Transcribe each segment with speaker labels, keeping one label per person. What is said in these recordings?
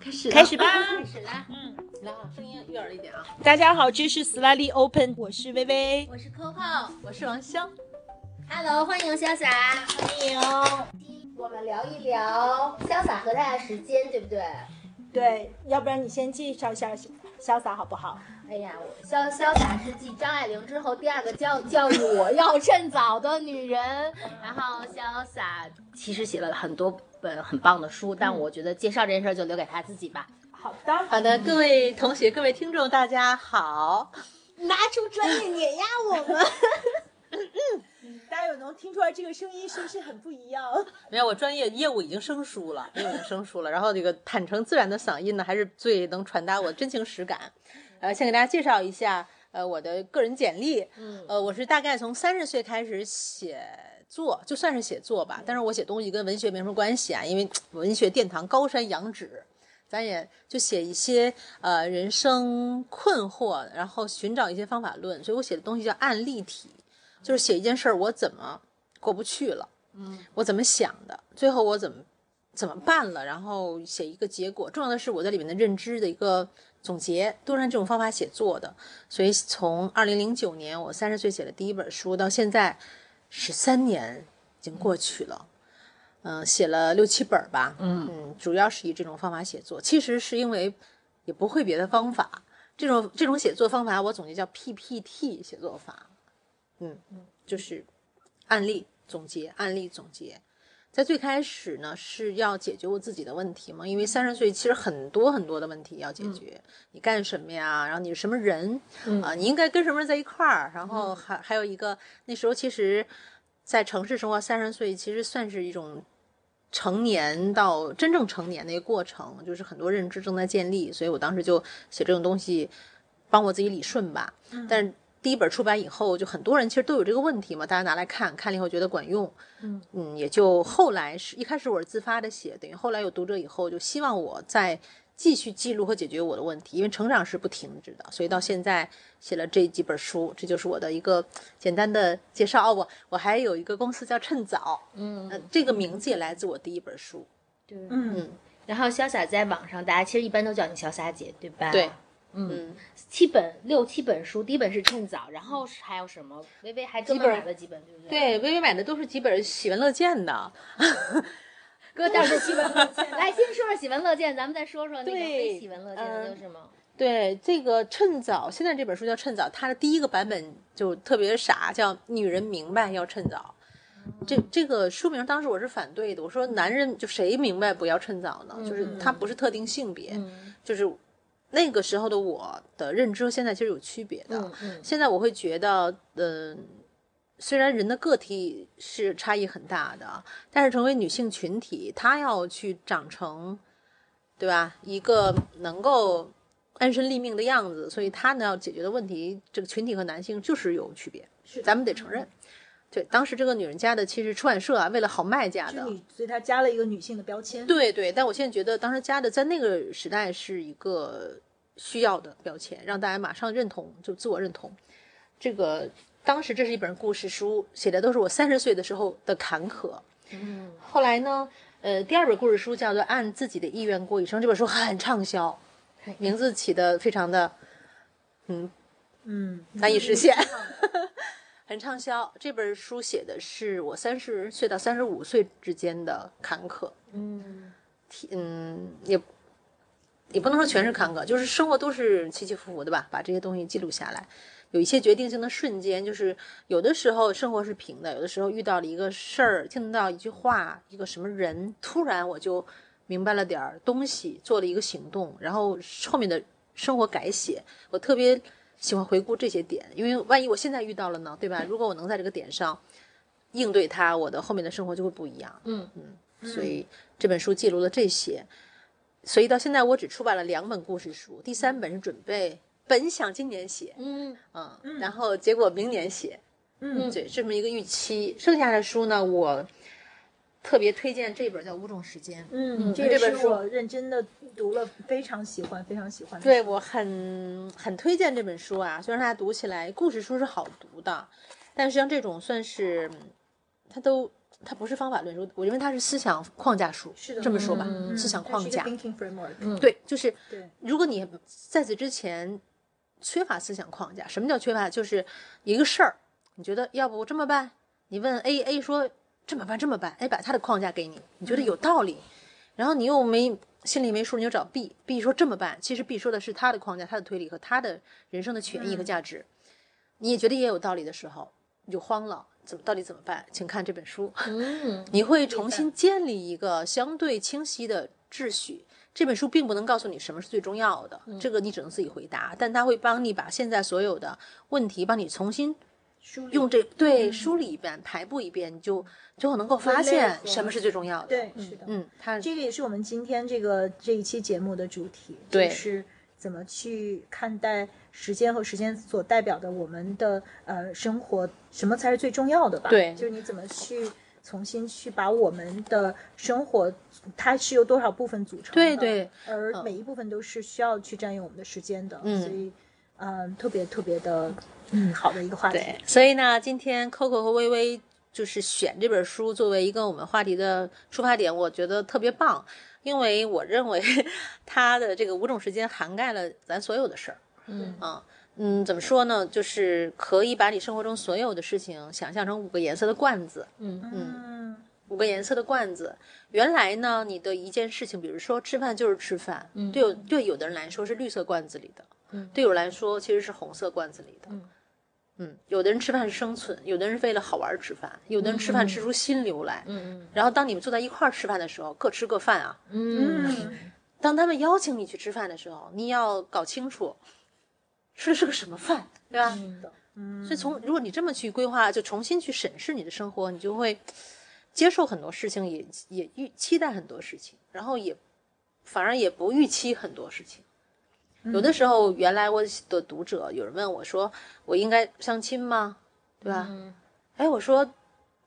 Speaker 1: 开始
Speaker 2: 开始吧
Speaker 1: 开始啦！
Speaker 2: 嗯，
Speaker 1: 来啊，声音悦耳一点啊！
Speaker 2: 大家好，这是 Slightly Open，我是薇薇。
Speaker 1: 我是 Coco，我是王潇。
Speaker 3: Hello，欢迎潇洒，欢迎。我们聊一聊潇洒和大家时间，对不对？
Speaker 2: 对，要不然你先介绍一下潇洒好不好？
Speaker 3: 哎呀，我潇潇洒是继张爱玲之后第二个教教育我要趁早的女人。然后潇洒其实写了很多本很棒的书，但我觉得介绍这件事儿就留给她自己吧。
Speaker 2: 好的，
Speaker 1: 好的，各位同学、各位听众，大家好。
Speaker 3: 拿出专业碾压我们。
Speaker 2: 大家有能听出来这个声音是不是很不一样？
Speaker 1: 没有，我专业业务已经生疏了，业务已经生疏了。然后这个坦诚自然的嗓音呢，还是最能传达我真情实感。呃，先给大家介绍一下，呃，我的个人简历。
Speaker 3: 嗯，
Speaker 1: 呃，我是大概从三十岁开始写作，就算是写作吧，但是我写东西跟文学没什么关系啊，因为文学殿堂高山仰止，咱也就写一些呃人生困惑，然后寻找一些方法论，所以我写的东西叫案例体，就是写一件事儿我怎么过不去了，嗯，我怎么想的，最后我怎么怎么办了，然后写一个结果，重要的是我在里面的认知的一个。总结都是按这种方法写作的，所以从二零零九年我三十岁写的第一本书到现在，十三年已经过去了，嗯、写了六七本儿吧，嗯主要是以这种方法写作。其实是因为也不会别的方法，这种这种写作方法我总结叫 PPT 写作法，嗯，就是案例总结，案例总结。在最开始呢，是要解决我自己的问题嘛，因为三十岁其实很多很多的问题要解决，你干什么呀？然后你是什么人、啊？你应该跟什么人在一块儿？然后还还有一个，那时候其实，在城市生活，三十岁其实算是一种成年到真正成年的一个过程，就是很多认知正在建立，所以我当时就写这种东西，帮我自己理顺吧。但是第一本出版以后，就很多人其实都有这个问题嘛，大家拿来看看了以后觉得管用，嗯也就后来是一开始我是自发的写，等于后来有读者以后就希望我再继续记录和解决我的问题，因为成长是不停止的，所以到现在写了这几本书，这就是我的一个简单的介绍。哦，我我还有一个公司叫趁早，嗯、这个名字也来自我第一本书，
Speaker 3: 对。
Speaker 2: 嗯，
Speaker 3: 然后潇洒在网上，大家其实一般都叫你潇洒姐，对吧？
Speaker 1: 对，
Speaker 3: 嗯，七本六七本书，第一本是趁早，然后是还有什么？薇薇还专门买了几本，对不对？
Speaker 1: 对，微微买的都是几本喜闻乐见的，
Speaker 3: 哥，但是喜闻乐见。来，先说说喜闻乐见，咱们再说说那个
Speaker 1: 对
Speaker 3: 非喜闻乐见的
Speaker 1: 嗯
Speaker 3: 有什么？
Speaker 1: 对，这个趁早，现在这本书叫《趁早》，它的第一个版本就特别傻，叫《女人明白要趁早》。这这个书名当时我是反对的，我说男人就谁明白不要趁早呢？就是它不是特定性别，
Speaker 3: 嗯
Speaker 1: 就是那个时候的我的认知和现在其实有区别
Speaker 3: 嗯
Speaker 1: 的。现在我会觉得，嗯、虽然人的个体是差异很大的，但是成为女性群体，她要去长成，对吧？一个能够安身立命的样子，所以她呢要解决的问题，这个群体和男性就是有区别，是咱们得承认。对，当时这个女人家的其实出版社啊，为了好卖家
Speaker 2: 就
Speaker 1: 的，
Speaker 2: 你所以他加了一个女性的标签。
Speaker 1: 对对，但我现在觉得当时加的在那个时代是一个需要的标签，让大家马上认同，就自我认同。这个当时这是一本故事书，写的都是我三十岁的时候的坎坷。嗯，后来呢，呃，第二本故事书叫做《按自己的意愿过一生》，这本书很畅销，名字起的非常的
Speaker 2: 嗯，
Speaker 1: 难以实现， 很畅销。这本书写的是我三十岁到三十五岁之间的坎坷，嗯，嗯，也也不能说全是坎坷，就是生活都是起起伏伏的吧。把这些东西记录下来，有一些决定性的瞬间，就是有的时候生活是平的，有的时候遇到了一个事儿，听到一句话，一个什么人，突然我就明白了点儿东西，做了一个行动，然后后面的生活改写，我特别喜欢回顾这些点，因为万一我现在遇到了呢，对吧？如果我能在这个点上应对它，我的后面的生活就会不一样。
Speaker 3: 嗯
Speaker 1: 嗯，所以这本书记录了这些，所以到现在我只出版了两本故事书，第三本是准备本想今年写，
Speaker 3: 嗯，
Speaker 1: 嗯，然后结果明年写，
Speaker 2: 嗯
Speaker 1: 对，这么一个预期。剩下的书呢，我特别推荐这本叫《五种时间》，
Speaker 2: 嗯，这
Speaker 1: 这
Speaker 2: 也
Speaker 1: 本
Speaker 2: 是
Speaker 1: 书
Speaker 2: 我认真的读了，非常喜欢，非常喜欢。
Speaker 1: 对，我很很推荐这本书啊，虽然它读起来故事书是好读的，但实际上这种算是嗯它都它不是方法论书，我认为它是思想框架书，
Speaker 2: 是的
Speaker 1: 这么说吧，
Speaker 3: 嗯
Speaker 1: 思想
Speaker 2: 它
Speaker 1: 框
Speaker 2: 是一个
Speaker 1: 架。
Speaker 2: thinking framework，嗯
Speaker 1: 对，就是
Speaker 2: 对
Speaker 1: 如果你在此之前缺乏思想框架，什么叫缺乏？就是一个事儿，你觉得要不我这么办？你问 A，A 说这么办这么办，哎，把他的框架给你，你觉得有道理，然后你又没心里没数，你就找 B，B 说这么办，其实 B 说的是他的框架、他的推理和他的人生的权益和价值，你也觉得也有道理的时候，你就慌了。怎么到底怎么办？请看这本书。
Speaker 3: 嗯，
Speaker 1: 你会重新建立一个相对清晰的秩序。这本书并不能告诉你什么是最重要的，这个你只能自己回答，但它会帮你把现在所有的问题帮你重新
Speaker 2: 梳理
Speaker 1: 用这对梳理一遍、排布一遍，你就最后能够发现什么是最重要的。，
Speaker 2: 对是的，
Speaker 1: 嗯，它
Speaker 2: 这个也是我们今天这个这一期节目的主题，
Speaker 1: 对
Speaker 2: 就是怎么去看待时间和时间所代表的我们的呃生活，什么才是最重要的吧？
Speaker 1: 对
Speaker 2: 就是你怎么去重新去把我们的生活，它是由多少部分组成的？
Speaker 1: 对对，
Speaker 2: 而每一部分都是需要去占用我们的时间的，
Speaker 1: 嗯
Speaker 2: 所以嗯、呃特别特别的嗯好的一个话题。
Speaker 1: 对，所以呢，今天 Coco 和微微就是选这本书作为一个我们话题的出发点，我觉得特别棒，因为我认为 它的这个五种时间涵盖了咱所有的事儿。
Speaker 3: 嗯
Speaker 1: 啊，嗯，怎么说呢？就是可以把你生活中所有的事情想象成五个颜色的罐子，
Speaker 2: 嗯
Speaker 1: 五个颜色的罐子。原来呢，你的一件事情，比如说吃饭就是吃饭，对有对有的人来说是绿色罐子里的，
Speaker 3: 嗯
Speaker 1: 对有人来说其实是红色罐子里的。
Speaker 3: 嗯
Speaker 1: 嗯有的人吃饭是生存，有的人是为了好玩儿吃饭，有的人吃饭吃出心流来。
Speaker 3: 嗯
Speaker 1: 然后当你们坐在一块儿吃饭的时候，各吃各饭啊。
Speaker 3: 嗯
Speaker 1: 当他们邀请你去吃饭的时候，你要搞清楚吃的是个什么饭，对吧？
Speaker 2: 嗯，
Speaker 1: 所以从如果你这么去规划，就重新去审视你的生活，你就会接受很多事情，也也预期待很多事情，然后也反而也不预期很多事情。有的时候，原来我的读者有人问我说：“我应该相亲吗？”对吧？
Speaker 3: 嗯
Speaker 1: 哎，我说，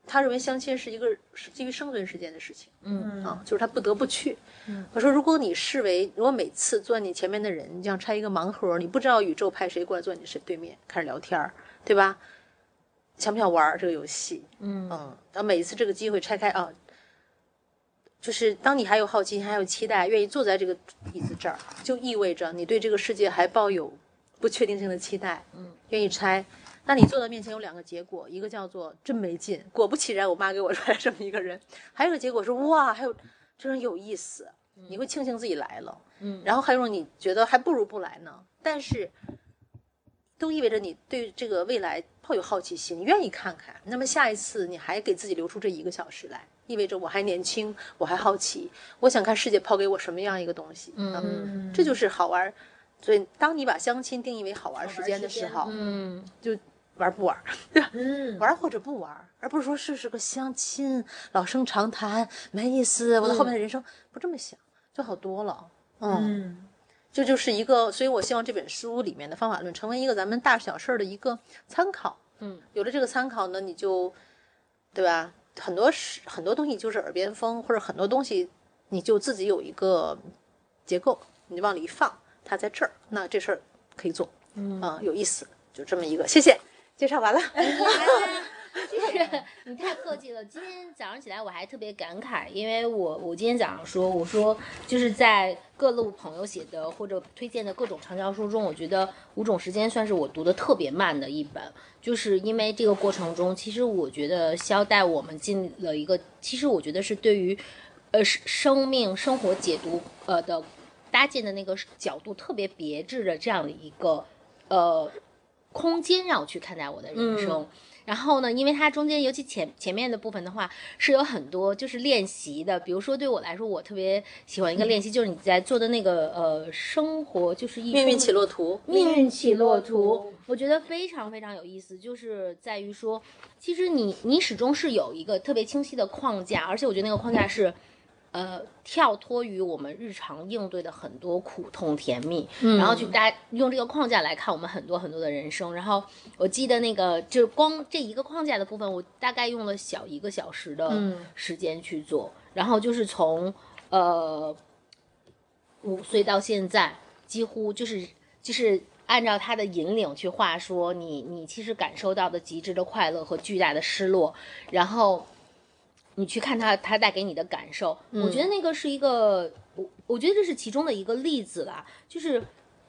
Speaker 1: 他认为相亲是一个是基于生存时间的事情。
Speaker 3: 嗯
Speaker 1: 啊，就是他不得不去。
Speaker 3: 嗯
Speaker 1: 我说，如果你视为，如果每次坐在你前面的人，你像拆一个盲盒，你不知道宇宙派谁过来坐你身对面开始聊天儿，对吧？想不想玩儿这个游戏？
Speaker 3: 嗯
Speaker 1: 嗯，然后每一次这个机会拆开啊，就是当你还有好奇，还有期待，愿意坐在这个椅子这儿，就意味着你对这个世界还抱有不确定性的期待，
Speaker 3: 嗯，
Speaker 1: 愿意拆。那你坐在面前有两个结果，一个叫做真没劲，果不其然，我妈给我出来这么一个人；还有一个结果是哇，还有这人有意思，你会庆幸自己来了，
Speaker 3: 嗯
Speaker 1: 然后还有一种你觉得还不如不来呢，但是都意味着你对这个未来抱有好奇心，你愿意看看。那么下一次你还给自己留出这一个小时来，意味着我还年轻，我还好奇，我想看世界抛给我什么样一个东西。
Speaker 3: 嗯
Speaker 2: 嗯
Speaker 1: 这就是好玩儿。所以，当你把相亲定义为好玩儿时间的时
Speaker 2: 好
Speaker 1: 候，
Speaker 3: 嗯
Speaker 1: 玩儿不玩儿，
Speaker 2: 嗯
Speaker 1: 玩儿或者不玩儿，而不是说是是个相亲，老生常谈，没意思。我的后面的人生、不这么想，就好多了。嗯
Speaker 2: 嗯。
Speaker 1: 这就是一个，所以我希望这本书里面的方法论成为一个咱们大事小事儿的一个参考。
Speaker 3: 嗯，
Speaker 1: 有了这个参考呢，你就，对吧？很多事很多东西就是耳边风，或者很多东西你就自己有一个结构，你就往里一放，它在这儿，那这事儿可以做。嗯、有意思，就这么一个。谢谢，介绍完了。
Speaker 3: 就是你太客气了。今天早上起来我还特别感慨，因为我我今天早上说，我说就是在各路朋友写的或者推荐的各种畅销书中，我觉得《五种时间》算是我读的特别慢的一本，就是因为这个过程中，其实我觉得肖带我们进了一个，其实我觉得是对于呃生生命生活解读呃的搭建的那个角度特别别致的这样的一个呃空间让我去看待我的人生。然后呢，因为它中间尤其前前面的部分的话，是有很多就是练习的。比如说对我来说，我特别喜欢一个练习，就是你在做的那个呃生活就是一
Speaker 1: 嗯命运起落嗯图，
Speaker 3: 命运起落图，我觉得非常非常有意思，就是在于说，其实你你始终是有一个特别清晰的框架，而且我觉得那个框架是。呃，跳脱于我们日常应对的很多苦痛甜蜜，然后去搭用这个框架来看我们很多很多的人生。然后我记得那个就是光这一个框架的部分，我大概用了小一个小时的时间去做。然后就是从呃五岁到现在，几乎就是就是按照他的引领去话说，你你其实感受到的极致的快乐和巨大的失落，然后你去看他他带给你的感受，我觉得那个是一个，我我觉得这是其中的一个例子啦，就是。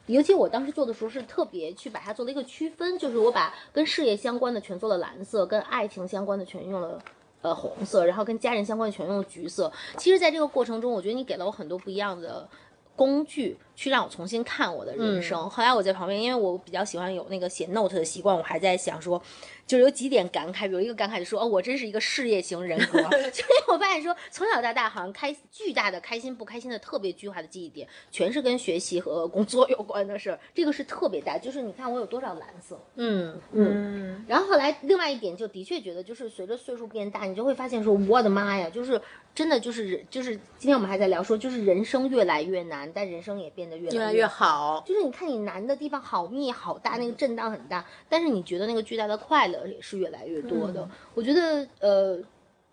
Speaker 3: 尤其我当时做的时候是特别去把它做了一个区分，就是我把跟事业相关的全做了蓝色，跟爱情相关的全用了呃红色，然后跟家人相关的全用了橘色。其实，在这个过程中，我觉得你给了我很多不一样的工具，去让我重新看我的人生。后来我在旁边，因为我比较喜欢有那个写 note 的习惯，我还在想说，就是有几点感慨，比如一个感慨就说，哦，我真是一个事业型人格， 就是我发现说，从小到大好像开巨大的开心不开心的特别巨化的记忆点，全是跟学习和工作有关的事儿，这个是特别大。就是你看我有多少蓝色，
Speaker 1: 嗯，
Speaker 2: 嗯，
Speaker 3: 然后后来另外一点就的确觉得，就是随着岁数变大，你就会发现说，我的妈呀，就是真的就是人就是今天我们还在聊说，就是人生越来越难，但人生也变得越
Speaker 1: 越来
Speaker 3: 来
Speaker 1: 越
Speaker 3: 越。
Speaker 1: 好。
Speaker 3: 就是你看你难的地方好密好大，
Speaker 1: 嗯
Speaker 3: 那个震荡很大，但是你觉得那个巨大的快乐也是越来越多
Speaker 1: 嗯
Speaker 3: 的。我觉得呃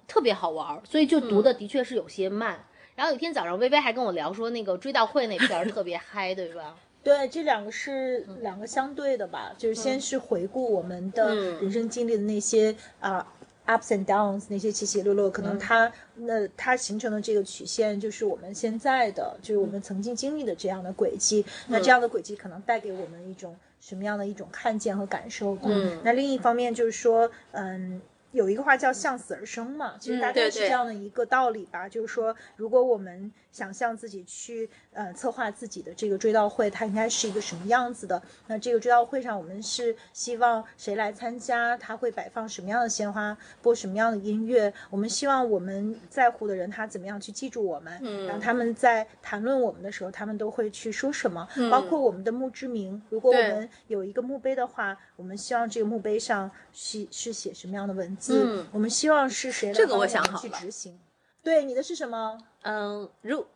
Speaker 3: 特别好玩儿，所以就读
Speaker 1: 嗯
Speaker 3: 的的确是有些慢。然后有一天早上，薇薇还跟我聊说，那个追悼会那片儿特别嗨，对 吧？
Speaker 2: 对，这两个是两个相对的吧，就是先是回顾我们的
Speaker 1: 嗯
Speaker 2: 人生经历的那些啊、ups and downs，那些起起落落，可
Speaker 1: 嗯
Speaker 2: 能它、那它形成的这个曲线就是我们现在的，就是
Speaker 1: 嗯
Speaker 2: 我们曾经经历的这样的轨迹。那这样的轨迹可能带给我们一种什么样的一种看见和感受吧？
Speaker 1: 嗯
Speaker 2: 那另一方面就是说，嗯。有一个话叫“向死而生”嘛，其实
Speaker 1: 嗯
Speaker 2: 大
Speaker 1: 对
Speaker 2: 概是
Speaker 1: 对
Speaker 2: 这样的一个道理吧，就是说，如果我们想象自己去呃策划自己的这个追悼会，它应该是一个什么样子的？那这个追悼会上，我们是希望谁来参加？他会摆放什么样的鲜花，播什么样的音乐？我们希望我们在乎的人他怎么样去记住我们？
Speaker 1: 嗯
Speaker 2: 然后他们在谈论我们的时候，他们都会去说什么？包括我们的墓志铭，如果我
Speaker 1: 嗯对
Speaker 2: 们有一个墓碑的话，我们希望这个墓碑上是是写什么样的文字？
Speaker 1: 嗯
Speaker 2: 我们希望是谁来
Speaker 1: 这个
Speaker 2: 帮
Speaker 1: 我
Speaker 2: 们
Speaker 1: 想好
Speaker 2: 去
Speaker 1: 了
Speaker 2: 执行？对，你的是什么？
Speaker 1: 嗯，如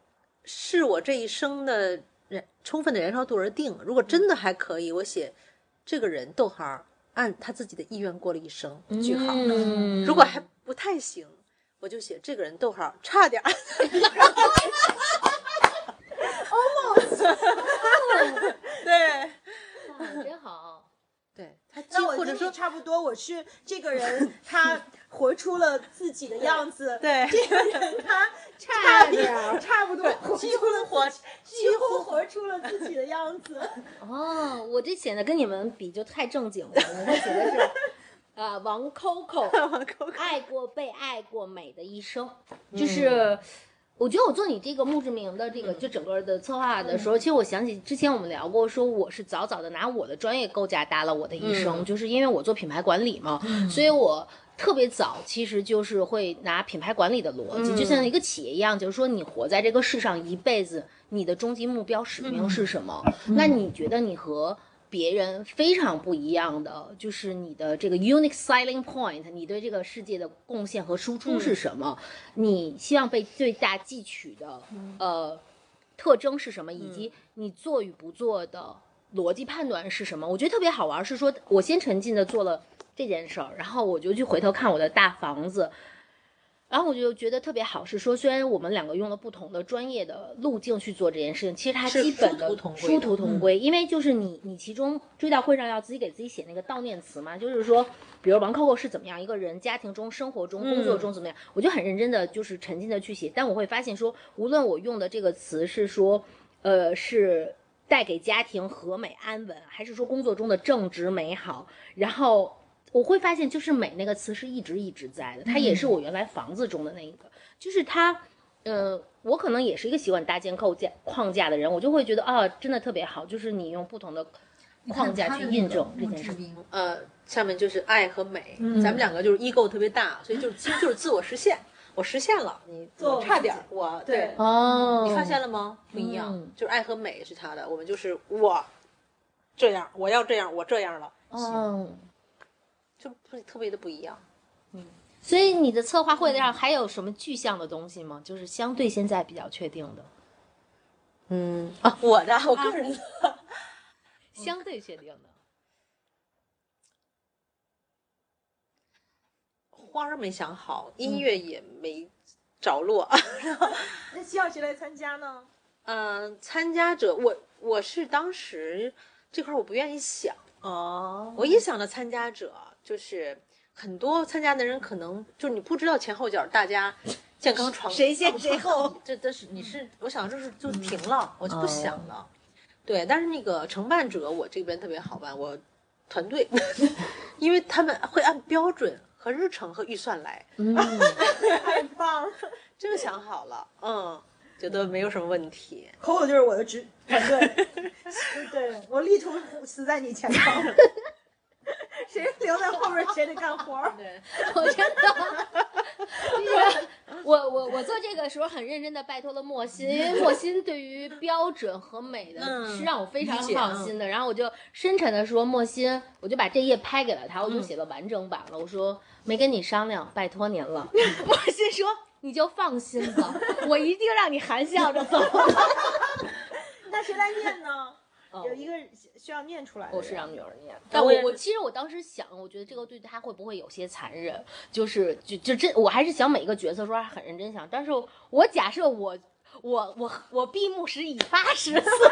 Speaker 1: 是我这一生的燃充分的燃烧度而定。如果真的还可以，我写这个人逗号儿按他自己的意愿过了一生句号。
Speaker 3: 嗯
Speaker 1: 如果还不太行，我就写这个人逗号儿差点儿。
Speaker 2: 对。
Speaker 3: 哇真好。
Speaker 1: 对他几
Speaker 2: 那
Speaker 1: 乎
Speaker 2: 我
Speaker 1: 或者
Speaker 2: 跟
Speaker 1: 说
Speaker 2: 你差不多，我是这个人，他活出了自己的样子。
Speaker 1: 对
Speaker 2: 这个人他
Speaker 3: 差
Speaker 2: 差
Speaker 3: 点
Speaker 2: 点差不多活
Speaker 1: 几乎
Speaker 2: 出了
Speaker 1: 活
Speaker 2: 自己几乎活出了自己的样子。
Speaker 3: 哦，我这显得跟你们比就太正经了，我这写的是，呃，王 Coco，
Speaker 1: 王嗯扣扣
Speaker 3: 爱过被爱过美的一生，就是。我觉得我做你这个墓志铭的这个就整个的策划的时候，其实我想起之前我们聊过，说我是早早的拿我的专业构架搭了我的一生，就是因为我做品牌管理嘛，所以我特别早其实就是会拿品牌管理的逻辑，就像一个企业一样，就是说你活在这个世上一辈子，你的终极目标使命是什么？那你觉得你和别人非常不一样的，就是你的这个 unique selling point，你对这个世界的贡献和输出是什么？你希望被最大汲取的、呃特征是什么，以及你做与不做的逻辑判断是什么？我觉得特别好玩，是说我先沉浸的做了这件事儿，然后我就去回头看我的大房子。然后我就觉得特别好，是说虽然我们两个用了不同的专业的路径去做这件事情，其实它
Speaker 1: 是
Speaker 3: 基本
Speaker 1: 殊
Speaker 3: 的
Speaker 1: 途同归
Speaker 3: 殊
Speaker 1: 的
Speaker 3: 途同归，因为就是你你其中追悼会上要自己给自己写那个悼念词嘛，就是说，比如王 Coco 是怎么样一个人，家庭中、生活中、工作中怎么样，我就很认真的就是沉浸的去写，但我会发现说，无论我用的这个词是说，呃，是带给家庭和美安稳，还是说工作中的正直美好，然后我会发现，就是美那个词是一直一直在的，它也是我原来房子中的那一个，就是它，呃，我可能也是一个喜欢搭建构架框架的人，我就会觉得啊，真的特别好，就是你用不同的框架去印证这件事。
Speaker 1: 呃，下面就是爱和美，咱们两个就是 ego 特别大，所以就是其实就是自我实现，我实现了，你
Speaker 2: 做
Speaker 1: 我
Speaker 2: 我
Speaker 1: 差
Speaker 2: 自己
Speaker 1: 点儿我
Speaker 2: 对
Speaker 1: 对，
Speaker 3: 哦，
Speaker 1: 你发现了吗？不一样，
Speaker 3: 嗯
Speaker 1: 就是爱和美是他的，我们就是我这样，我要这样，我这样了，
Speaker 3: 嗯。
Speaker 1: 就不特别的不一样。
Speaker 3: 所以你的策划会上还有什么具象的东西吗？就是相对现在比较确定的，
Speaker 1: 嗯啊，我的我个人的，
Speaker 3: 相对确定的。
Speaker 1: 花儿没想好，音乐也没着落。
Speaker 2: 那希望谁来参加呢？
Speaker 1: 嗯、参加者，我我是当时这块儿我不愿意想，
Speaker 2: 哦，
Speaker 1: 我一想到参加者，就是很多参加的人可能就是你不知道前后脚，大家健康床
Speaker 4: 谁先谁后？
Speaker 1: 这都是你是我想就是就停了，我就不想了。对，但是那个承办者我这边特别好办，我团队， 因为他们会按标准和日程和预算来，
Speaker 3: 嗯，
Speaker 2: 太棒了！
Speaker 1: 这个想好了，嗯，觉得没有什么问题。
Speaker 2: 口口就是我的 职团队，对我力图死在你前头， 谁留在后面谁得干活 儿。
Speaker 1: 对，
Speaker 3: 我真的， 就是我我我做这个时候很认真的拜托了莫欣，因为莫欣对于标准和美的
Speaker 1: 嗯
Speaker 3: 是让我非常
Speaker 1: 理解嗯
Speaker 3: 放心的。然后我就深沉的说，莫欣，我就把这页拍给了他，
Speaker 1: 嗯
Speaker 3: 我就写了完整版了。我说没跟你商量，拜托您了。
Speaker 1: 嗯
Speaker 3: 莫欣说。你就放心吧，我一定让你含笑着走。
Speaker 2: 那谁来念呢？
Speaker 3: 嗯
Speaker 2: 有一个需要念出来的人，
Speaker 3: 我是让女儿念，但
Speaker 1: 但我
Speaker 3: 我
Speaker 1: 也
Speaker 3: 我其实我当时想，我觉得这个对她会不会有些残忍？就是就就这，我还是想每一个角色说很认真想，但是我假设我。我我我闭幕时已八十岁，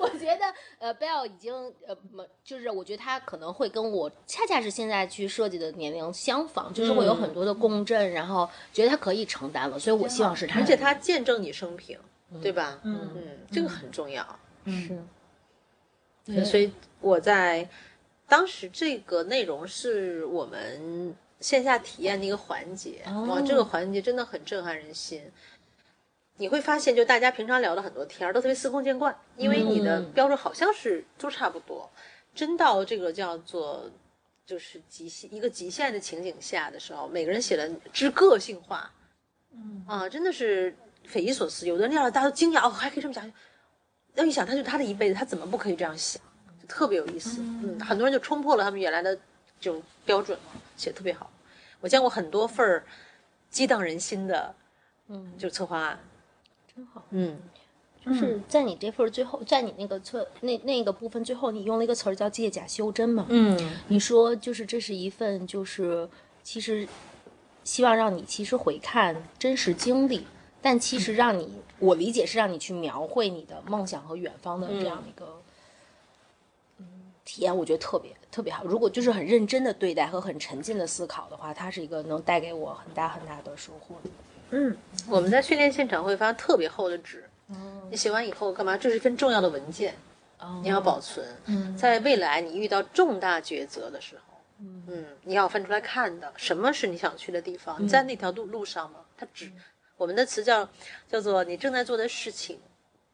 Speaker 3: 我觉得呃，Bell 已经呃，没就是我觉得她可能会跟我恰恰是现在去设计的年龄相仿，就是会有
Speaker 1: 嗯
Speaker 3: 很多的共振，然后觉得她可以承担了，所以我希望是她
Speaker 1: 而
Speaker 3: 来，
Speaker 1: 且他见证你生平，对吧？
Speaker 2: 嗯
Speaker 1: 嗯，这个很重要。
Speaker 3: 是
Speaker 1: 对嗯所以我在当时这个内容是我们线下体验的一个环节，
Speaker 3: 哦
Speaker 1: 哇，这个环节真的很震撼人心。你会发现，就大家平常聊的很多天儿都特别司空见惯，因为你的
Speaker 3: 嗯
Speaker 1: 标准好像是都差不多。真到这个叫做就是极限一个极限的情景下的时候，每个人写的之个性化，嗯啊，真的是匪夷所思。有的人要是大家都惊讶，哦，还可以这么想，要一想，他就他的一辈子，他怎么不可以这样想？就特别有意思。嗯，很多人就冲破了他们原来的这种标准嘛，写得特别好。我见过很多份儿激荡人心的，
Speaker 3: 嗯，
Speaker 1: 就策划案，
Speaker 3: 真好。
Speaker 1: 嗯，
Speaker 3: 就是在你这份儿最后，在你那个侧那那个部分最后，你用了一个词儿叫“借假修真”嘛。
Speaker 1: 嗯，
Speaker 3: 你说就是这是一份就是其实希望让你其实回看真实经历，但其实让你、我理解是让你去描绘你的梦想和远方的这样一个嗯体验，我觉得特别特别好。如果就是很认真的对待和很沉浸的思考的话，它是一个能带给我很大很大的收获。
Speaker 2: 嗯，
Speaker 1: 我们在训练现场会发特别厚的纸，你写完以后干嘛？这是一份重要的文件，
Speaker 3: 哦
Speaker 1: 你要保存。在未来你遇到重大抉择的时候，嗯，你要翻出来看的，什么是你想去的地方？你在那条路路上吗？它指我们的词叫叫做你正在做的事情，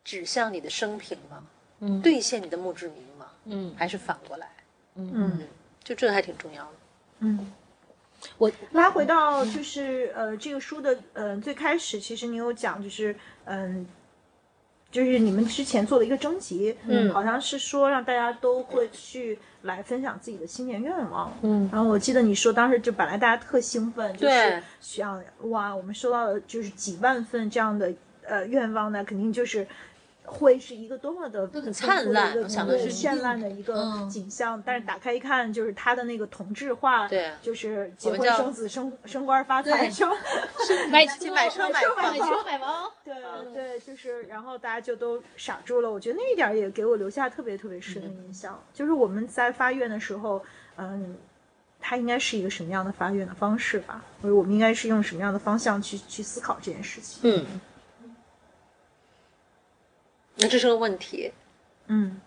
Speaker 1: 指向你的生平吗？
Speaker 3: 嗯
Speaker 1: 兑现你的墓志铭吗？
Speaker 3: 嗯，
Speaker 1: 还是反过来？
Speaker 2: 嗯
Speaker 1: 就这还挺重要的。
Speaker 2: 嗯，
Speaker 3: 我
Speaker 2: 拉回到就是呃这个书的呃最开始，其实你有讲就是嗯、就是你们之前做的一个征集，
Speaker 1: 嗯
Speaker 2: 好像是说让大家都会去来分享自己的新年愿望，嗯，然后我记得你说当时就本来大家特兴奋，就是
Speaker 1: 对
Speaker 2: 想哇，我们收到了就是几万份这样的呃愿望呢，肯定就是。会是一个多么的很
Speaker 1: 灿烂我想的是嗯
Speaker 2: 绚烂的一个景象，但是打开一看，就是它的那个同质化，
Speaker 1: 对
Speaker 2: 就是结
Speaker 1: 们
Speaker 2: 婚
Speaker 1: 叫
Speaker 2: 生子升升官发财生，
Speaker 3: 买
Speaker 1: 去买车买房
Speaker 3: 买车买房，
Speaker 2: 对对，就是，然后大家就都傻住了。我觉得那一点儿也给我留下特别特别深的印象，就是我们在发愿的时候，嗯，它应该是一个什么样的发愿的方式吧？或者我们应该是用什么样的方向去去思考这件事情？
Speaker 1: 嗯，那这是个问题。
Speaker 2: 嗯，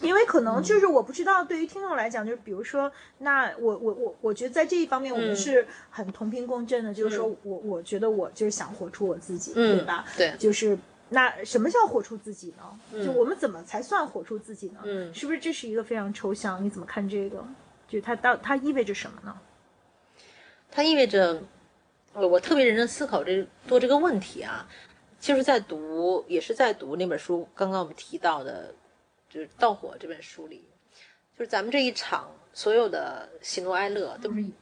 Speaker 2: 因为可能
Speaker 1: 嗯
Speaker 2: 就是我不知道，对于听众来讲，就是比如说，那我我我我觉得在这一方面我
Speaker 1: 嗯
Speaker 2: 们是很同频共振的，就是说我我觉得我就是想活出我自己，
Speaker 1: 嗯
Speaker 2: 对吧？
Speaker 1: 对
Speaker 2: 就是那什么叫活出自己呢？就我们怎么才算活出自己呢？
Speaker 1: 嗯
Speaker 2: 是不是这是一个非常抽象？你怎么看这个？就是它到它意味着什么呢？
Speaker 1: 它意味着，我我特别认真思考这做这个问题啊，就是在读，也是在读那本书，刚刚我们提到的，就是《盗火》这本书里，就是咱们这一场所有的喜怒哀乐都是以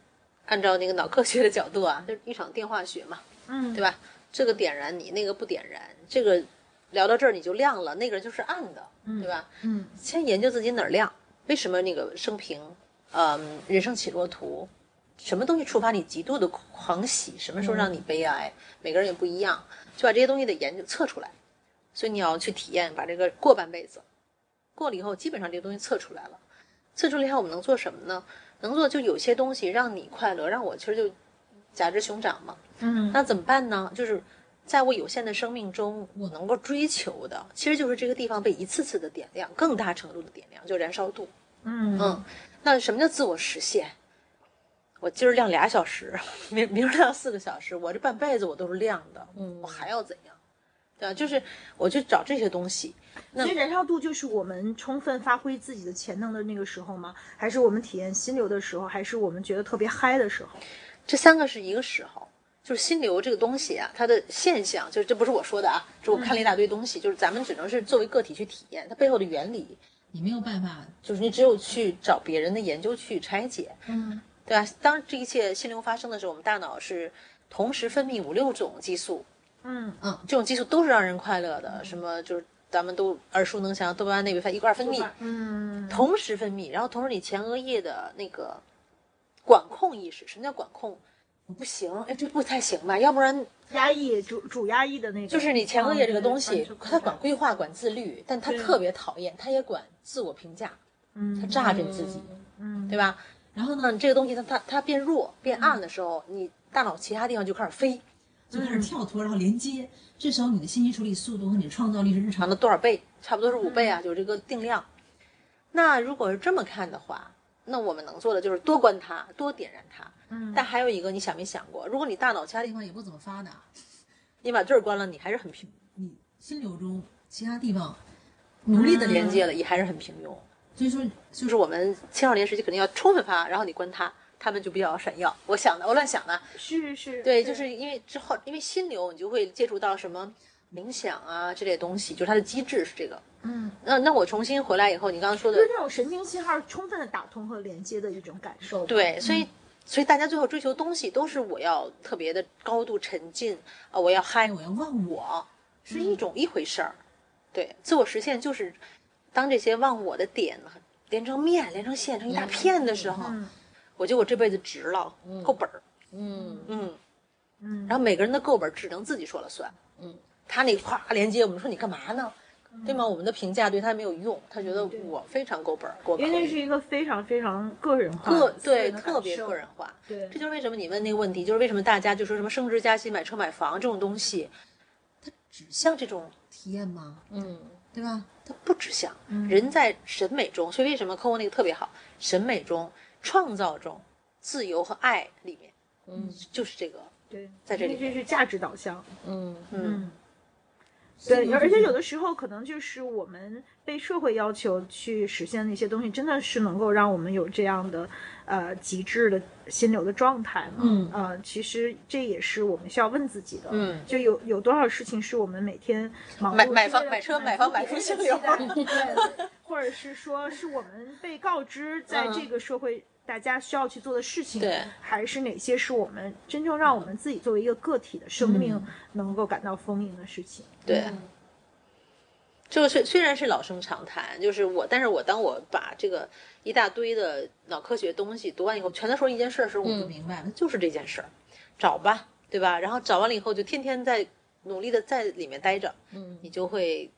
Speaker 1: 按照那个脑科学的角度啊，就是一场电化学嘛，
Speaker 2: 嗯
Speaker 1: 对吧？这个点燃你，那个不点燃，这个聊到这儿你就亮了，那个人就是暗的，对吧？
Speaker 2: 嗯
Speaker 1: 先研究自己哪儿亮，为什么那个生平，嗯，人生起落图，什么东西触发你极度的狂喜，什么时候让你悲哀，每个人也不一样，就把这些东西得研究测出来。所以你要去体验，把这个过半辈子，过了以后，基本上这个东西测出来了。自助厉害，我们能做什么呢？能做就有些东西让你快乐，让我其实就甲之熊掌嘛。
Speaker 2: 嗯
Speaker 1: 那怎么办呢？就是在我有限的生命中，我能够追求的，其实就是这个地方被一次次的点亮，更大程度的点亮，就燃烧度。
Speaker 2: 嗯
Speaker 1: 嗯，那什么叫自我实现？我今儿亮俩小时， 明明儿亮四个小时，我这半辈子我都是亮的，
Speaker 3: 嗯
Speaker 1: 我还要怎样？对吧？就是我去找这些东西，那
Speaker 2: 所以燃烧度就是我们充分发挥自己的潜能的那个时候吗？还是我们体验心流的时候？还是我们觉得特别嗨的时候？
Speaker 1: 这三个是一个时候，就是心流这个东西啊，它的现象，就是这不是我说的啊，就我看了一大堆东西，就是咱们只能是作为个体去体验它背后的原理，你没有办法，就是你只有去找别人的研究去拆解，
Speaker 2: 嗯
Speaker 1: 对吧？当这一切心流发生的时候，我们大脑是同时分泌五六种激素，
Speaker 2: 嗯
Speaker 1: 嗯，这种激素都是让人快乐的，什么就是咱们都耳熟能详，多巴胺、内啡肽、一块儿分泌，
Speaker 2: 嗯，
Speaker 1: 同时分泌，然后同时你前额叶的那个管控意识，什么叫管控？我不行，哎，这不太行吧？要不然
Speaker 2: 压抑主主压抑的那个，啊
Speaker 1: 就是你前额叶这个
Speaker 2: 嗯
Speaker 1: 东西，它
Speaker 2: 它
Speaker 1: 管规划、管自律，但它
Speaker 2: 对
Speaker 1: 特别讨厌，它也管自我评价，
Speaker 2: 嗯
Speaker 1: 它榨着你自己，
Speaker 2: 嗯
Speaker 1: 对吧？然后呢，这个东西它它它变弱、变暗的时候，你大脑其他地方就开始飞，
Speaker 4: 就开始跳脱，然后连接。这时候你的信息处理速度和你的创造力是日常
Speaker 1: 长
Speaker 4: 的
Speaker 1: 的多少倍，差不多是五倍啊，有这个定量。那如果是这么看的话，那我们能做的就是多观它，多点燃它。
Speaker 2: 嗯
Speaker 1: 但还有一个，你想没想过，如果你大脑其他地
Speaker 4: 地
Speaker 1: 方，
Speaker 4: 方也不怎么发达，
Speaker 1: 你把这儿关了，你还是很平，
Speaker 4: 你心流中其他地方努力的
Speaker 1: 连，接了也还是很平庸。
Speaker 4: 嗯所以说就
Speaker 1: 就是是我们青少年时期肯定要充分发，然后你关它，他们就比较闪耀。我想的，我乱想的，
Speaker 2: 是是，
Speaker 1: 对，就是因为之后，因为心流，你就会接触到什么冥想啊这类东西，就是它的机制是这个。
Speaker 2: 嗯，
Speaker 1: 那那我重新回来以后，你刚刚说
Speaker 2: 就
Speaker 1: 的
Speaker 2: 是这种神经信号充分的打通和连接的一种感受。
Speaker 1: 对，所以、所以大家最后追求东西都是我要特别的高度沉浸啊，我要嗨，
Speaker 4: 我要忘我，
Speaker 1: 我是
Speaker 2: 嗯
Speaker 1: 一种一回事儿。对，自我实现就是当这些忘我的点呢连成面、连成线、成一大片的时候，
Speaker 2: 嗯
Speaker 1: 我觉得我这辈子值了，够本儿。
Speaker 3: 嗯，
Speaker 1: 嗯，
Speaker 2: 嗯，
Speaker 1: 然后每个人的够本儿只能自己说了算。
Speaker 3: 嗯，
Speaker 1: 他那夸连接我们说你干嘛呢？对吗？我们的评价对他没有用，他觉得
Speaker 2: 嗯对
Speaker 1: 我非常够本儿，够本
Speaker 2: 因
Speaker 1: 儿。
Speaker 2: 为那是一个非常非常个人化
Speaker 1: 个
Speaker 2: 的、
Speaker 1: 对
Speaker 2: 私人的
Speaker 1: 特别
Speaker 2: 感受
Speaker 1: 个人化，
Speaker 2: 对
Speaker 1: 这就是为什么你问那个问题，就是为什么大家就说什么升职加薪、买车买房这种东西，
Speaker 4: 指向
Speaker 1: 像这种
Speaker 4: 体验嘛，
Speaker 3: 嗯，
Speaker 4: 对吧？
Speaker 1: 它不指向人
Speaker 2: 嗯
Speaker 1: 在审美中，所以为什么 COCO 那个特别好，审美中、创造中、自由和爱里面，
Speaker 3: 嗯，
Speaker 1: 就是这个，
Speaker 2: 对，
Speaker 1: 在这里
Speaker 2: 因为这是价值导向。
Speaker 3: 嗯，
Speaker 1: 嗯，，
Speaker 2: 对，而且有的时候可能就是我们被社会要求去实现的一些东西，真的是能够让我们有这样的呃极致的心流的状态嘛？
Speaker 4: 嗯
Speaker 2: 呃，其实这也是我们需要问自己的。
Speaker 1: 嗯，
Speaker 2: 就有有多少事情是我们每天忙碌
Speaker 1: 买
Speaker 2: 是为
Speaker 1: 买房
Speaker 2: 了
Speaker 1: 买车买房买
Speaker 2: 别人
Speaker 1: 出心
Speaker 2: 的
Speaker 1: 流
Speaker 2: 期待对， 或者是说是我们被告知在
Speaker 1: 嗯
Speaker 2: 这个社会。大家需要去做的事情
Speaker 1: 对，
Speaker 2: 还是哪些是我们真正让我们自己作为一个个体的生
Speaker 1: 嗯
Speaker 2: 命能够感到丰盈的事情？
Speaker 1: 对。
Speaker 3: 嗯
Speaker 1: 就虽虽然是老生常谈，就是我，但是我当我把这个一大堆的脑科学东西读完以后，全在说一件事儿的时候，我就
Speaker 3: 嗯
Speaker 1: 明白了，就是这件事儿，找吧，对吧？然后找完了以后，就天天在努力的在里面待着，
Speaker 3: 嗯
Speaker 1: 你就会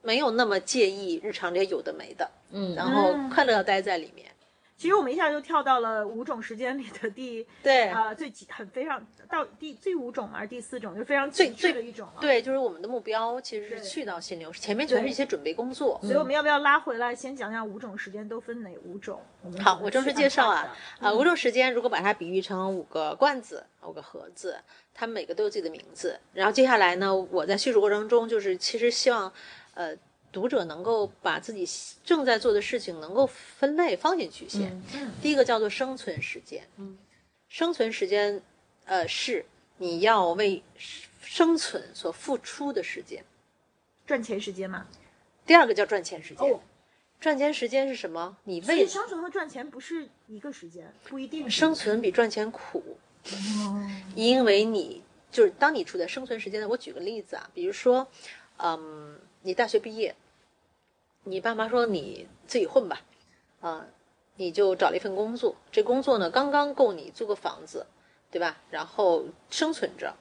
Speaker 1: 没有那么介意日常这些有的没的，
Speaker 3: 嗯
Speaker 1: 然后
Speaker 2: 嗯
Speaker 1: 快乐地待在里面。
Speaker 2: 其实我们一下就跳到了五种时间里的第
Speaker 1: 对、
Speaker 2: 啊、最极很非常到第最五种嘛，还是第四种，就非常
Speaker 1: 最
Speaker 2: 极致
Speaker 1: 最
Speaker 2: 的一种了。，
Speaker 1: 对，就是我们的目标其实
Speaker 2: 对
Speaker 1: 是去到心流，前面全是一些准备工作。
Speaker 2: 所以我们要不要拉回来，先讲讲五种时间都分哪五种？们
Speaker 1: 好
Speaker 2: 怎么
Speaker 1: 我正式
Speaker 2: 去
Speaker 1: 介绍啊
Speaker 2: 安排的。
Speaker 1: 啊，五种时间如果把它比喻成五个罐子、五个盒子，它们每个都有自己的名字。然后接下来呢，我在叙述过程中，就是其实希望，呃，读者能够把自己正在做的事情能够分类放进去先。第一个叫做生存时间，
Speaker 3: 嗯，
Speaker 1: 生存时间，呃，是你要为生存所付出的时间。
Speaker 2: 赚钱时间嘛。
Speaker 1: 第二个叫赚钱时间，
Speaker 2: 哦
Speaker 1: 赚钱时间是什么？你
Speaker 2: 所
Speaker 1: 为
Speaker 2: 以生存和赚钱不是一个时间，不一定是
Speaker 1: 生存比赚钱苦，
Speaker 4: 哦，
Speaker 1: 因为你就是当你处在生存时间的，我举个例子啊，比如说，嗯，你大学毕业，你爸妈说你自己混吧，啊、你就找了一份工作，这工作呢刚刚够你租个房子，对吧？然后生存着，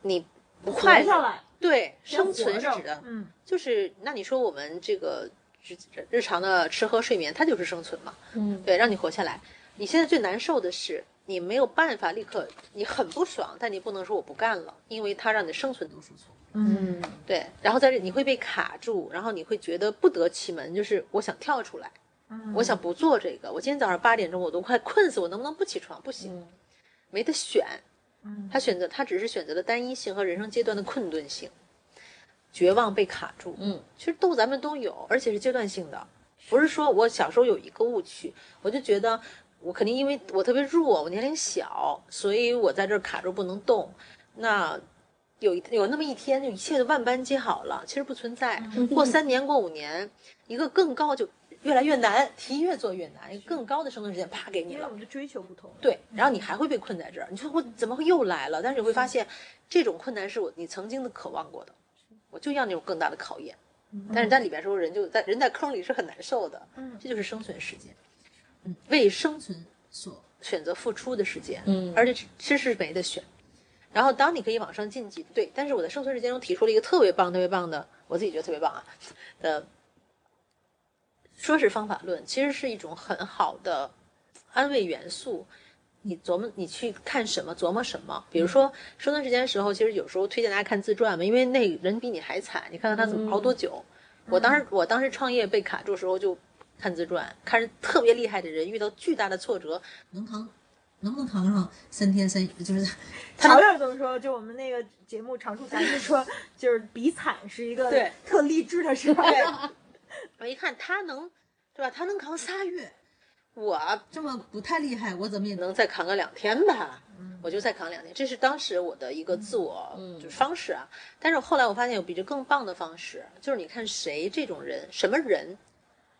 Speaker 1: 你不快
Speaker 2: 活下
Speaker 1: 乐，
Speaker 2: 来
Speaker 1: 对，
Speaker 2: 先
Speaker 1: 生存
Speaker 2: 活
Speaker 1: 是
Speaker 2: 着
Speaker 1: 指的
Speaker 2: 嗯
Speaker 1: 就是那你说我们这个日日常的吃喝睡眠，它就是生存嘛。
Speaker 3: 嗯，
Speaker 1: 对，让你活下来。你现在最难受的是，你没有办法立刻，你很不爽，但你不能说我不干了，因为它让你的生存都受挫。
Speaker 2: 嗯
Speaker 1: 对，然后在这你会被卡住，然后你会觉得不得其门，就是我想跳出来，
Speaker 2: 嗯
Speaker 1: 我想不做这个，我今天早上八点钟我都快困死，我能不能不起床？不行，
Speaker 3: 嗯
Speaker 1: 没得选。
Speaker 2: 嗯
Speaker 1: 他选择，他只是选择了单一性和人生阶段的困顿性，绝望被卡住。
Speaker 3: 嗯，
Speaker 1: 其实都咱们都有，而且是阶段性的，不是说我小时候有一个误区，我就觉得我肯定因为我特别弱，我年龄小，所以我在这儿卡住不能动。那有一有那么一天，就一切都万般皆好了，其实不存在。过三年，过五年，一个更高就越来越难，题越做越难，一个更高的生存时间啪给你
Speaker 2: 因为
Speaker 1: 了
Speaker 2: 我。们的追求不同，
Speaker 1: 对，然后你还会被困在这儿，你说我怎么会又来了？但是你会发现，这种困难是我你曾经的渴望过的，我就要那种更大的考验。但是在里边时候，人就在人在坑里是很难受的，
Speaker 2: 嗯
Speaker 1: 这就是生存时间，嗯，为生
Speaker 4: 存所
Speaker 1: 选择付出的时间，
Speaker 3: 嗯
Speaker 1: 而且这是没得选。然后当你可以往上晋级，对，但是我在生存时间中提出了一个特别棒、特别棒的，我自己觉得特别棒啊的，说是方法论，其实是一种很好的安慰元素。你琢磨，你去看什么，琢磨什么。比如说生存时间的时候，其实有时候推荐大家看自传嘛，因为那人比你还惨，你看看他怎么熬多久。我当时我当时创业被卡住的时候就看自传，看着特别厉害的人遇到巨大的挫折，
Speaker 4: 能扛，能不能扛上三天三就是
Speaker 1: 他
Speaker 2: 常远怎么说？就我们那个节目常驻侠就说，就是比惨是一个
Speaker 1: 对
Speaker 2: 特励志的事儿。
Speaker 1: 我一看他能，对吧？他能扛仨月，我
Speaker 4: 这么不太厉害，我怎么也能。
Speaker 1: 能再扛个两天吧，我就再扛两天。这是当时我的一个自我
Speaker 4: 嗯
Speaker 1: 就是方式啊。但是后来我发现有比这更棒的方式，就是你看谁这种人，什么人，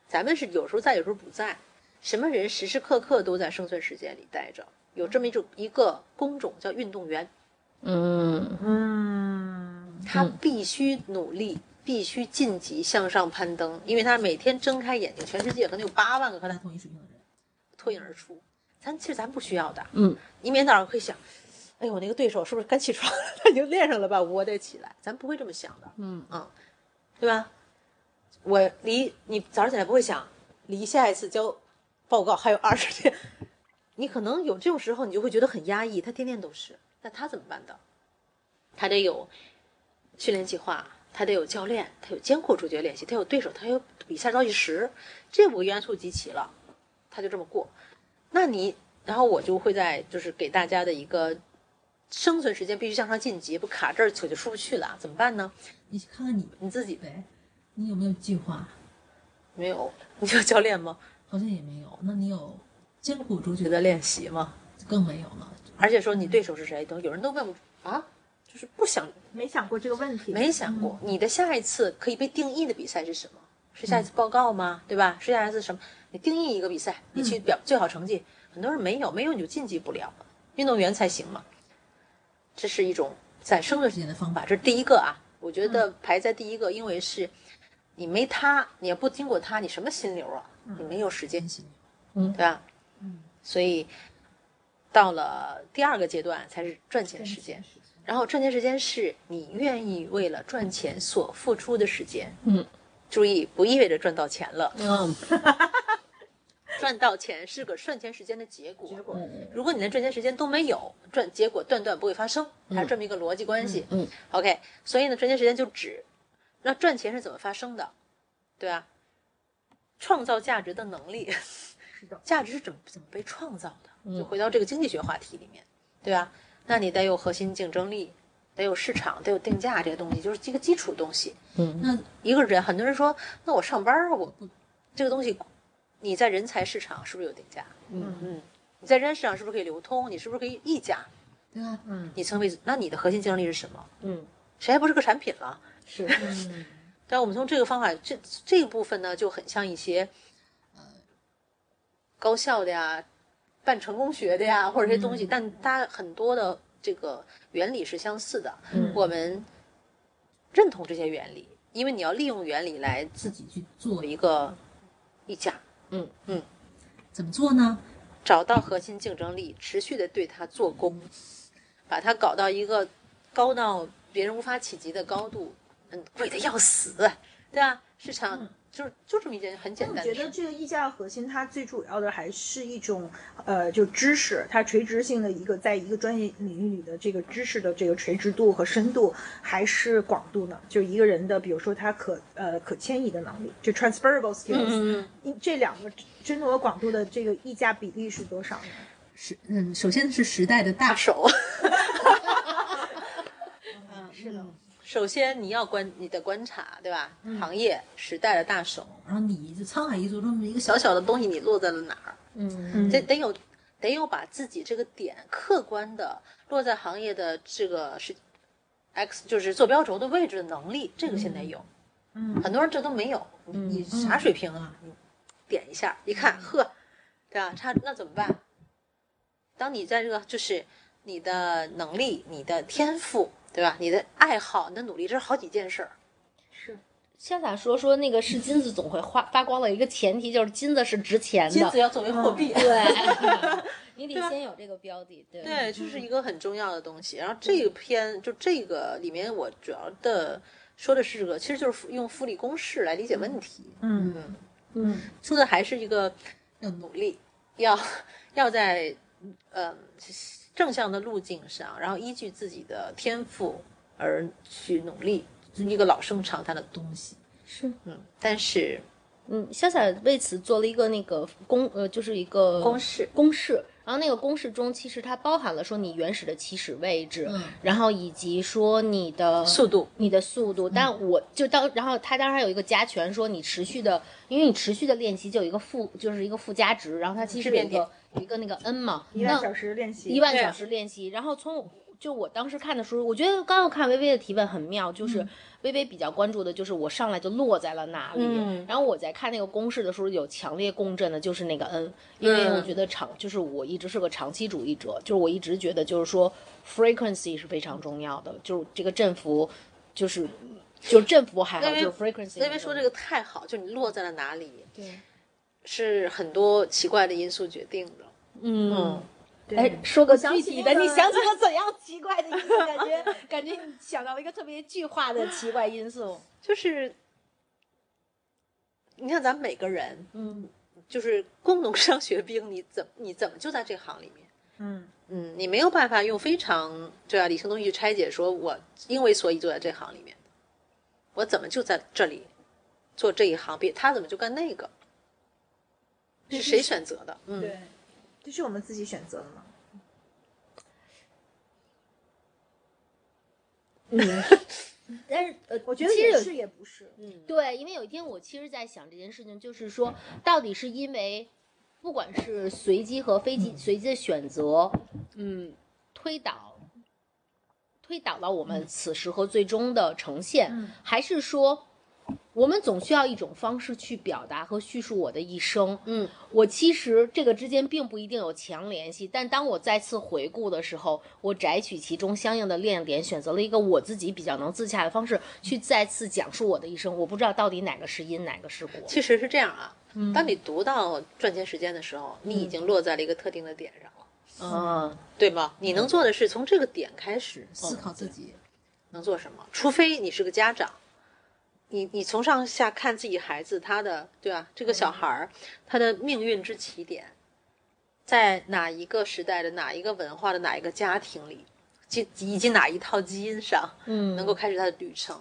Speaker 1: 咱们是有时候在，有时候不在，什么人时时刻刻都在生存时间里待着。有这么一种一个工种叫运动员，
Speaker 3: 嗯
Speaker 2: 嗯
Speaker 1: 他必须努力，必须晋级向上攀登，因为他每天睁开眼睛，全世界可能有八万个和
Speaker 4: 和
Speaker 1: 他
Speaker 4: 他同一水平的人，
Speaker 1: 脱颖而出。咱其实咱不需要的，
Speaker 3: 嗯，
Speaker 1: 你每天早上会想，哎呦，我那个对手是不是该起床了？ 他已经练上了吧，我得起来。咱不会这么想的，
Speaker 3: 嗯
Speaker 1: 对吧？我离你早上起来不会想，离下一次交报告还有二十天， 你可能有这种时候，你就会觉得很压抑。他天天都是，那他怎么办的？他得有训练计划，他得有教练，他有艰苦主角练习，他有对手，他有比赛倒计时，这五个元素集齐了，他就这么过。那你，然后我就会在就是给大家的一个生存时间必须向上晋级，不卡这儿可就出不去了，怎么办呢？
Speaker 4: 你去看看你
Speaker 1: 你自己
Speaker 4: 呗，你有没有计划？
Speaker 1: 没有，你有教练吗？
Speaker 4: 好像也没有。那你有艰苦主角
Speaker 1: 觉
Speaker 4: 的
Speaker 1: 得练习吗？
Speaker 4: 更没有了。
Speaker 1: 而且说你对手是谁，都有人都问我啊，就是不想
Speaker 2: 没想过这个问题。
Speaker 1: 没想过你的下一次可以被定义的比赛是什么？是下一次报告吗？对吧？是下一次什么？你定义一个比赛，你去表最好成绩，很多人没有，没有你就晋级不了，运动员才行嘛。这是一种在生存时间的方法，这是第一个啊，我觉得排在第一个，因为是你没他，你要不经过他，你什么心流啊？你没有时间心流，
Speaker 3: 嗯
Speaker 1: 对吧？所以到了第二个阶段才是赚钱时间。然后赚钱时间是你愿意为了赚钱所付出的时间。
Speaker 3: 嗯，
Speaker 1: 注意不意味着赚到钱了，
Speaker 3: 嗯
Speaker 1: 赚到钱是个赚钱时间的结果。
Speaker 2: 结果，
Speaker 1: 如果你连赚钱时间都没有，赚结果断断不会发生，它是这么一个逻辑关系。
Speaker 3: 嗯嗯
Speaker 1: o k 所以呢，赚钱时间就指那赚钱是怎么发生的，对吧？创造价值的能 力，
Speaker 2: 是的，
Speaker 1: 价值是怎么怎么被创造的？就
Speaker 3: 嗯
Speaker 1: 回到这个经济学话题里面，对吧？那你得有核心竞争力，得有市场，得有定价这些东西，就是一个基础东西。
Speaker 3: 嗯
Speaker 4: 那
Speaker 1: 一个人，很多人说，那我上班儿我
Speaker 4: 不
Speaker 1: 这个东西，你在人才市场是不是有定价？
Speaker 2: 嗯
Speaker 1: 嗯，你在人才市场是不是可以流通？你是不是可以溢价？
Speaker 4: 对吧？
Speaker 2: 嗯
Speaker 1: 你成为那你的核心竞争力是什么？
Speaker 3: 嗯，
Speaker 1: 谁还不是个产品了？
Speaker 3: 是
Speaker 1: 但我们从这个方法，这这个部分呢，就很像一些呃高校的呀、办成功学的呀，或者这些东西，但它很多的这个原理是相似的。
Speaker 3: 嗯
Speaker 1: 我们认同这些原理，因为你要利用原理来
Speaker 4: 自己去做
Speaker 1: 做，一个溢价，
Speaker 4: 怎么做呢？
Speaker 1: 找到核心竞争力，持续的对它做功，把它搞到一个高到别人无法企及的高度，嗯，贵的要死，对吧？市场就是就这么一件很简
Speaker 2: 我
Speaker 1: 单
Speaker 2: 觉
Speaker 1: 的
Speaker 2: 得
Speaker 1: 事。
Speaker 2: 这个溢价核心，它最主要的还是一种呃，就知识，它垂直性的一个在一个专业领域里的这个知识的这个垂直度和深度，还是广度呢？就一个人的，比如说他可呃可迁移的能力，就 transferable skills，、
Speaker 1: 嗯，
Speaker 2: 这两个深度和广度的这个溢价比例是多少呢？
Speaker 4: 时嗯，首先是时代的大
Speaker 1: 大手。
Speaker 3: 是的，
Speaker 1: 首先你要观你的观察，对吧？行业时代的大手，
Speaker 4: 嗯然后你就沧海一粟这么一个小
Speaker 1: 小小的东西你落在了哪儿？
Speaker 3: 嗯，
Speaker 1: 得得有得有把自己这个点客观的落在行业的这个是 x 就是坐标轴的位置的能力，这个现在有，
Speaker 2: 嗯
Speaker 1: 很多人这都没有，你你啥水平啊？你点一下一看，呵，对吧？差那怎么办？当你在这个就是你的能力、你的天赋，对吧？你的爱好、你的努力，这是好几件事儿。
Speaker 3: 潇洒说说那个是金子总会发发光的一个前提就是金子是值钱
Speaker 1: 金
Speaker 3: 的
Speaker 1: 子，要作为货币。
Speaker 3: 对，你得先有这个标的，对
Speaker 1: 对，就是一个很重要的东西。然后这个篇就这个里面，我主要的说的是这个，其实就是用复利公式来理解问题。
Speaker 2: 嗯
Speaker 1: 嗯，
Speaker 2: 嗯
Speaker 1: 说的还是一个要努力，要要在呃正向的路径上，然后依据自己的天赋而去努力，是一个老生常谈的东西。
Speaker 3: 是，
Speaker 1: 嗯，但是
Speaker 3: 嗯，潇洒为此做了一个那个公呃，就是一个
Speaker 1: 公式
Speaker 3: 公式。然后那个公式中，其实它包含了说你原始的起始位置，
Speaker 4: 嗯
Speaker 3: 然后以及说你的
Speaker 1: 速度，
Speaker 3: 你的速度。
Speaker 2: 嗯
Speaker 3: 但我就当，然后它当然还有一个加权，说你持续的，因为你持续的练习就有一个附，就是一个附加值。然后它
Speaker 2: 嗯
Speaker 3: 其实有
Speaker 1: 变
Speaker 3: 一个有一个那个 n 嘛，
Speaker 2: 一万
Speaker 3: 那
Speaker 2: 小时练习，
Speaker 3: 嗯一万
Speaker 1: 对啊
Speaker 3: 小时练习。然后从就我当时看的时候，我觉得刚要看薇薇的提问很妙，就是
Speaker 1: 嗯
Speaker 3: 薇薇比较关注的就是我上来就落在了哪里。
Speaker 1: 嗯
Speaker 3: 然后我在看那个公式的时候，有强烈共振的就是那个 N，因为
Speaker 1: 嗯
Speaker 3: 我觉得长就是我一直是个长期主义者，就是我一直觉得就是说 frequency 是非常重要的，就是这个振幅，就是就振幅还好，
Speaker 1: 薇薇
Speaker 3: 就 frequency
Speaker 1: 因为说这
Speaker 3: 个
Speaker 1: 个太好，就你落在了哪里，
Speaker 3: 对，
Speaker 1: 是很多奇怪的因素决定的。
Speaker 3: 嗯。
Speaker 2: 对
Speaker 3: 哎，说个
Speaker 2: 想
Speaker 3: 具
Speaker 2: 起
Speaker 3: 体的，
Speaker 2: 那个
Speaker 3: 你想起了怎样奇怪的因素？感觉感觉你想到了一个特别具化的奇怪因素。
Speaker 1: 就是，你看咱们每个人，
Speaker 3: 嗯，
Speaker 1: 就是工农商学兵，你怎你怎么就在这行里面？
Speaker 2: 嗯
Speaker 1: 嗯，你没有办法用非常对啊理性东西去拆解，说我因为所以就在这行里面，我怎么就在这里做这一行？别他怎么就干那个？是谁选择的？嗯，
Speaker 2: 对，这是我们自己选择的嘛。
Speaker 3: 但是呃，
Speaker 2: 我觉得
Speaker 3: 其实
Speaker 2: 也
Speaker 3: 有
Speaker 2: 是也不是，
Speaker 3: 对，因为有一天我其实在想这件事情，就是说，到底是因为不管是随机和非机随机的选择，嗯，推导推导到我们此时和最终的呈现，
Speaker 2: 嗯
Speaker 3: 还是说？我们总需要一种方式去表达和叙述我的一生。
Speaker 1: 嗯，
Speaker 3: 我其实这个之间并不一定有强联系，但当我再次回顾的时候，我摘取其中相应的亮点，选择了一个我自己比较能自洽的方式去再次讲述我的一生。我不知道到底哪个是因，哪个是果。
Speaker 1: 其实是这样啊。当你读到赚钱时间的时候，你已经落在了一个特定的点上了，
Speaker 3: 嗯，
Speaker 1: 对吧？你能做的是从这个点开始
Speaker 2: 嗯
Speaker 1: 嗯
Speaker 4: 思考自己，
Speaker 1: 能做什么？除非你是个家长，你你从上下看自己孩子他的对吧？这个小孩儿、他的命运之起点，在哪一个时代的哪一个文化的哪一个家庭里，基以及哪一套基因上，
Speaker 3: 嗯
Speaker 1: 能够开始他的旅程。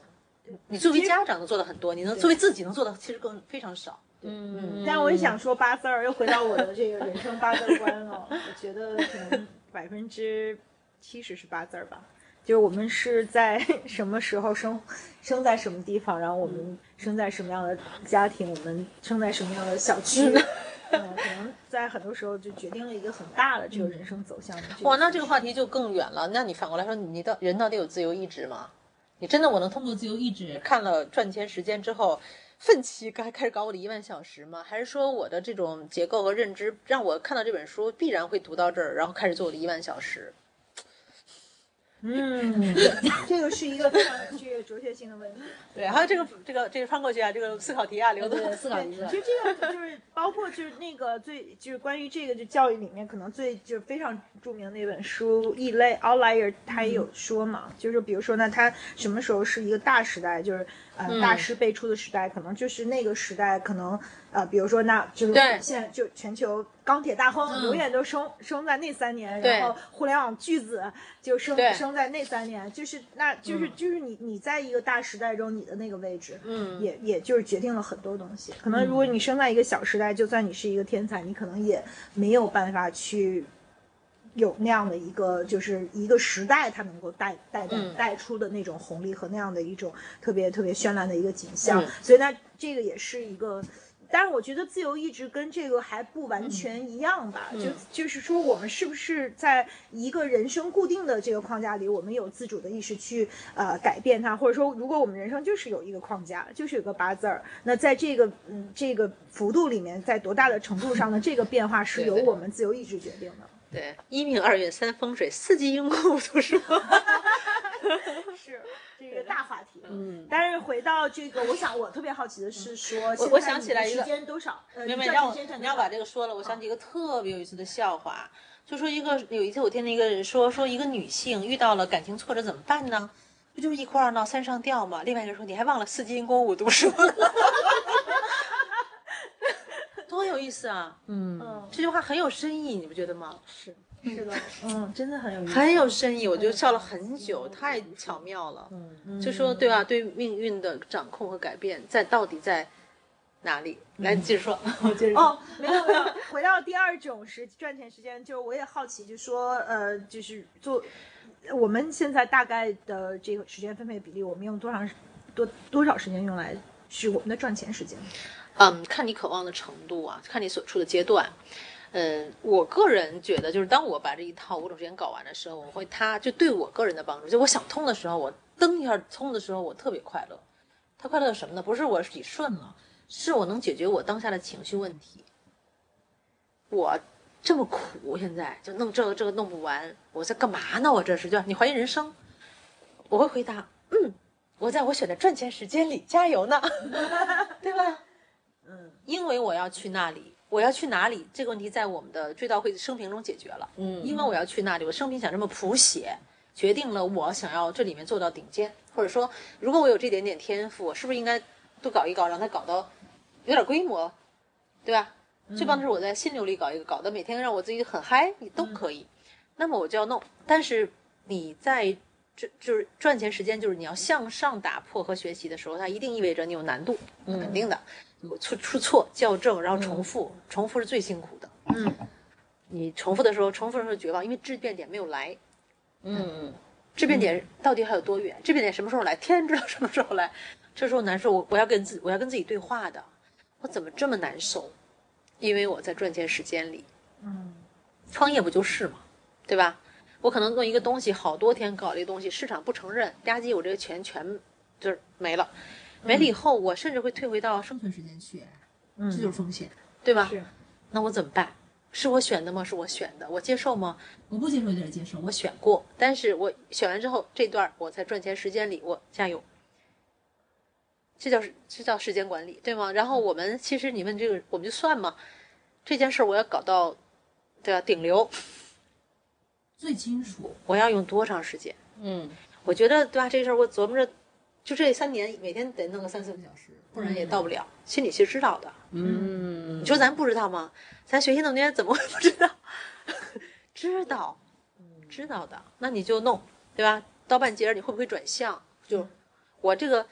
Speaker 1: 你作为家长能做的很多，你能作为自己能做的其实更非常少。
Speaker 3: 嗯
Speaker 2: 但我也想说八字儿，又回到我的这个人生八字儿观 了。我觉得可能百分之七十是八字儿吧，就是我们是在什么时候生生在什么地方，然后我们生在什么样的家庭，我们生在什么样的小区。 嗯，可能在很多时候就决定了一个很大的这个人生走向的个趋势。
Speaker 1: 哇，那这个话题就更远了。那你反过来说，你到人到底有自由意志吗？你真的我能通
Speaker 4: 通过自由意志，
Speaker 1: 看了《赚钱时间》之后，奋起开开始搞我的一万小时吗？还是说我的这种结构和认知让我看到这本书必然会读到这儿，然后开始做我的一万小时？
Speaker 2: 嗯，这个是一个非常具有哲学性的问题。
Speaker 1: 对，还有这个这个这个翻过去啊，这个思考题啊，留
Speaker 3: 对，
Speaker 1: 的
Speaker 3: 思考一个
Speaker 2: 其。实这个就是包括就是那个最就是关于这个就教育里面可能最就是非常著名的一本书《异类 Outlier》，他也有说嘛，就是比如说呢，他什么时候是一个大时代，就是呃大师辈出的时代，可能就是那个时代可能呃，比如说那就是
Speaker 1: 对
Speaker 2: 现在就全球钢铁大亨永远都生生在那三年，
Speaker 1: 嗯对
Speaker 2: 然后互联网巨子就生
Speaker 1: 对
Speaker 2: 生在那三年，就是那就是就是你你在一个大时代中你的那个位置，
Speaker 1: 嗯
Speaker 2: 也也就是决定了很多东西。可能如果你生在一个小时代，就算你是一个天才，你可能也没有办法去有那样的一个，就是一个时代它能够带带带
Speaker 1: 嗯
Speaker 2: 带出的那种红利和那样的一种特别特别绚烂的一个景象。
Speaker 1: 嗯
Speaker 2: 所以呢，这个也是一个。但是我觉得自由意志跟这个还不完全一样吧，
Speaker 1: 嗯
Speaker 2: 就就是说我们是不是在一个人生固定的这个框架里，我们有自主的意识去呃改变它，或者说如果我们人生就是有一个框架，就是有个八字儿，那在这个嗯这个幅度里面，在多大的程度上呢，这个变化是由
Speaker 1: 对对
Speaker 2: 我们自由意志决定的。
Speaker 1: 对，一命二运三风水，四季应库图书。
Speaker 2: 是这个大话题。
Speaker 1: 嗯，
Speaker 2: 但是回到这个，我想我特别好奇的是说，现在
Speaker 1: 我想起来
Speaker 2: 你
Speaker 1: 一
Speaker 2: 的
Speaker 1: 个
Speaker 2: 时间多少？呃，
Speaker 1: 妹妹
Speaker 2: 赚
Speaker 1: 让
Speaker 2: 钱
Speaker 1: 我
Speaker 2: 先赚
Speaker 1: 你要
Speaker 2: 多少
Speaker 1: 把这个说了，我想起一个特别有意思的笑话，就说一个有一次我听那个人说，说一个女性遇到了感情挫折怎么办呢？不就是一哭二闹三上吊吗？另外一个人说你还忘了四季因公五读书， 多有意思啊！嗯
Speaker 2: 嗯
Speaker 1: 这句话很有深意，你不觉得吗？
Speaker 2: 是是的，嗯，真的很有意思。
Speaker 1: 很有深意，我嗯就笑了很久，太巧妙了。就说对吧？对命运的掌控和改变，在到底在哪里？来，继续说，我接着说。
Speaker 2: 哦，没有没有。回到第二种时赚钱时间，就是我也好奇，就说呃，就是做我们现在大概的这个时间分配比例，我们用多长多多少时间用来是我们的赚钱时间？
Speaker 1: 嗯，看你渴望的程度啊，看你所处的阶段。嗯，我个人觉得，就是当我把这一套五种时间搞完的时候，我会它就对我个人的帮助，就我想通的时候，我噔一下通的时候，我特别快乐。它快乐是什么呢？不是我理顺了，是我能解决我当下的情绪问题。我这么苦，现在就弄这个这个弄不完，我在干嘛呢？我这是就你怀疑人生，我会回答，嗯，我在我选的赚钱时间里加油呢，对吧？
Speaker 2: 嗯
Speaker 1: 因为我要去那里，我要去哪里这个问题，在我们的追悼会生平中解决了。
Speaker 3: 嗯
Speaker 1: 因为我要去那里，我生平想这么谱写，决定了我想要这里面做到顶尖，或者说，如果我有这点点天赋，我是不是应该多搞一搞，让它搞到有点规模，对吧？最棒
Speaker 3: 嗯
Speaker 1: 的是我在心流里搞一个，搞得每天让我自己很嗨，你都可以。
Speaker 3: 嗯
Speaker 1: 那么我就要弄，但是你在这就是赚钱时间，就是你要向上打破和学习的时候，它一定意味着你有难度，
Speaker 3: 嗯
Speaker 1: 肯定的。有出出错、校正，然后重复，重复是最辛苦的。
Speaker 2: 嗯，
Speaker 1: 你重复的时候，重复的时候绝望，因为质变点没有来。
Speaker 3: 嗯
Speaker 1: 质变点到底还有多远？质变点什么时候来？天知道什么时候来。这时候难受，我我要跟自己，我要跟自己对话的。我怎么这么难受？因为我在赚钱时间里，
Speaker 2: 嗯，
Speaker 1: 创业不就是嘛，对吧？我可能弄一个东西好多天搞这个东西，市场不承认，吧唧，我这个钱全就是没了。没了以后，我甚至会退回到生，
Speaker 4: 生存时间去，
Speaker 2: 嗯
Speaker 4: 这就是风险。
Speaker 1: 对吧？
Speaker 2: 是
Speaker 1: 那我怎么办？是我选的吗？是我选的，我接受吗？
Speaker 4: 我不接受就得接受，
Speaker 1: 我
Speaker 4: 我
Speaker 1: 选过，但是我选完之后，这段我在赚钱时间里，我加油。这叫这叫时间管理，对吗？然后我们其实你问这个，我们就算嘛，这件事儿我要搞到，对吧？顶流，
Speaker 4: 最清楚。
Speaker 1: 我要用多长时间？
Speaker 3: 嗯
Speaker 1: 我觉得对吧？这事儿我琢磨着，就这三年，每天得弄个三四个小时，不然也到不了。
Speaker 4: 嗯
Speaker 1: 心里其实知道的，
Speaker 3: 嗯
Speaker 1: 你，说咱不知道吗？咱学习那么多年，怎么会 不知道？嗯知道，知道的，那你就弄，对吧？到半截儿你会不会转向？就我这个，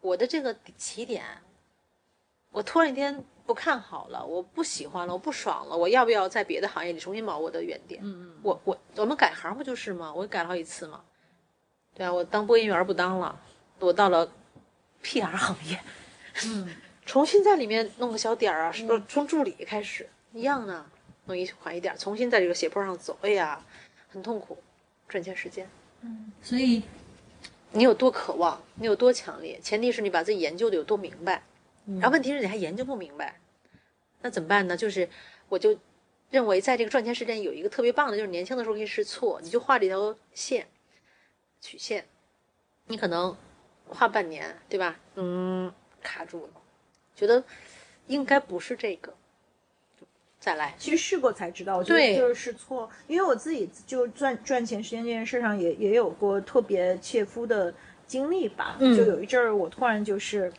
Speaker 1: 我的这个起点，我突然一天不看好了，我不喜欢了，我不爽了，我要不要在别的行业里重新把握我的原点？
Speaker 3: 嗯
Speaker 1: 我我我们改行不就是吗？我改了好几次嘛，对啊，我当播音员儿不当了，我到了 PR 行业，
Speaker 4: 嗯，
Speaker 1: 重新在里面弄个小点儿啊，是不是从助理开始一样的，弄一款一点儿，重新在这个斜坡上走，哎呀，很痛苦，赚钱时间。
Speaker 4: 嗯所以
Speaker 1: 你有多渴望，你有多强烈，前提是你把自己研究的有多明白。
Speaker 4: 嗯
Speaker 1: 然后问题是你还研究不明白，那怎么办呢？就是我就认为在这个赚钱时间有一个特别棒的，就是年轻的时候可以试错，你就画这条线，曲线，你可能画半年，对吧？嗯，卡住了，觉得应该不是这个，再来。
Speaker 2: 其实试过才知道，我觉得
Speaker 1: 对
Speaker 2: 就是试错。因为我自己就赚赚钱时间这件事上也也有过特别切肤的经历吧。
Speaker 1: 嗯
Speaker 2: 就有一阵儿，我突然就是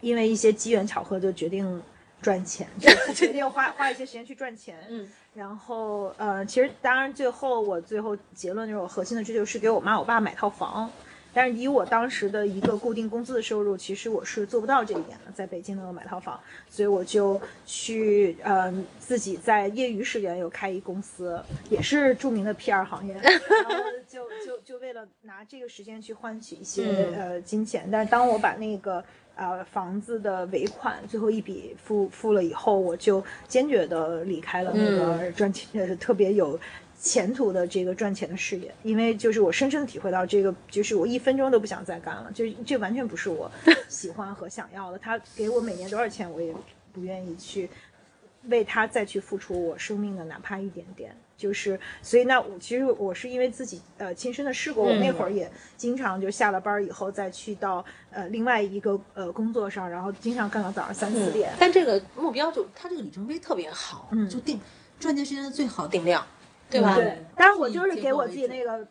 Speaker 2: 因为一些机缘巧合，就决定赚 钱，就决定花花一些时间去赚钱。
Speaker 1: 嗯，
Speaker 2: 然后呃，其实当然最后我最后结论就是，我核心的追求是给我妈我爸买套房。但是以我当时的一个固定工资的收入，其实我是做不到这一点的，在北京能够买套房，所以我就去呃自己在业余时间有开一公司，也是著名的 PR 行业，然后就就就为了拿这个时间去换取一些、
Speaker 1: 嗯
Speaker 2: 呃金钱。但是当我把那个呃房子的尾款最后一笔付付了以后，我就坚决的离开了那个赚钱、呃特别有前途的这个赚钱的事业，因为就是我深深的体会到这个，就是我一分钟都不想再干了，就是这完全不是我喜欢和想要的。他给我每年多少钱，我也不愿意去为他再去付出我生命的哪怕一点点。就是，所以那我其实我是因为自己呃亲身的试过，我那会儿也经常就下了班儿以后再去到呃另外一个呃工作上，然后经常干到早上三四点。
Speaker 1: 但这个目标就它这个里程碑特别好，
Speaker 2: 嗯
Speaker 4: 就定赚钱时间的最好
Speaker 1: 定
Speaker 4: 定，
Speaker 1: 量，对吧？
Speaker 2: 对，当然我就是给我自己
Speaker 4: 以结果为主
Speaker 2: 那个，呃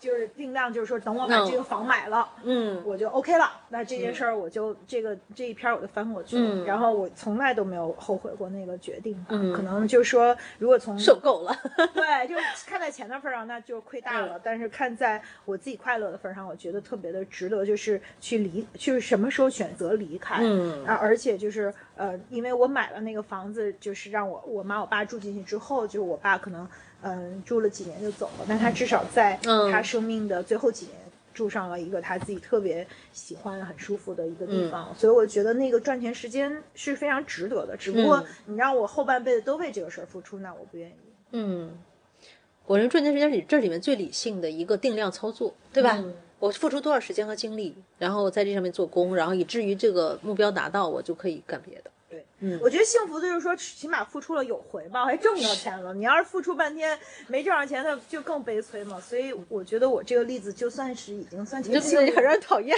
Speaker 2: 就是定量，就是说等我把
Speaker 1: 嗯
Speaker 2: 这个房买了，
Speaker 1: 嗯，
Speaker 2: 我就 OK 了。那这件事儿我就、这个这一篇儿我就翻过去了，
Speaker 1: 嗯
Speaker 2: 然后我从来都没有后悔过那个决定吧。
Speaker 1: 嗯
Speaker 2: 可能就是说，如果从
Speaker 1: 受够了，
Speaker 2: 对，就是看在钱的份儿上，那就亏大
Speaker 1: 嗯
Speaker 2: 了。但是看在我自己快乐的份儿上，我觉得特别的值得，就是去离，就是什么时候选择离开。
Speaker 1: 嗯
Speaker 2: 啊，而且就是呃，因为我买了那个房子，就是让我我妈我爸住进去之后，就是我爸可能嗯、住了几年就走了，但他至少在
Speaker 1: 嗯
Speaker 2: 他生命的最后几年。住上了一个他自己特别喜欢、很舒服的一个地
Speaker 1: 嗯
Speaker 2: 方，所以我觉得那个赚钱时间是非常值得的。只不过
Speaker 1: 嗯
Speaker 2: 你让我后半辈子都为这个事儿付出，那我不愿意。
Speaker 1: 嗯，我认为赚钱时间里这里面最理性的一个定量操作，对吧？我付出多少时间和精力，然后在这上面做工，然后以至于这个目标达到，我就可以干别的。
Speaker 2: 对，
Speaker 1: 嗯
Speaker 2: 我觉得幸福就是说，起码付出了有回报，还挣着钱了。你要是付出半天没挣着钱，那就更悲催嘛。所以我觉得我这个例子就算是已经算
Speaker 1: 你这
Speaker 2: 挺
Speaker 1: 自
Speaker 2: 幸
Speaker 1: 己
Speaker 2: 运
Speaker 1: 很
Speaker 2: 的。
Speaker 1: 让人讨厌。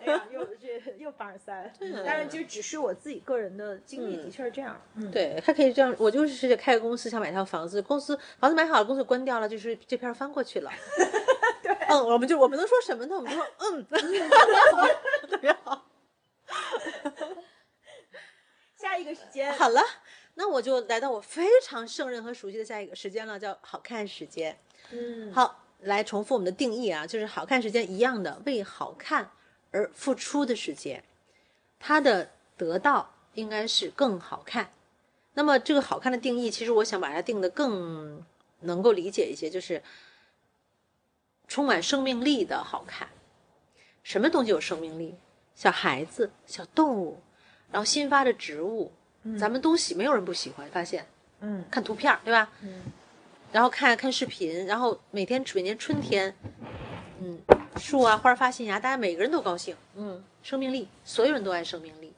Speaker 2: 哎 呀，又这又凡尔赛，但是就只是我自己个人的经历，
Speaker 1: 嗯
Speaker 2: 的确是这样。嗯，
Speaker 1: 对，他可以这样，我就是开个公司，想买套房子，公司房子买好了，公司关掉了，就是这片儿翻过去了。对，嗯，我们就我们能说什么呢？我们就说嗯， 特别好。
Speaker 2: 下一个时间，
Speaker 1: 好了，那我就来到我非常胜任和熟悉的下一个时间了，叫好看时间。
Speaker 2: 嗯，
Speaker 1: 好，来重复我们的定义啊，就是好看时间一样的，为好看而付出的时间，它的得到应该是更好看。那么这个好看的定义，其实我想把它定的更能够理解一些，就是充满生命力的好看。什么东西有生命力？小孩子、小动物，然后新发的植物，咱们都喜，没有人不喜欢。发现
Speaker 2: 嗯
Speaker 1: 看图片儿，对吧？
Speaker 2: 嗯
Speaker 1: 然后看看视频，然后每天每年春天，嗯，树啊花儿发新芽，大家每个人都高兴，
Speaker 2: 嗯
Speaker 1: 生命力，所有人都爱生命力。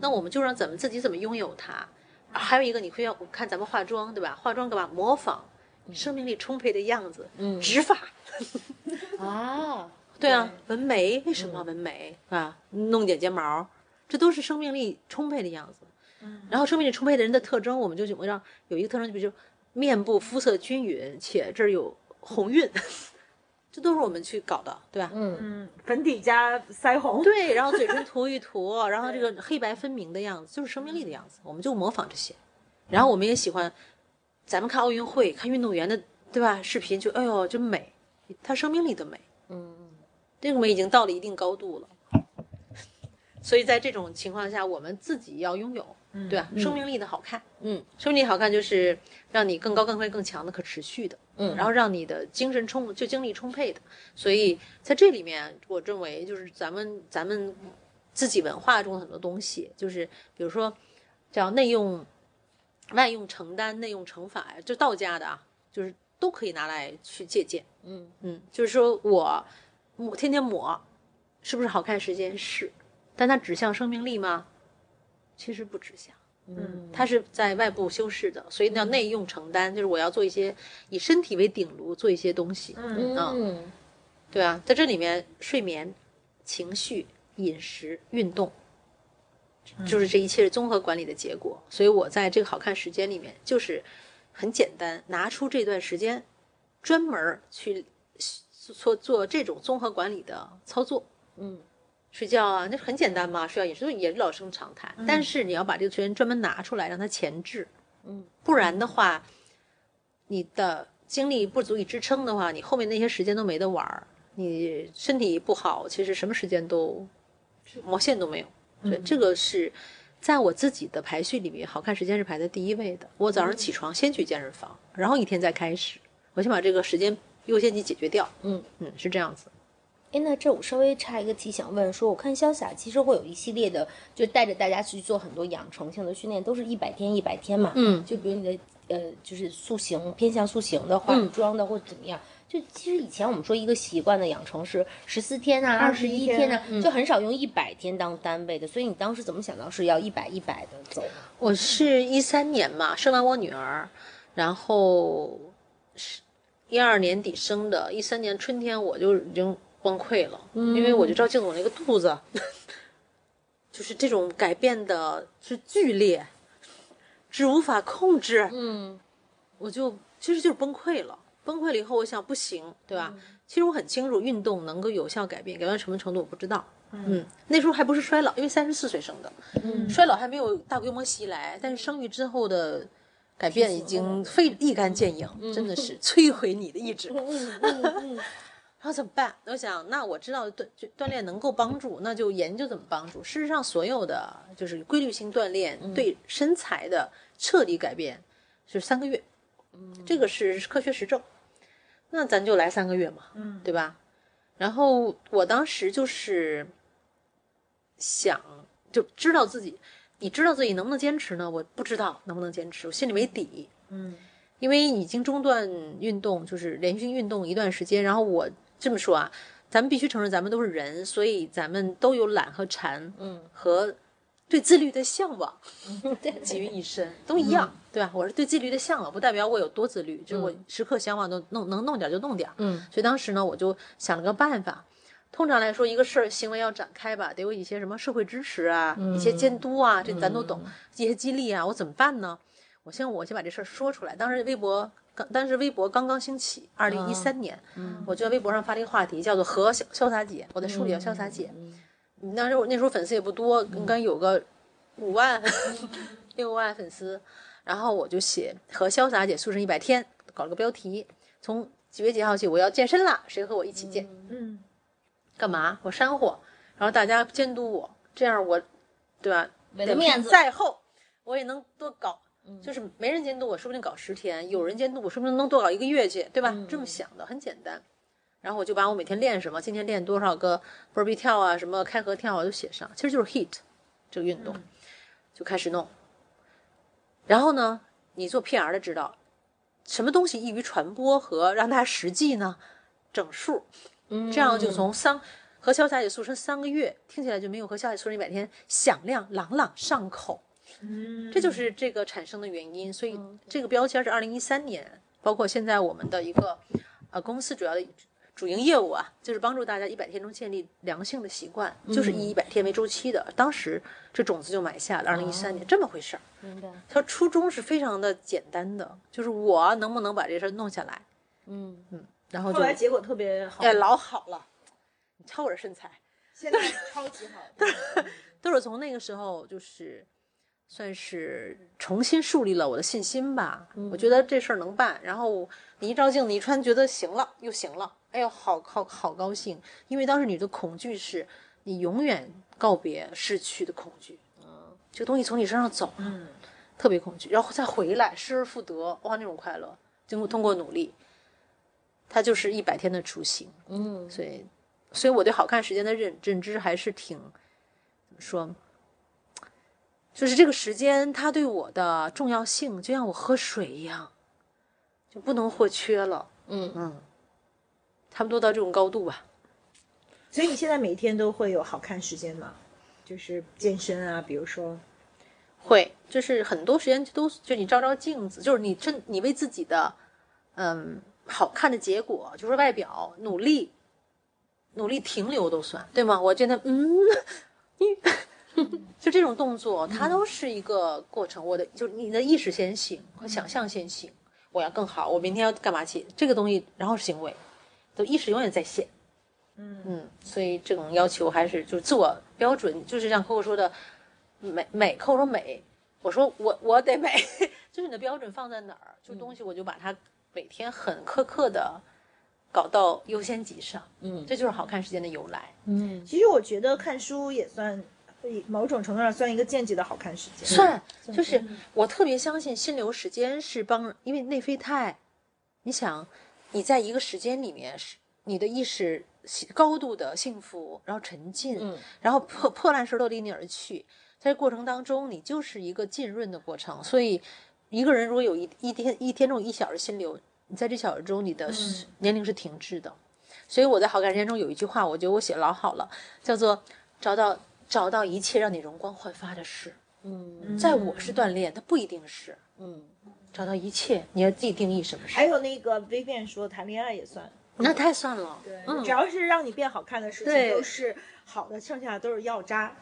Speaker 1: 那我们就让咱们自己怎么拥有它。啊还有一个，你会要我看咱们化妆，对吧？化妆干嘛？模仿生命力充沛的样子，
Speaker 3: 嗯
Speaker 1: 直发，
Speaker 3: 啊，
Speaker 1: 对啊，纹眉为什么要纹眉、啊？弄点睫毛，这都是生命力充沛的样子。
Speaker 2: 嗯
Speaker 1: 然后生命力充沛的人的特征，我们就怎么让有一个特征，就比如面部肤色均匀，且这儿有红晕， 这都是我们去搞的，对吧？
Speaker 3: 嗯，
Speaker 2: 嗯，粉底加腮红，
Speaker 1: 对，然后嘴唇涂一涂，然后这个黑白分明的样子，就是生命力的样子，我们就模仿这些。然后我们也喜欢，咱们看奥运会，看运动员的，对吧？视频就哎呦，真美，它生命力的美。
Speaker 3: 嗯，
Speaker 1: 这个美已经到了一定高度了。所以在这种情况下，我们自己要拥有，对吧？生命力的好看，嗯，生命力好看就是让你更高、更快、更强的、可持续的，嗯，然后让你的精神充就精力充沛的。所以在这里面，我认为就是咱们咱们自己文化中的很多东西，就是比如说叫内用、外用承担、内用惩罚，就道家的啊，就是都可以拿来去借鉴。
Speaker 3: 嗯
Speaker 1: 嗯，就是说我抹天天抹，是不是好看时间是？但它指向生命力吗？其实不指向。嗯，它是在外部修饰的，所以叫内用承担，就是我要做一些以身体为顶炉做一些东西。
Speaker 2: 嗯
Speaker 3: 嗯，
Speaker 1: 对啊，在这里面睡眠、情绪、饮食、运动，就是这一切综合管理的结果。所以我在这个好看时间里面，就是很简单，拿出这段时间，专门儿去做做这种综合管理的操作。
Speaker 3: 嗯，
Speaker 1: 睡觉啊，那很简单嘛，睡觉饮食也是老生常谈。但是你要把这个时间专门拿出来，让它前置。
Speaker 3: 嗯，
Speaker 1: 不然的话，你的精力不足以支撑的话，你后面那些时间都没得玩儿。你身体不好，其实什么时间都毛线都没有。所
Speaker 3: 嗯
Speaker 1: 以这个是在我自己的排序里面，好看时间是排在第一位的。我早上
Speaker 3: 嗯
Speaker 1: 起床先去健身房，然后一天再开始，我先把这个时间优先级解决掉。
Speaker 3: 嗯
Speaker 1: 嗯，是这样子。
Speaker 3: 哎，那这我稍微插一个题，想问说，我看潇洒其实会有一系列的，就带着大家去做很多养成性的训练，都是一百天一百天嘛。
Speaker 1: 嗯
Speaker 3: 就比如你的呃，就是塑形偏向塑形的化
Speaker 1: 嗯
Speaker 3: 妆的或者怎么样。就其实以前我们说一个习惯的养成是十四天啊、二十一
Speaker 2: 21
Speaker 3: 天啊，
Speaker 1: 嗯
Speaker 3: 就很少用一百天当单位的。所以你当时怎么想到是要一百一百的走？
Speaker 1: 我是一三年嘛，生完我女儿，然后是一二年底生的，一三年春天我就已经崩溃了，因为我就照镜子，我那个肚子 就是这种改变的是剧烈，是无法控制，
Speaker 3: 嗯
Speaker 1: 我就其实就是崩溃了。崩溃了以后，我想不行，对吧？
Speaker 3: 嗯
Speaker 1: 其实我很清楚，运动能够有效改变，改变到什么程度我不知道。嗯，那时候还不是衰老，因为三十四岁生的，
Speaker 3: 嗯
Speaker 1: 衰老还没有大规模袭来，但是生育之后的改变已经非立竿见影，真的是摧毁你的意志。
Speaker 3: 嗯嗯
Speaker 1: 然后怎么办？我想，那我知道锻就锻炼能够帮助，那就研究怎么帮助。事实上，所有的就是规律性锻炼
Speaker 3: 嗯
Speaker 1: 对身材的彻底改变是三个月，这个是科学实证。那咱就来三个月嘛，
Speaker 2: 嗯
Speaker 1: 对吧？然后我当时就是想，就知道自己，你知道自己能不能坚持呢？我不知道能不能坚持，我心里没底。
Speaker 2: 嗯
Speaker 1: 因为已经中断运动，就是连续运动一段时间。然后我这么说啊，咱们必须承认，咱们都是人，所以咱们都有懒和馋
Speaker 3: 嗯
Speaker 1: 和对自律的向往，
Speaker 3: 嗯，对，
Speaker 1: 集于一身，都一样，对吧？我是对自律的向往，不代表我有多自律，就是我
Speaker 3: 嗯
Speaker 1: 时刻想往都弄能弄点儿就弄点儿。
Speaker 3: 嗯
Speaker 1: 所以当时呢，我就想了个办法。通常来说，一个事儿行为要展开吧，得有一些什么社会支持啊，一些监督啊，这咱都懂，一些激励啊，我怎么办呢？我先我先把这事儿说出来。当时微博刚，当时微博刚刚兴起，二零一三年，我就在微博上发了一个话题，叫做“和潇潇洒姐”，我的书里叫潇洒姐。嗯当时我那时候粉丝也不多，应该有个五万、 六万粉丝，然后我就写“和潇洒姐塑身一百天”，搞了个标题，从几月几号起我要健身了，谁和我一起健？
Speaker 2: 嗯
Speaker 1: 干嘛？我煽火，然后大家监督我，这样我，对吧？
Speaker 3: 为了
Speaker 1: 脸皮
Speaker 3: 面子，嗯
Speaker 1: 再厚，我也能多搞。就是没人监督我，说不定搞十天；有人监督我，说不定能多搞一个月去，
Speaker 3: 嗯
Speaker 1: 对吧？这么想的，很简单。然后我就把我每天练什么，今天练多少个波比跳啊，什么开合跳啊，都写上。其实就是 HIT 这个运动，
Speaker 3: 嗯
Speaker 1: 就开始弄。然后呢，你做 PR 的知道，什么东西易于传播和让大家实际呢？整数，
Speaker 3: 嗯
Speaker 1: 这样就从三和潇洒姐塑身三个月，听起来就没有和潇洒姐塑身一百天响亮、朗朗上口。
Speaker 2: 嗯，
Speaker 1: 这就是这个产生的原因。所以这个标签是二零一三年，包括现在我们的一个呃公司主要的主营业务啊，就是帮助大家一百天中建立良性的习惯，就是以一百天为周期的。当时这种子就埋下了，二零一三年这么回事儿。
Speaker 3: 明白，
Speaker 1: 它初衷是非常的简单的，就是我能不能把这事儿弄下来，
Speaker 3: 嗯
Speaker 1: 然后
Speaker 2: 后
Speaker 1: 就
Speaker 2: 来结果特别好，
Speaker 1: 哎老好了。你瞧我这身材，
Speaker 2: 现在超级 好，
Speaker 1: 都是从那个时候就是算是重新树立了我的信心吧。我觉得这事儿能办，然后你一照镜子一穿，觉得行了又行了，哎呦，好好好高兴，因为当时你的恐惧是你永远告别逝去的恐惧，这个东西从你身上走了，
Speaker 2: 嗯
Speaker 1: 特别恐惧，然后再回来，失而复得，哇，那种快乐，经过通过努力，它就是一百天的雏形。
Speaker 3: 嗯
Speaker 1: 所以，所以我对好看时间的认认知还是挺怎么说，就是这个时间它对我的重要性，就像我喝水一样，就不能或缺了。
Speaker 3: 嗯
Speaker 1: 嗯，差不多到这种高度吧。
Speaker 2: 所以你现在每天都会有好看时间吗？就是健身啊，比如说，
Speaker 1: 会，就是很多时间都就你照照镜子，就是你真你为自己的嗯好看的结果，就是外表努力，努力停留都算对吗？我真的嗯，你 就这种动作，它都是一个过程。我的就是你的意识先行，和想象先行，我要更好，我明天要干嘛去？这个东西，然后是行为，就意识永远在线。
Speaker 2: 嗯，
Speaker 1: 嗯，所以这种要求还是就是自我标准，就是像 Coco 说的美美，Coco 说美，我说我我得美， 就是你的标准放在哪儿，就东西我就把它每天很苛刻的搞到优先级上，
Speaker 3: 嗯
Speaker 1: 这就是好看时间的由来。
Speaker 3: 嗯，
Speaker 2: 其实我觉得看书也算，某种程度上算一个间接的好看时间。
Speaker 1: 算，就是我特别相信心流时间是帮，因为内啡肽，你想你在一个时间里面是你的意识高度的幸福，然后沉浸，
Speaker 3: 嗯
Speaker 1: 然后破破烂事儿都离你而去，在这过程当中，你就是一个浸润的过程。所以，一个人如果有一一天一天中一小时心流，你在这小时中，你的是年龄是停滞的。所以我在好感时间中有一句话，我觉得我写得老好了，叫做“找到找到一切让你容光焕发的事”。
Speaker 3: 嗯
Speaker 1: 在我是锻炼，它不一定是
Speaker 3: 嗯，
Speaker 1: 找到一切，你要自己定义什么是
Speaker 2: 还。有那个 Vivian 说谈恋爱也算，
Speaker 1: 那太算了，
Speaker 2: 对，
Speaker 1: 嗯
Speaker 2: 只，要是让你变好看的事情
Speaker 1: 对
Speaker 2: 都是好的，剩下的都是药渣。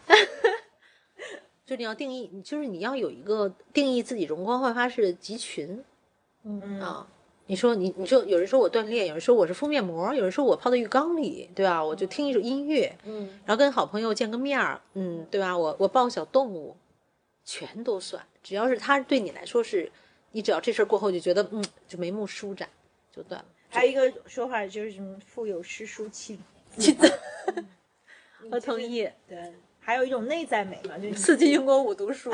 Speaker 1: 就你要定义，你就是你要有一个定义自己容光焕发式的集群。
Speaker 2: 嗯，
Speaker 1: 啊。你说你你说有人说我锻炼，有人说我是敷面膜，有人说我泡在浴缸里，对吧？我就听一首音乐，
Speaker 3: 嗯，
Speaker 1: 然后跟好朋友见个面儿，嗯，对吧？我我抱个小动物，全都算，只要是它对你来说是，你只要这事儿过后就觉得嗯就眉目舒展就断了。
Speaker 2: 还有一个说法就是什么“腹有诗书气
Speaker 1: 我同意，”，
Speaker 2: 对，还有一种内在美嘛，就是你
Speaker 1: 刺激英国舞读书，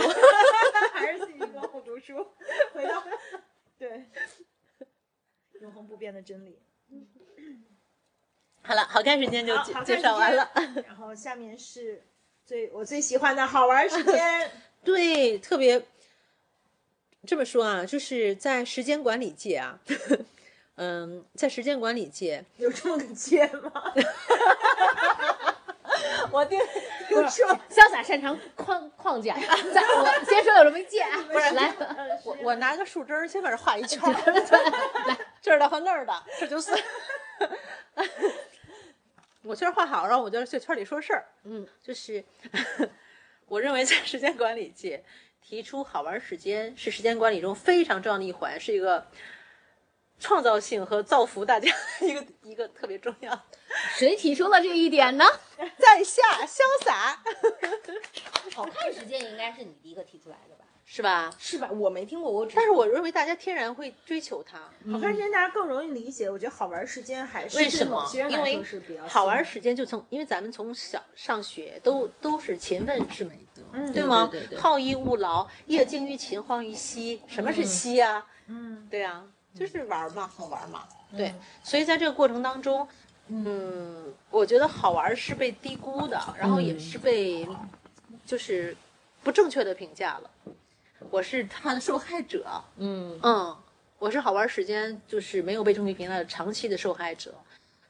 Speaker 2: 还是自己跟我读书， 回到对永恒不变的真理。
Speaker 1: 好了，好看时间就
Speaker 2: 好
Speaker 1: 介
Speaker 2: 好看
Speaker 1: 介绍完了。
Speaker 2: 时间然后下面是最我最喜欢的好玩时 间，
Speaker 1: 对，特别这么说啊，就是在时间管理界啊， 嗯，在时间管理界，
Speaker 2: 有这么个接吗？
Speaker 1: 我定
Speaker 2: 我说，
Speaker 3: 潇洒擅长框框架， 在我先说有什么界啊？ 不是，来，
Speaker 2: 呃
Speaker 1: 我我拿个树枝儿先把这画一圈 儿， 这儿的和那儿的，这 就是。我圈儿画好，然后我就在圈儿里说事儿。
Speaker 3: 嗯，
Speaker 1: 就是 我认为在时间管理界提出好玩时间是时间管理中非常重要的一环，是一个创造性和造福大家一个一个特别重要。
Speaker 3: 谁提出了这一点呢？
Speaker 1: 在下潇洒
Speaker 3: 好看时间应该是你第一个提出来的吧？
Speaker 1: 是吧？
Speaker 3: 是吧？我没听过，我只
Speaker 1: 但是我认为大家天然会追求它。
Speaker 2: 好看时间大家更容易理解，我觉得好玩时间还是
Speaker 1: 为什么
Speaker 2: 对某些人
Speaker 1: 因
Speaker 2: 来
Speaker 1: 为
Speaker 2: 说是比较
Speaker 1: 好玩
Speaker 2: 新
Speaker 1: 儿
Speaker 2: 的，
Speaker 1: 时间就从，因为咱们从小上学都都是勤奋是美德，
Speaker 2: 嗯
Speaker 1: 对吗？
Speaker 3: 对对对对
Speaker 1: 好逸恶劳，业精于勤，荒于嬉。什么是嬉啊？
Speaker 2: 嗯，
Speaker 1: 对啊，就是玩儿嘛，好玩儿嘛。对，所以在这个过程当中，嗯，我觉得好玩儿是被低估的，然后也是被就是不正确的评价了。我是他的受害者，
Speaker 3: 嗯
Speaker 1: 嗯，我是好玩时间就是没有被正确评价的长期的受害者，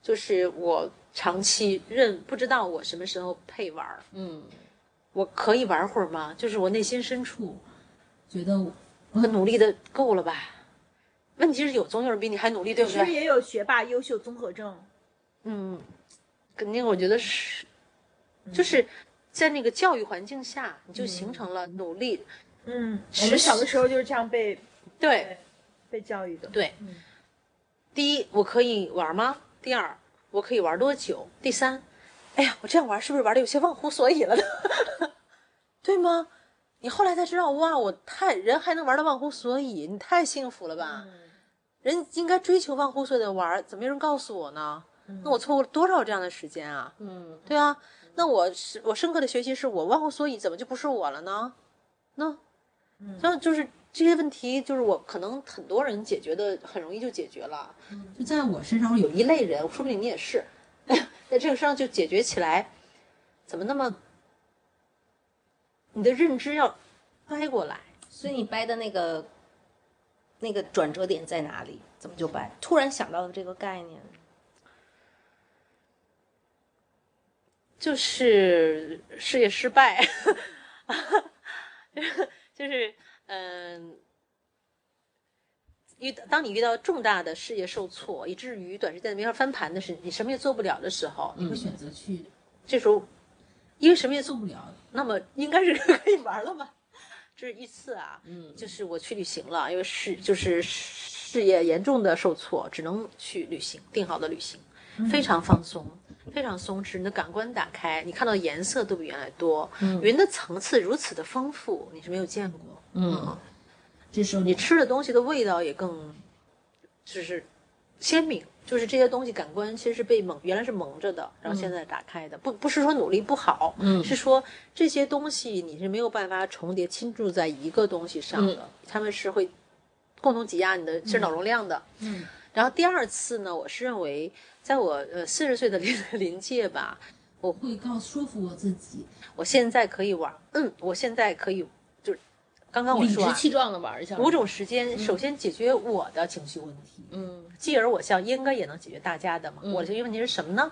Speaker 1: 就是我长期认不知道我什么时候配玩儿，
Speaker 3: 嗯
Speaker 1: 我可以玩会儿吗？就是我内心深处，
Speaker 4: 觉得我
Speaker 1: 我努力的够了吧？问题是有总有人比你还努力，对不
Speaker 2: 是不是
Speaker 1: 对？
Speaker 2: 也有学霸优秀综合症？
Speaker 1: 嗯，肯定我觉得是，就是在那个教育环境下，你就形成了努力。
Speaker 2: 嗯，我
Speaker 1: 实
Speaker 2: 们小的时候就是这样被
Speaker 1: 对，
Speaker 2: 被教育的。
Speaker 1: 对，第一，我可以玩吗？第二，我可以玩多久？第三，哎呀，我这样玩是不是玩的有些忘乎所以了呢？ 对吗？你后来才知道，哇，我太人还能玩到忘乎所以，你太幸福了吧？
Speaker 2: 嗯
Speaker 1: 人应该追求忘乎所以的玩，怎么没人告诉我呢？那我错过了多少这样的时间啊？
Speaker 3: 嗯
Speaker 1: 对啊，那我是我深刻的学习是我忘乎所以，怎么就不是我了呢？那，像就是这些问题，就是我可能很多人解决的很容易就解决了，
Speaker 4: 就在我身上
Speaker 1: 有
Speaker 4: 有
Speaker 1: 一类人，说不定你也是， 在这个上就解决起来，怎么那么，你的认知要掰过来，
Speaker 3: 所以你掰的那个那个转折点在哪里？怎么就掰？突然想到了这个概念，
Speaker 1: 就是事业失败，就是嗯。遇到当你遇到重大的事业受挫，以至于短时间没法翻盘的时，你什么也做不了的时候，
Speaker 4: 你会选择去
Speaker 1: 这时候因为什么也做
Speaker 4: 做不了，
Speaker 1: 那么应该是 可以玩了吧？这是一次啊，
Speaker 4: 嗯，
Speaker 1: 就是我去旅行了，因为事就是事业严重的受挫，只能去旅行，定好的旅行，
Speaker 4: 嗯
Speaker 1: 非常放松，非常松弛，你的感官打开，你看到颜色都比原来多，云的层次如此的丰富，你是没有见过，
Speaker 4: 嗯，这时候
Speaker 1: 你吃的东西的味道也更就是鲜明。就是这些东西感官其实是被蒙，原来是蒙着的，然后现在打开的。不不是说努力不好，
Speaker 4: 嗯
Speaker 1: 是说这些东西你是没有办法重叠倾注在一个东西上的，他们是会共同挤压你的其实脑容量的。
Speaker 4: 嗯，
Speaker 1: 然后第二次呢，我是认为在我呃四十岁的临 临界吧，
Speaker 4: 会告说服我自己，
Speaker 1: 我现在可以玩，嗯，我现在可以就是刚刚我
Speaker 3: 理
Speaker 1: 说、
Speaker 3: 直
Speaker 1: 啊、
Speaker 3: 气壮的玩一下。
Speaker 1: 五种时间，首先解决我的情绪问题，
Speaker 3: 嗯
Speaker 1: 继而我想应该也能解决大家的嘛。我的情绪问题是什么呢？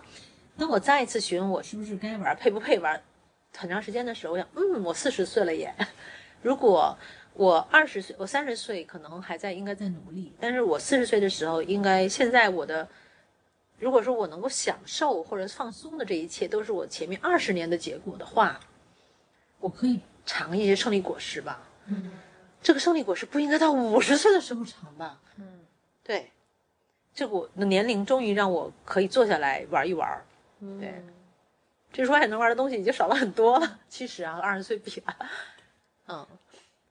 Speaker 1: 当我再一次询问我
Speaker 4: 是不是该
Speaker 1: 玩
Speaker 4: 玩？
Speaker 1: 配不配玩，很长时间的时候，我想，嗯，我四十岁了耶。如果我二十岁，我三十岁可能还在应该在
Speaker 4: 在努力，
Speaker 1: 但是我四十岁的时候，应该现在我的，如果说我能够享受或者放松的这一切，都是我前面二十年的结果的话，
Speaker 4: 我可以
Speaker 1: 尝一些胜利果实吧。这个胜利果实不应该到五十岁的时候尝吧？
Speaker 3: 嗯
Speaker 1: 对，这个我的年龄终于让我可以坐下来玩一玩儿。
Speaker 3: 嗯
Speaker 1: 对这时候还能玩的东西已经少了很多了。其实啊，和二十岁比啊，嗯，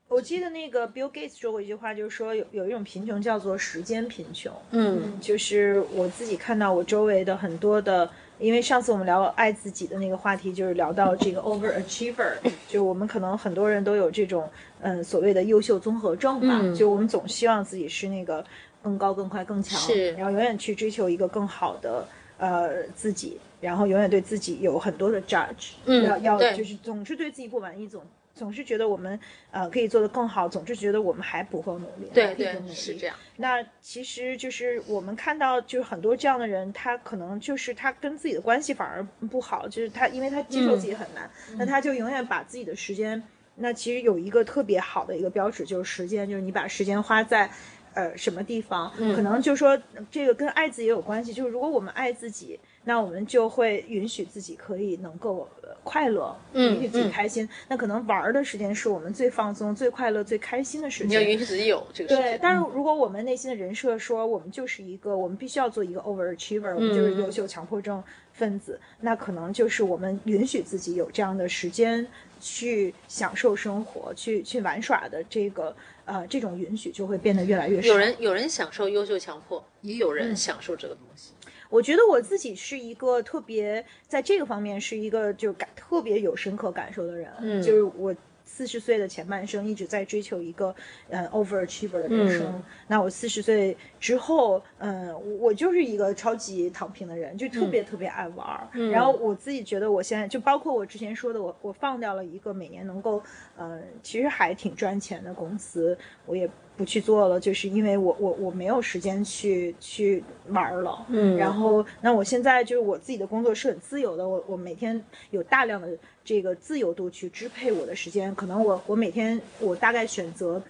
Speaker 2: 我记得那个 Bill Gates 说过一句话，就是说有有一种贫穷叫做时间贫穷。
Speaker 1: 嗯
Speaker 2: 就是我自己看到我周围的很多的，因为上次我们聊爱自己的那个话题，就是聊到这个 overachiever，就
Speaker 1: 嗯
Speaker 2: 我们可能很多人都有这种嗯所谓的优秀综合症吧，
Speaker 1: 嗯
Speaker 2: 就我们总希望自己是那个更高、更快、更强，
Speaker 1: 是
Speaker 2: 然后永远去追求一个更好的呃自己，然后永远对自己有很多的 judge，、
Speaker 1: 嗯
Speaker 2: 要要
Speaker 1: 对
Speaker 2: 就是总是对自己不满意，总总是觉得我们呃可以做得更好，总是觉得我们还不够努力，还不
Speaker 1: 对
Speaker 2: 够
Speaker 1: 对
Speaker 2: 努力
Speaker 1: 是这样，
Speaker 2: 那其实就是我们看到，就是很多这样的人，他可能就是他跟自己的关系反而不好，就是他因为他接受自己很难，
Speaker 1: 嗯
Speaker 2: 那他就永远把自己的时间。那其实有一个特别好的一个标尺，就是时间，就是你把时间花在。呃，什么地方？
Speaker 1: 嗯
Speaker 2: 可能就说呃这个跟爱自己也有关系。就是如果我们爱自己，那我们就会允许自己可以能够呃快乐，
Speaker 1: 嗯
Speaker 2: 允许自己
Speaker 1: 嗯
Speaker 2: 开心。那可能玩儿的时间是我们最放松、最快乐、最开心的时间。
Speaker 1: 你要允许自己有这个事
Speaker 2: 对
Speaker 1: 情，。嗯
Speaker 2: 但是如果我们内心的人设说我们就是一个，我们必须要做一个 overachiever，我们就是
Speaker 1: 嗯
Speaker 2: 优秀强迫症分子，那可能就是我们允许自己有这样的时间去享受生活、去去玩耍的这个呃这种允许就会变得越来越少。
Speaker 1: 有人有人享受优秀强迫，也有人享受这个东西。
Speaker 2: 我觉得我自己是一个特别在这个方面是一个就感特别有深刻感受的人，
Speaker 1: 嗯
Speaker 2: 就是我。四十岁的前半生一直在追求一个，呃，overachiever 的人生。
Speaker 1: 嗯
Speaker 2: 那我四十岁之后，嗯、我我就是一个超级躺平的人，就特别特别爱玩儿。
Speaker 1: 嗯
Speaker 2: 然后我自己觉得我现在就包括我之前说的，我我放掉了一个每年能够，嗯、其实还挺赚钱的公司，我也不去做了，就是因为我我我没有时间去去玩儿了。
Speaker 1: 嗯
Speaker 2: 然后那我现在就是我自己的工作是很自由的，我我每天有大量的这个自由度去支配我的时间，可能我我每天我大概选择。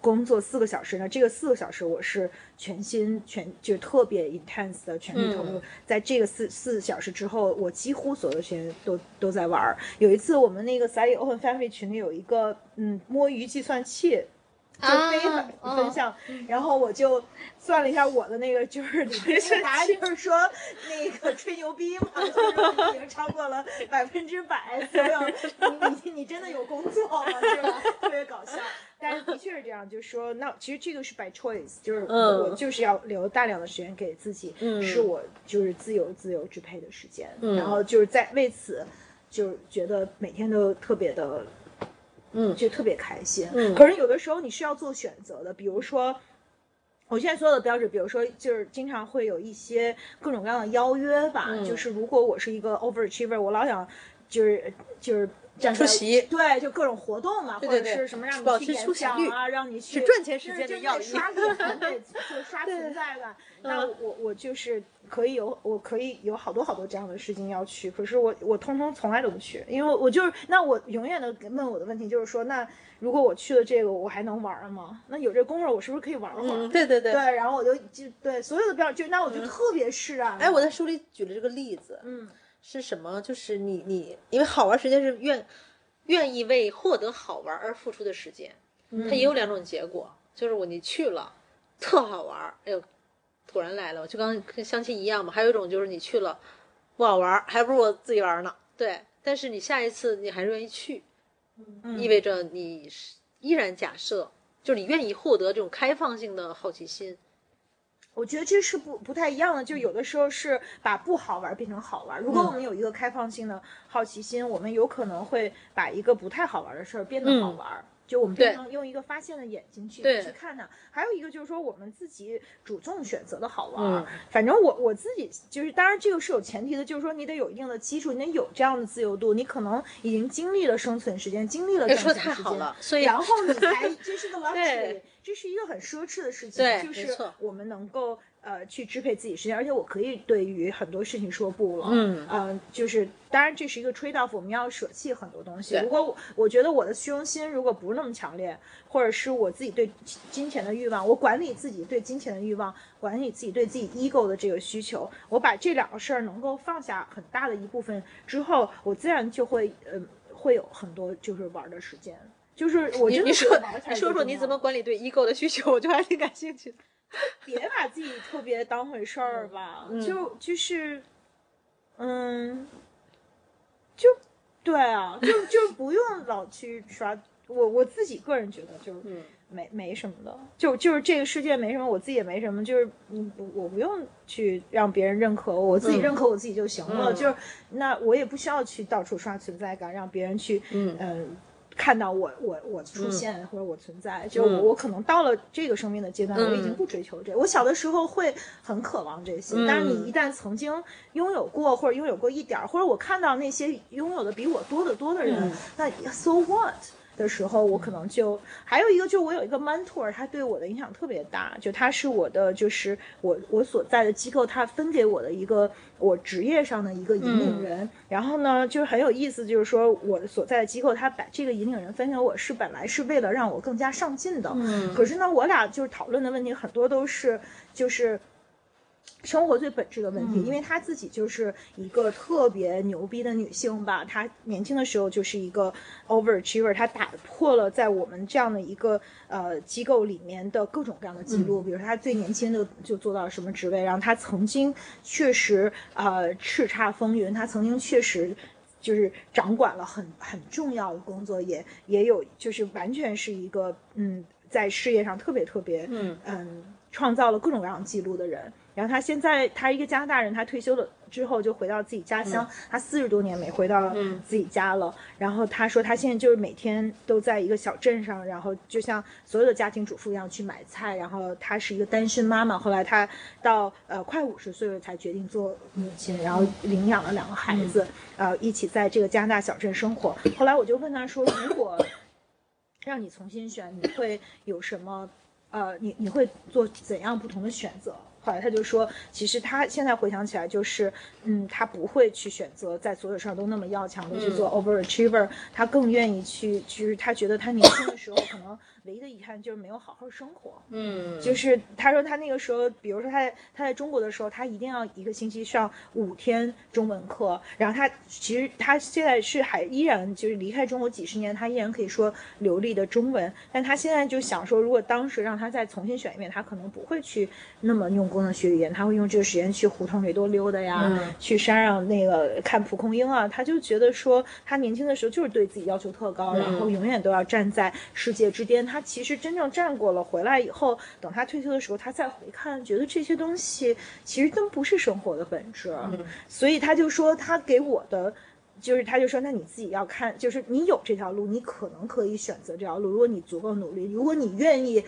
Speaker 2: 工作四个小时呢，这个四个小时我是全心全就特别 intense 的全力投入，在这个四四小时之后，我几乎所有的时间都都在玩儿。有一次我们那个 Sally Open Family 群里有一个嗯摸鱼计算器，就
Speaker 3: 啊
Speaker 2: 非法
Speaker 3: 嗯
Speaker 2: 分享，然后我就算了一下我的那个，就是 你的答案就是说那个吹牛逼嘛，就是已经超过了百分之百，所有你你你真的有工作吗？就是特别搞笑，但是的确是这样，就说那其实这个是 by choice，就是
Speaker 1: 嗯
Speaker 2: 我就是要留大量的时间给自己，
Speaker 1: 嗯
Speaker 2: 是我就是自由自由支配的时间，
Speaker 1: 嗯
Speaker 2: 然后就是在为此就是觉得每天都特别的
Speaker 1: 嗯
Speaker 2: 就特别开心。
Speaker 1: 嗯
Speaker 2: 可是有的时候你是要做选择的，比如说。我现在所有的标准，比如说，就是经常会有一些各种各样的邀约吧。
Speaker 1: 嗯
Speaker 2: 就是如果我是一个 overachiever，我老想就是就是站在
Speaker 1: 出席
Speaker 2: 对，就各种活动嘛，
Speaker 1: 对对
Speaker 2: 或
Speaker 1: 对
Speaker 2: 者是什么让
Speaker 1: 保
Speaker 2: 你
Speaker 1: 持
Speaker 2: 去演
Speaker 1: 出席
Speaker 2: 讲
Speaker 1: 率
Speaker 2: 啊，让你去
Speaker 1: 是赚钱时间的
Speaker 2: 就是
Speaker 1: 要义 嗯
Speaker 2: 刷存在，对，就是刷存在感。那我我我就是可以有，我可以有好多好多这样的事情要去，可是我我通通从来都不去，因为我就是那我永远的问我的问题就是说，那如果我去了这个，我还能玩儿吗？那有这功夫，我是不是可以玩儿会儿？
Speaker 1: 嗯，对对对。
Speaker 2: 对，然后我就就对所有的标准，就那我就特别释然了。
Speaker 1: 哎，我在书里举了这个例子，
Speaker 2: 嗯
Speaker 1: 是什么？就是你你，因为好玩时间是愿愿意为获得好玩而付出的时间，
Speaker 2: 嗯
Speaker 1: 它也有两种结果，就是我你去了，特好玩儿，哎呦，果然来了，就刚跟相亲一样嘛。还有一种就是你去了，不好玩儿，还不如我自己玩儿呢。对，但是你下一次你还是愿意去，
Speaker 2: 嗯
Speaker 1: 意味着你是依然假设，就是你愿意获得这种开放性的好奇心。
Speaker 2: 我觉得这是不不太一样的，就有的时候是把不好玩变成好玩。如果
Speaker 1: 嗯
Speaker 2: 我们有一个开放性的好奇心，我们有可能会把一个不太好玩的事儿变得好玩。就我们
Speaker 1: 嗯对
Speaker 2: 变成用一个发现的眼睛去
Speaker 1: 对
Speaker 2: 去看它，还有一个就是说我们自己主动选择的好玩。
Speaker 1: 嗯
Speaker 2: 反正我我自己就是，当然这个是有前提的，就是说你得有一定的基础，你得有这样的自由度，你可能已经经历了生存时间，经历了
Speaker 1: 哎，
Speaker 2: 赚
Speaker 1: 说
Speaker 2: 钱
Speaker 1: 得太
Speaker 2: 时
Speaker 1: 好
Speaker 2: 间，
Speaker 1: 了，所以
Speaker 2: 然后你 才，这是个 luxury，
Speaker 1: 对
Speaker 2: 这是一个很奢侈的事情，
Speaker 1: 对
Speaker 2: 就
Speaker 1: 没
Speaker 2: 是
Speaker 1: 错
Speaker 2: 我们能够呃去支配自己时间，而且我可以对于很多事情说不了，
Speaker 1: 嗯
Speaker 2: 呃，就是当然这是一个 trade off，我们要舍弃很多东西。
Speaker 1: 对
Speaker 2: 如果我我觉得我的虚荣心如果不是那么强烈，或者是我自己对金金钱的欲望，我管理自己对金钱的欲望，管理自己对自己 ego 的这个需求，我把这两个事儿能够放下很大的一部分之后，我自然就会呃会有很多就是玩儿的时间。就是我
Speaker 1: 你
Speaker 2: 真
Speaker 1: 你
Speaker 2: 的觉
Speaker 1: 说
Speaker 2: 得玩儿才
Speaker 1: 你
Speaker 2: 是
Speaker 1: 说
Speaker 2: 最
Speaker 1: 说
Speaker 2: 重
Speaker 1: 你
Speaker 2: 要
Speaker 1: 怎么
Speaker 2: 的
Speaker 1: 管理对 ego 的需求，我就还挺感兴趣的。
Speaker 2: 别把自己特别当回事儿吧，就就是，嗯，就对啊，就就不用老去刷。我我自己个人觉得就是没、没什么的，就就是这个世界没什么，我自己也没什么，就是嗯，不我不用去让别人认可我，我自己认可我自己就行了。就是那我也不需要去到处刷存在感，让别人去嗯。看到我我我出现、或者我存在，就我我可能到了这个生命的阶段，我已经不追求这。我小的时候会很渴望这些，但是你一旦曾经拥有过或者拥有过一点儿，或者我看到那些拥有的比我多得多的人，那 so what？的时候，我可能就还有一个，就我有一个 mentor，他对我的影响特别大，就他是我的，就是我我所在的机构，他分给我的一个我职业上的一个引领人。然后呢，就是很有意思，就是说我所在的机构，他把这个引领人分给我是本来是为了让我更加上进的，可是呢，我俩就是讨论的问题很多都是就是。生活最本质的问题，因为她自己就是一个特别牛逼的女性吧。她年轻的时候就是一个 overachiever，她打破了在我们这样的一个呃机构里面的各种各样的记录，比如说她最年轻的就做到什么职位，然后她曾经确实呃叱咤风云，她曾经确实。就是掌管了很很重要的工作，也也有就是完全是一个嗯，在事业上特别特别嗯创造了各种各样的记录的人。然后他现在他一个加拿大人，他退休了之后就回到自己家乡，他四十多年没回到自己家了。然后他说他现在就是每天都在一个小镇上，然后就像所有的家庭主妇一样去买菜。然后她是一个单身妈妈，后来她到呃快五十岁了才决定做母亲，然后领养了两个孩子，呃，一起在这个加拿大小镇生活。后来我就问他说，如果 让你重新选，你会有什么？呃，你你会做怎样不同的选择？后来他就说，其实他现在回想起来，就是，嗯，他不会去选择在所有事儿都那么要强的去做 overachiever，、他更愿意去，就是他觉得他年轻的时候可能唯一的遗憾就是没有好好生活，
Speaker 1: 嗯，
Speaker 2: 就是他说他那个时候，比如说他在他在中国的时候，他一定要一个星期上五天中文课，然后他其实他现在是还依然就是离开中国几十年，他依然可以说流利的中文，但他现在就想说，如果当时让他再重新选一遍，他可能不会去那么用功的学语言，他会用这个时间去胡同里多溜达呀，去山上那个看蒲公英啊，他就觉得说他年轻的时候就是对自己要求特高，然后永远都要站在世界之巅。他其实真正站过了，回来以后，等他退休的时候，他再回看，觉得这些东西其实都不是生活的本质。所以他就说，他给我的。就是他就说，那你自己要看，就是你有这条路，你可能可以选择这条路。如果你足够努力，如果你愿意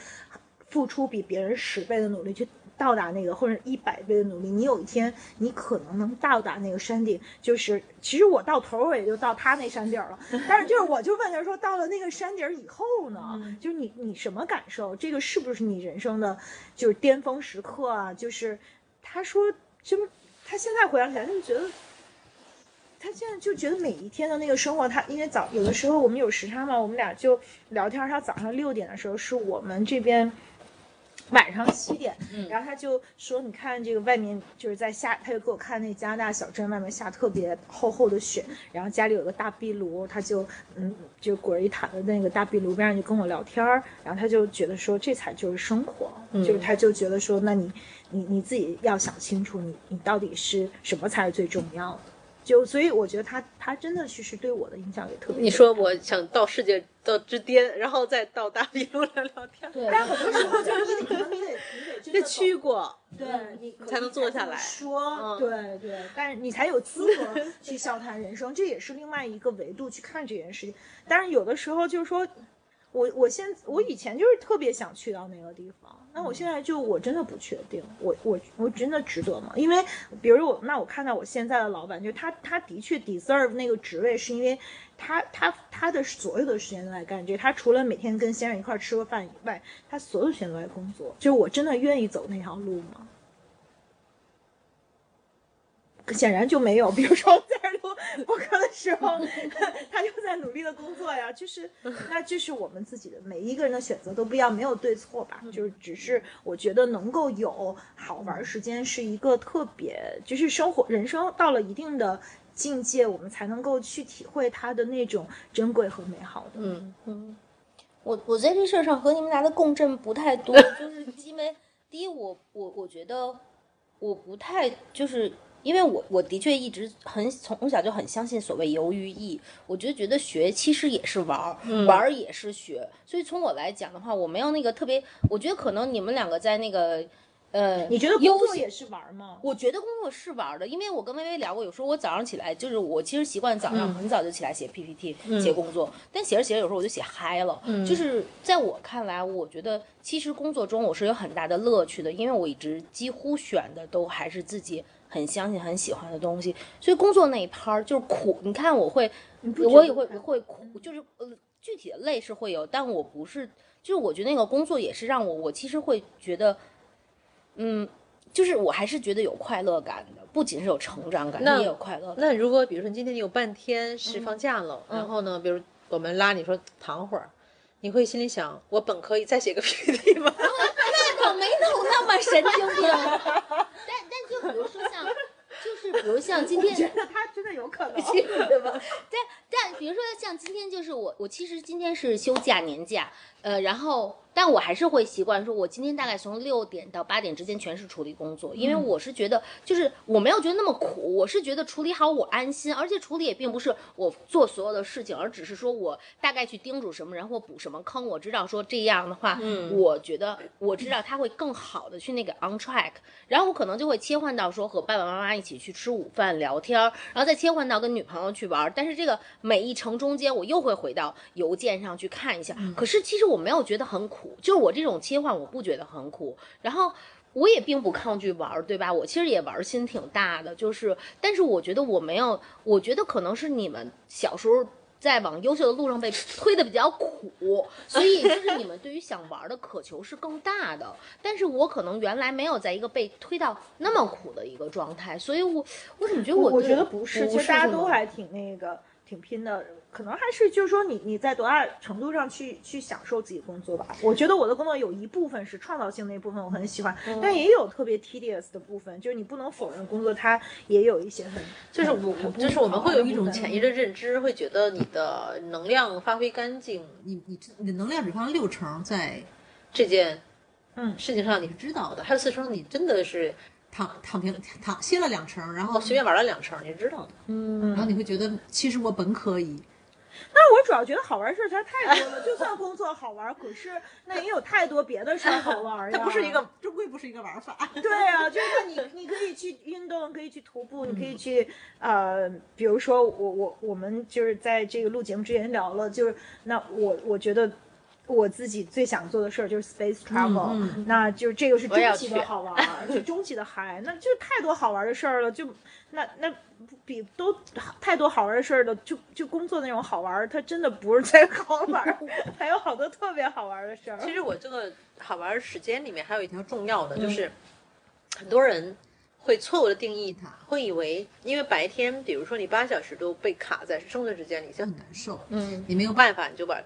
Speaker 2: 付出比别人十倍的努力去到达那个，或者一百倍的努力，你有一天你可能能到达那个山顶。就是其实我到头儿我也就到他那山顶儿了， 但是就是我就问他说，到了那个山顶儿以后呢，就是你你什么感受？这个是不是你人生的就是巅峰时刻啊？就是他说，这不他现在回想起来，他就觉得。他现在就觉得每一天的那个生活，他因为早有的时候我们有时差嘛，我们俩就聊天儿。他早上六点的时候是我们这边晚上七点，
Speaker 1: 嗯
Speaker 2: 然后他就说：“你看这个外面就是在下，他就给我看那加拿大小镇外面下特别厚厚的雪，然后家里有个大壁炉，他就嗯就裹着一毯子那个大壁炉边上就跟我聊天儿，然后他就觉得说这才就是生活，
Speaker 1: 嗯
Speaker 2: 就是他就觉得说，那你你你自己要想清楚你，你到底是什么才是最重要的。”就所以我觉得他他真的其实对我的影响也特别。
Speaker 1: 你说我想到世界到之巅，然后再到大壁炉来聊天，
Speaker 3: 对，
Speaker 2: 但很多时候就是你可能你得你得真
Speaker 1: 这
Speaker 2: 的
Speaker 1: 去过，
Speaker 2: 对你可
Speaker 1: 才能坐下
Speaker 2: 这么
Speaker 1: 来嗯
Speaker 2: 说，对对，但是你才有资 格去笑谈人生，这也是另外一个维度去看这件事情。但是有的时候就是说，我我现我以前就是特别想去到那个地方，那我
Speaker 1: 嗯
Speaker 2: 现在就我真的不确定，我我我真的值得吗？因为比如我那我看到我现在的老板，就他他的确 deserve 那个职位，是因为他他他的所有的时间都在干这个，他除了每天跟先生一块儿吃个饭以外，他所有时间都在工作。就是我真的愿意走那条路吗？显然就没有。比如说我在这录播客的时候， 他就在努力的工作呀。就是，那这是我们自己的每一个人的选择都不一样，没有对错吧？就是，只是我觉得能够有好玩时间是一个特别，就是生活人生到了一定的境界，我们才能够去体会它的那种珍贵和美好的。
Speaker 1: 嗯，
Speaker 3: 我我在这事儿上和你们俩的共振不太多，就是因为第一，我我我觉得我不太就是因为我我的确一直很从小就很相信所谓游于艺，我觉得觉得学其实也是玩儿，玩儿也是学，所以从我来讲的话，我没有那个特别，我觉得可能你们两个在那个呃，
Speaker 2: 你觉得工
Speaker 3: 悠
Speaker 2: 作
Speaker 3: 闲
Speaker 2: 也是玩吗？
Speaker 3: 我觉得工作是玩儿的，因为我跟微微聊过，有时候我早上起来就是我其实习惯早上很早就起来写 PPT、写工作，但写着写着有时候我就写嗨了。就是在我看来，我觉得其实工作中我是有很大的乐趣的，因为我一直几乎选的都还是自己很相信、很喜欢的东西，所以工作那一趴儿就是苦。你看我会，
Speaker 2: 觉
Speaker 3: 我也
Speaker 2: 得
Speaker 3: 会
Speaker 2: 苦
Speaker 3: 会苦，就是呃具体的累是会有，但我不是，就是我觉得那个工作也是让我，我其实会觉得。嗯，就是我还是觉得有快乐感的，不仅是有成长感，
Speaker 1: 那
Speaker 3: 也有快乐感。
Speaker 1: 那如果比如说今天你有半天是
Speaker 4: 嗯
Speaker 1: 放假了，然后呢，比如我们拉你说躺会儿，你会心里想，我本可以再写个 PPT 吗？
Speaker 3: 那倒没弄那么神经病。但 但就比如说像，就是比如像今天
Speaker 2: 觉得他真的有可能。
Speaker 3: 对，但比如说像今天就是我，我其实今天是休假年假，呃，然后但我还是会习惯说，我今天大概从六点到八点之间全是处理工作，因为我是觉得就是我没有觉得那么苦，我是觉得处理好我安心，而且处理也并不是我做所有的事情，而只是说我大概去叮嘱什么人或补什么坑，我知道说这样的话，我觉得我知道他会更好的去那个 on track，然后我可能就会切换到说和爸爸妈妈一起去吃午饭聊天儿，然后再切换到跟女朋友去玩儿。但是这个每一程中间，我又会回到邮件上去看一下。可是其实我没有觉得很苦，就是我这种切换我不觉得很苦。然后。我也并不抗拒玩儿，对吧？我其实也玩儿心挺大的，就是，但是我觉得我没有，我觉得可能是你们小时候在往优秀的路上被推的比较苦，所以就是你们对于想玩儿的渴求是更大的。但是我可能原来没有在一个被推到那么苦的一个状态，所以我我怎么觉得
Speaker 2: 我
Speaker 3: 我
Speaker 2: 觉得不是，其实大家都
Speaker 3: 吗
Speaker 2: 还挺那个挺拼的，可能还是就是说你你在多大程度上去去享受自己工作吧。我觉得我的工作有一部分是创造性那一部分，我很喜欢，
Speaker 1: 嗯
Speaker 2: 但也有特别 tedious 的部分，就是你不能否认工作它也有一些很
Speaker 1: 就是
Speaker 2: 很
Speaker 1: 我
Speaker 2: 很，不
Speaker 1: 就是我们
Speaker 2: 好
Speaker 1: 会
Speaker 2: 的
Speaker 1: 有一
Speaker 2: 部
Speaker 1: 种
Speaker 2: 分
Speaker 1: 潜意识认知，会觉得你的能量发挥干净
Speaker 4: 你你你的能量只放六成在
Speaker 1: 这件
Speaker 2: 嗯
Speaker 1: 事情上，你
Speaker 4: 你
Speaker 1: 是
Speaker 4: 知道
Speaker 1: 好的，
Speaker 4: 的，
Speaker 1: 还有四成你真的是
Speaker 4: 躺躺平躺歇了两成，然后
Speaker 1: 哦随便玩了两成，你是知道的。
Speaker 3: 嗯
Speaker 4: 然后你会觉得其实我本可以，
Speaker 2: 那我主要觉得好玩事儿实在太多了，就算工作好玩，可是那也有太多别的事儿好玩儿 呀。
Speaker 4: 它不是一个啊终归不是一个玩法。
Speaker 2: 对啊，就是你，你可以去运动，可以去徒步，你可以去呃，比如说我我我们就是在这个录节目之前聊了，就是那我我觉得我自己最想做的事儿就是 space travel，、
Speaker 4: 嗯
Speaker 2: 那就这个是
Speaker 3: 我也
Speaker 2: 终
Speaker 3: 要
Speaker 2: 极
Speaker 3: 去
Speaker 2: 的好玩儿，就终极的嗨，那就太多好玩儿的事儿了，就那那不比都太多好玩儿的事儿了，就就工作那种好玩儿，它真的不是最好玩儿， 还有好多特别好玩儿的事儿。
Speaker 1: 其实我这个好玩儿时间里面还有一条重要的，就是很多人会错误的定义它，会以为因为白天，比如说你八小时都被卡在生存时间里，就很难受，
Speaker 3: 嗯，
Speaker 1: 你没有办法，你就把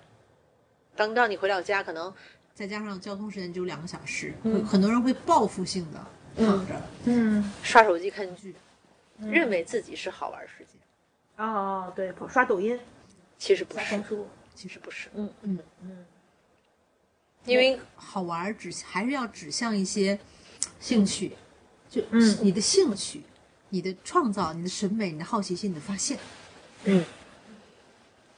Speaker 1: 等到你回到家，可能嗯再加上交通时间只有两个小时，会很多人会报复性的躺着、
Speaker 2: 嗯，
Speaker 1: 刷手机看剧，认为自己是好玩儿时间，
Speaker 2: 哦，对，刷抖音、
Speaker 1: 其实不
Speaker 2: 刷
Speaker 1: 是
Speaker 2: 红，书，
Speaker 1: 其实不是，
Speaker 3: 嗯
Speaker 1: 嗯
Speaker 2: 嗯，
Speaker 1: 因为好玩儿指还是要指向一些兴趣，就
Speaker 2: 嗯
Speaker 1: 你的兴趣、你的创造、你的审美、你的好奇心、你的发现，
Speaker 2: 嗯，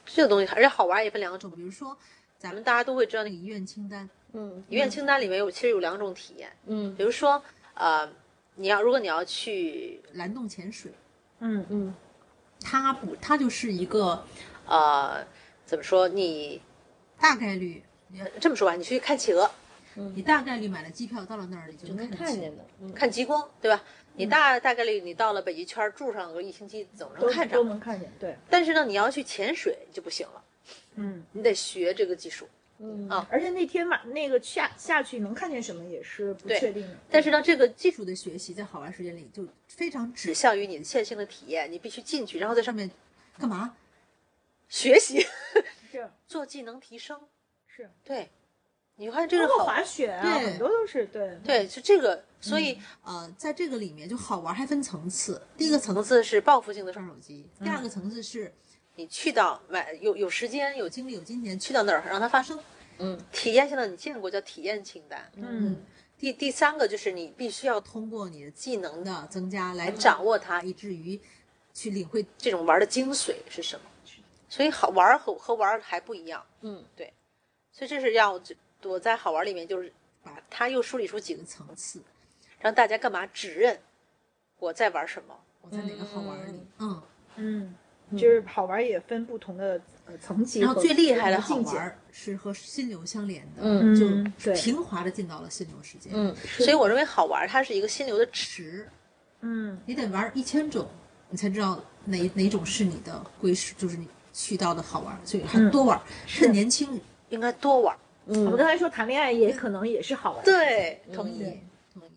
Speaker 1: 这个东西，而且好玩儿也分两种，比如说咱们大家都会知道那个遗愿清单，
Speaker 3: 嗯
Speaker 1: 嗯遗愿清单里面有其实有两种体验，
Speaker 3: 嗯
Speaker 1: 比如说呃，你要如果你要去蓝洞潜水，
Speaker 2: 嗯
Speaker 3: 嗯
Speaker 1: 它不，它就是一个呃，怎么说你大概率。呃这么说吧，你去看企鹅，
Speaker 3: 嗯，
Speaker 1: 你大概率买了机票到了那儿，你就
Speaker 3: 就能
Speaker 1: 看
Speaker 3: 看
Speaker 1: 嗯企鹅
Speaker 3: 见的，嗯
Speaker 1: 看极光，对吧？你大大概率你到了北极圈住上个一星期，总能
Speaker 2: 都
Speaker 1: 看
Speaker 2: 都
Speaker 1: 上。
Speaker 2: 能看见，对，
Speaker 1: 但是呢，你要去潜水就不行了，
Speaker 2: 嗯，
Speaker 1: 你得学这个技术。
Speaker 3: 嗯
Speaker 1: 啊
Speaker 2: 而且那天晚那个下下去能看见什么也是不
Speaker 1: 对
Speaker 2: 确定的，
Speaker 1: 但是呢，这个技术的学习在好玩时间里就非常指向于你的线性的体验，你必须进去，然后在上面干嘛？学习，
Speaker 2: 是
Speaker 1: 做技能提升。
Speaker 2: 是，
Speaker 1: 对，你发现这
Speaker 2: 包
Speaker 1: 个
Speaker 2: 括
Speaker 1: 好
Speaker 2: 滑雪啊，
Speaker 1: 对
Speaker 2: 很多都是对，
Speaker 1: 对，就这个，所以、呃，在这个里面就好玩还分层次。第一个层次是报复性的刷手机，第二个层次是你去到买有有时间、有精力、有金钱去到那儿让它发生，
Speaker 3: 嗯
Speaker 1: 体验性的你见过叫体验清单。
Speaker 2: 嗯。
Speaker 1: 第第三个就是你必须要通过你的技能的增加来掌握它，以至于去领会嗯这种玩的精髓是什么。所以好玩儿和和玩儿还不一样。
Speaker 3: 嗯
Speaker 1: 所以这是要我在好玩里面就是把它又梳理出几个层次，让大家干嘛指认我在玩什么，我在哪个好玩里。嗯，
Speaker 2: 嗯，就是好玩儿也分不同的呃层级
Speaker 1: 然
Speaker 2: 和
Speaker 1: 后最厉害的
Speaker 2: 和
Speaker 1: 好
Speaker 2: 境界
Speaker 1: 玩，儿是和心流相连的，
Speaker 3: 嗯
Speaker 2: 嗯
Speaker 1: 就
Speaker 2: 对
Speaker 1: 平滑的进到了心流世界。
Speaker 3: 嗯
Speaker 1: 所以我认为好玩它是一个心流的池，
Speaker 2: 嗯
Speaker 1: 你得玩一千种，你才知道哪哪种是你的归属，就是你去到的好玩。所以还
Speaker 2: 嗯
Speaker 1: 多玩，趁年轻应该多玩。
Speaker 2: 我们
Speaker 3: 嗯
Speaker 2: 刚才说谈恋爱也可能也是好玩，，
Speaker 1: 对，同
Speaker 3: 嗯
Speaker 1: 意
Speaker 3: 对，
Speaker 1: 同意。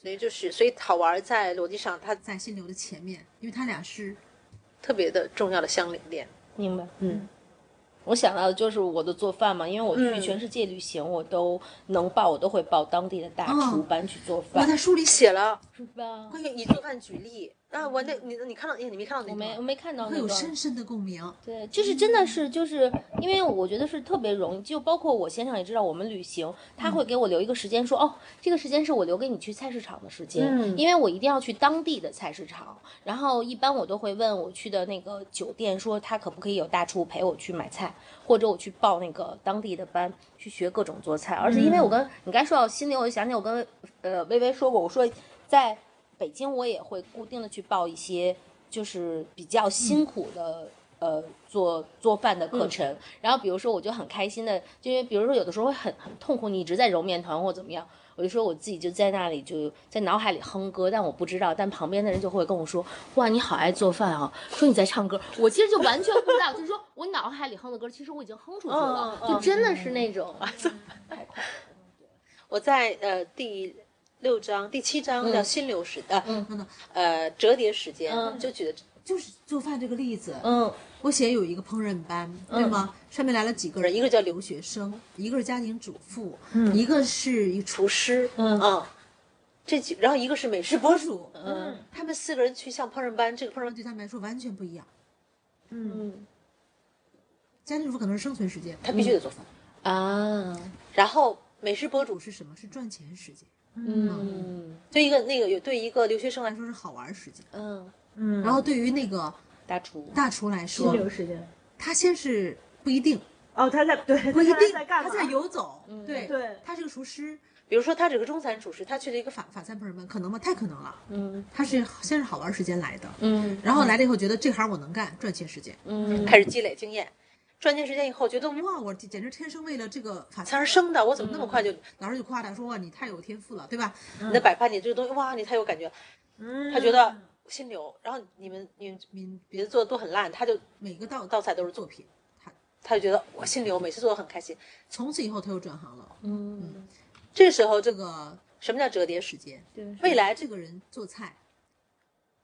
Speaker 1: 所以就是，所以好玩在逻辑上，它在心流的前面，因为它俩是特别的重要的相连链。
Speaker 3: 明白。
Speaker 1: 嗯，
Speaker 3: 我想到的就是我的做饭嘛，因为我去
Speaker 1: 嗯
Speaker 3: 全世界旅行，我都能报，我都会报当地的大厨
Speaker 1: 嗯
Speaker 3: 班去做
Speaker 1: 我
Speaker 3: 饭，
Speaker 1: 在书里写了，
Speaker 3: 是吧？
Speaker 1: 关于以做饭举例啊，我那你你看到，哎，你没看到那
Speaker 3: 我
Speaker 1: 个
Speaker 3: 没我
Speaker 1: 吗？
Speaker 3: 没看到
Speaker 4: 会
Speaker 3: 那
Speaker 4: 有
Speaker 3: 个。
Speaker 4: 深嗯深的共鸣。
Speaker 3: 对，就是真的是，就是因为我觉得是特别容易，就包括我先生也知道，我们旅行他
Speaker 4: 嗯
Speaker 3: 会给我留一个时间说，哦，这个时间是我留给你去菜市场的时间，
Speaker 1: 嗯
Speaker 3: 因为我一定要去当地的菜市场。然后一般我都会问我去的那个酒店，说他可不可以有大厨陪我去买菜，或者我去报那个当地的班去学各种做菜。而且因
Speaker 4: 嗯
Speaker 3: 为我跟、你刚才说到心里，我就想起我跟呃微微说过，我说在北京我也会固定的去报一些就是比较辛苦的、呃做做饭的课程。然后比如说我就很开心的，就因为比如说有的时候会很很痛苦，你一直在揉面团或怎么样。我就说我自己就在那里就在脑海里哼歌，但我不知道，但旁边的人就会跟我说：“哇，你好爱做饭啊！”说你在唱歌，我其实就完全不知道，就是说我脑海里哼的歌，其实我已经哼出去了
Speaker 1: 嗯，嗯嗯
Speaker 3: 就真的是那种，
Speaker 1: 我在呃第六章、第七章叫
Speaker 3: 嗯
Speaker 1: 心流时，呃，
Speaker 3: 嗯
Speaker 1: 等等，呃，折叠时间
Speaker 3: 嗯
Speaker 1: 就举的
Speaker 4: 就是做饭这个例子，
Speaker 3: 嗯
Speaker 4: 我写有一个烹饪班，
Speaker 1: 嗯
Speaker 4: 对吗？上面来了几个人，一个叫留学生，一个是家庭主妇，
Speaker 1: 嗯
Speaker 4: 一个是一厨
Speaker 1: 厨师，
Speaker 3: 嗯
Speaker 1: 啊，这几，然后一个是美食博
Speaker 4: 博
Speaker 1: 主，
Speaker 4: 主，
Speaker 3: 嗯
Speaker 1: 他们四个人去上烹饪班，这个烹饪
Speaker 4: 对他们来说完全不一样。
Speaker 2: 嗯
Speaker 3: 嗯
Speaker 4: 家庭主妇可能是生存时间，嗯
Speaker 1: 他必须得做饭，
Speaker 3: 啊，
Speaker 1: 然后美食博主
Speaker 4: 主是什么？是赚钱时间，
Speaker 3: 嗯
Speaker 1: 对一个那个有对一个留学生来
Speaker 4: 来
Speaker 1: 说，
Speaker 4: 说是好玩时间。
Speaker 3: 嗯，
Speaker 2: 嗯，
Speaker 4: 然后对于那个
Speaker 3: 大厨，
Speaker 4: 大厨来
Speaker 2: 心
Speaker 4: 说，
Speaker 2: 流时间，
Speaker 4: 他先是不一定，
Speaker 2: 哦，他在对，
Speaker 4: 不一
Speaker 2: 他
Speaker 4: 定，
Speaker 2: 在干
Speaker 4: 他
Speaker 2: 嘛？
Speaker 4: 在游走，
Speaker 3: 嗯
Speaker 4: 对
Speaker 2: 对
Speaker 4: 他是个厨师，
Speaker 1: 比如说他只是中餐厨师，他去了一个
Speaker 4: 法法餐烹饪班可能吗？太可能了，
Speaker 3: 嗯
Speaker 4: 他是先是好玩时间来的，
Speaker 3: 嗯
Speaker 4: 然后来了以后觉得这行我能干，赚钱时间，
Speaker 3: 嗯
Speaker 1: 开始积累经验。赚进时间以后，觉得哇，
Speaker 4: 哇，我简直天生为了这个法嗯
Speaker 1: 才生的，我怎么那么快就？
Speaker 4: 老师就夸他说哇，你太有天赋了，对吧？
Speaker 1: 你的摆拍，你这个东西，哇，你太有感觉。
Speaker 2: 嗯，
Speaker 1: 他觉得心流，然后你们你们
Speaker 4: 民
Speaker 1: 别人做的都很烂，他就
Speaker 4: 每个道
Speaker 1: 道菜都是作
Speaker 4: 作品，
Speaker 1: 他就觉得我心流，每次做的很开心。
Speaker 4: 从此以后他又转行了。
Speaker 3: 嗯，
Speaker 1: 这时候，这
Speaker 4: 这个
Speaker 1: 什么叫折叠时
Speaker 4: 时
Speaker 1: 间？
Speaker 4: 间，
Speaker 3: 对，
Speaker 1: 未来这
Speaker 4: 这个人做菜，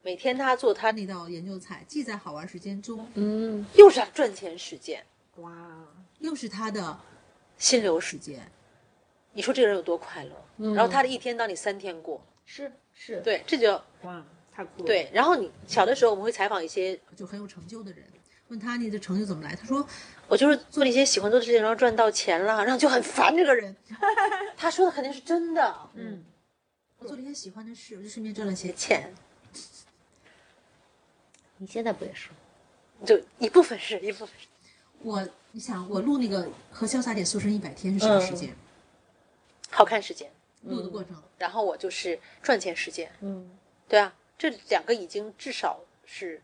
Speaker 1: 每天他做他
Speaker 4: 他那道研究菜既在好玩时间中，
Speaker 3: 嗯，
Speaker 1: 又是他赚钱时间，
Speaker 2: 哇，
Speaker 4: 又是他的
Speaker 1: 心流时
Speaker 4: 时
Speaker 1: 间。
Speaker 4: 间。
Speaker 1: 你说这个人有多快乐？
Speaker 3: 嗯
Speaker 1: 然后他的一天当你三天过，
Speaker 3: 是是，
Speaker 1: 对，这就
Speaker 2: 哇，太酷了。，
Speaker 1: 对。然后你小的时候我们会采访一些，
Speaker 4: 就很有成就的人。问他你的成就怎么来？他说
Speaker 1: 我就是做了一些喜欢做的事情，然后赚到钱了，然后就很烦这个 人。他说的肯定是真的，
Speaker 2: 嗯，
Speaker 4: 我做了一些喜欢的事，我就顺便赚了些
Speaker 1: 节
Speaker 4: 钱。
Speaker 1: 俭
Speaker 3: 你现在不也是吗？
Speaker 1: 就一部分是一部分是，
Speaker 4: 我你想，我录那个和潇洒点塑身一百天是什么时间？
Speaker 1: 嗯好看时间，嗯
Speaker 4: 录的过程，
Speaker 1: 然后我就是赚钱时间，
Speaker 3: 嗯
Speaker 1: 对啊，这两个已经至少是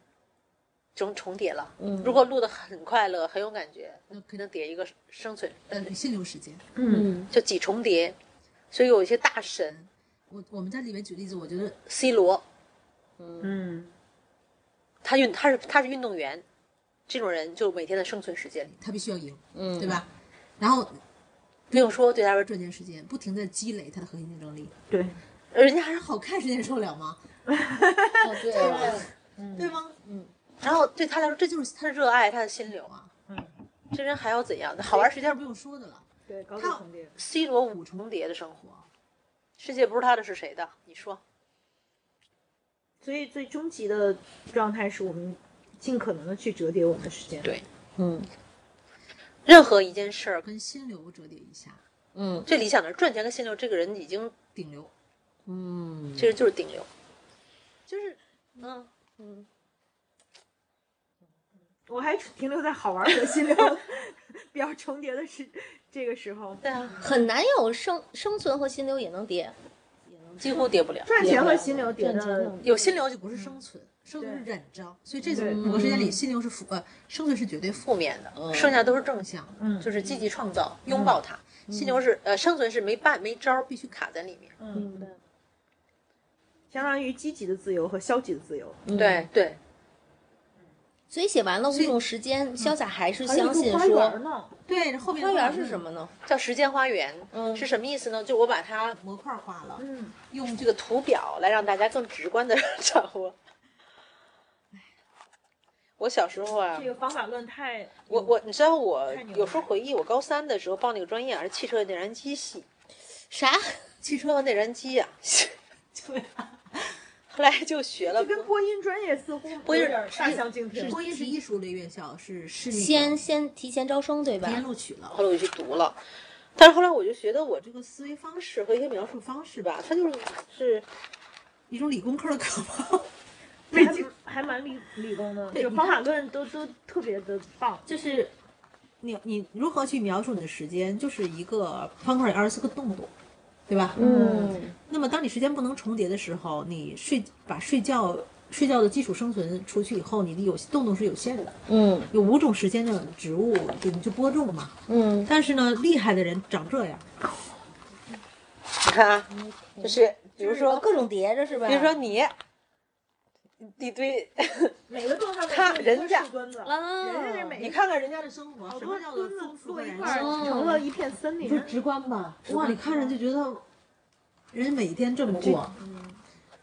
Speaker 1: 这种重叠了。
Speaker 3: 嗯
Speaker 1: 如果录的很快乐，很有感觉，
Speaker 4: 那可
Speaker 1: 可
Speaker 4: 能
Speaker 1: 能叠一个生存，
Speaker 4: 呃心流时间。
Speaker 2: 嗯，
Speaker 1: 就几重叠。所以有一些大神
Speaker 4: 我我们在里面举例子，我觉得
Speaker 1: C 罗，
Speaker 2: 嗯，
Speaker 1: 他运他是他是运动员，这种人就每天的生存时间，
Speaker 4: 他必须要赢，
Speaker 3: 嗯，
Speaker 4: 对？吧？然后
Speaker 1: 不用说对他说，
Speaker 4: 赚钱时间，不停的积累他的核心竞争力。
Speaker 2: 对，
Speaker 1: 呃人家还是啊
Speaker 4: 好看时间受得了吗？
Speaker 3: 哦，对了，
Speaker 4: 对吗？
Speaker 1: 嗯然后对他来说，这就是他的热爱，他的心流啊。
Speaker 2: 嗯，
Speaker 1: 这人还要怎样？好玩时
Speaker 4: 时
Speaker 1: 间
Speaker 4: 间不用说的了。
Speaker 1: 嗯
Speaker 2: 对，高
Speaker 4: 他
Speaker 2: 度重叠。
Speaker 1: C 罗五重叠的生活，世界不是他的是谁的？你说
Speaker 2: 所以最终极的状态是我们尽可能的去折叠我们的时间。
Speaker 1: 对
Speaker 3: 嗯
Speaker 1: 任何一件事儿，
Speaker 4: 跟心流折叠一下，
Speaker 3: 嗯
Speaker 1: 最理想的是赚钱跟心流，这个人已经
Speaker 4: 顶流。
Speaker 3: 嗯，
Speaker 1: 其实就是顶流，就是嗯，
Speaker 2: 我还停留在好玩和心流 比较重叠的是这个时候，
Speaker 1: 对啊，
Speaker 3: 很难有生生存和心流也能叠，
Speaker 1: 嗯几乎叠不了。嗯
Speaker 2: 赚钱和心流叠
Speaker 3: 赚钱嗯
Speaker 2: 的
Speaker 3: 能，
Speaker 1: 有心流
Speaker 4: 就不是生存，生存是忍着。所以这
Speaker 2: 对
Speaker 4: 种五个
Speaker 1: 嗯
Speaker 4: 时间里，心流是负，呃，生存是绝对负
Speaker 1: 负面的，剩下都是正向，
Speaker 4: 向的。
Speaker 2: 嗯，
Speaker 1: 就是积极创造，拥抱它。
Speaker 4: 嗯
Speaker 1: 心流是呃生存是没办没招儿，必须卡在里面。
Speaker 2: 嗯，相当于积极的自由和消极的自由。
Speaker 3: 嗯
Speaker 1: 对。对，
Speaker 3: 所以写完了五种时间，潇洒还是相信
Speaker 2: 还有一个花园
Speaker 3: 说，
Speaker 2: 呢，
Speaker 4: 对，后面
Speaker 3: 花园是什
Speaker 4: 么？
Speaker 3: 么呢？
Speaker 1: 叫时间花园，
Speaker 3: 嗯
Speaker 1: 是什么意思呢？就我把它
Speaker 4: 模块化了，
Speaker 2: 嗯，
Speaker 4: 用
Speaker 1: 这
Speaker 4: 这
Speaker 1: 个图表来让大家更直观的 掌握。我小时候啊
Speaker 2: 这，个方法论太，
Speaker 1: 我我你知道我
Speaker 2: 嗯太牛了
Speaker 1: 有时候回忆，我高三的时候报那个专业啊是汽车内燃机系，
Speaker 3: 啥？
Speaker 1: 汽车内燃机啊， 后来就学了
Speaker 2: 这。 跟播音专业似乎有
Speaker 1: 音
Speaker 2: 点大相径庭
Speaker 4: 个。播音是艺术类院校，是是
Speaker 3: 先先提前招生对吧？
Speaker 4: 先录取了
Speaker 1: 后。来我就去读了，但是后来我就觉得我这
Speaker 4: 这个思维方式
Speaker 1: 适合一些描
Speaker 4: 和
Speaker 1: 述
Speaker 4: 方式
Speaker 1: 是
Speaker 4: 吧，
Speaker 1: 吧，它就是是
Speaker 4: 一种理工科的渴 望。
Speaker 2: 还蛮还蛮理理工的，
Speaker 4: 对
Speaker 2: 就
Speaker 4: 你
Speaker 2: 方
Speaker 4: 看
Speaker 2: 法论都都特别的棒。
Speaker 4: 就是你你如何去描述你的时间，就是一个方块有二十四个洞洞，对吧？
Speaker 3: 嗯
Speaker 4: 那么当你时间不能重叠的时候，你睡把睡觉睡觉的基础生存除去以后，你的有洞洞是有限的。
Speaker 3: 嗯
Speaker 4: 有五种时间的植物，就你就播种嘛。
Speaker 3: 嗯，
Speaker 4: 但是呢，厉害的人长这样，
Speaker 1: 你看啊，就是比如
Speaker 3: 哦
Speaker 1: 说
Speaker 3: 各种叠着是吧？
Speaker 1: 比如说你一堆，
Speaker 2: 每个洞上面
Speaker 1: 看
Speaker 2: 都有
Speaker 1: 人
Speaker 2: 一个
Speaker 1: 家
Speaker 2: 树墩子，
Speaker 3: 啊
Speaker 2: 人家这每
Speaker 1: 你看看人家
Speaker 4: 他
Speaker 1: 的
Speaker 4: 的生活
Speaker 2: 好
Speaker 4: 什么
Speaker 2: 多
Speaker 4: 叫做
Speaker 2: 墩
Speaker 4: 丰
Speaker 2: 子
Speaker 4: 富
Speaker 2: 摞
Speaker 4: 和
Speaker 2: 一
Speaker 4: 人
Speaker 2: 块儿
Speaker 4: 生？
Speaker 3: 哦
Speaker 2: 成了一片森
Speaker 4: 你
Speaker 2: 林
Speaker 4: 说。直观吧？哇，你看着就觉得人每一天这么过，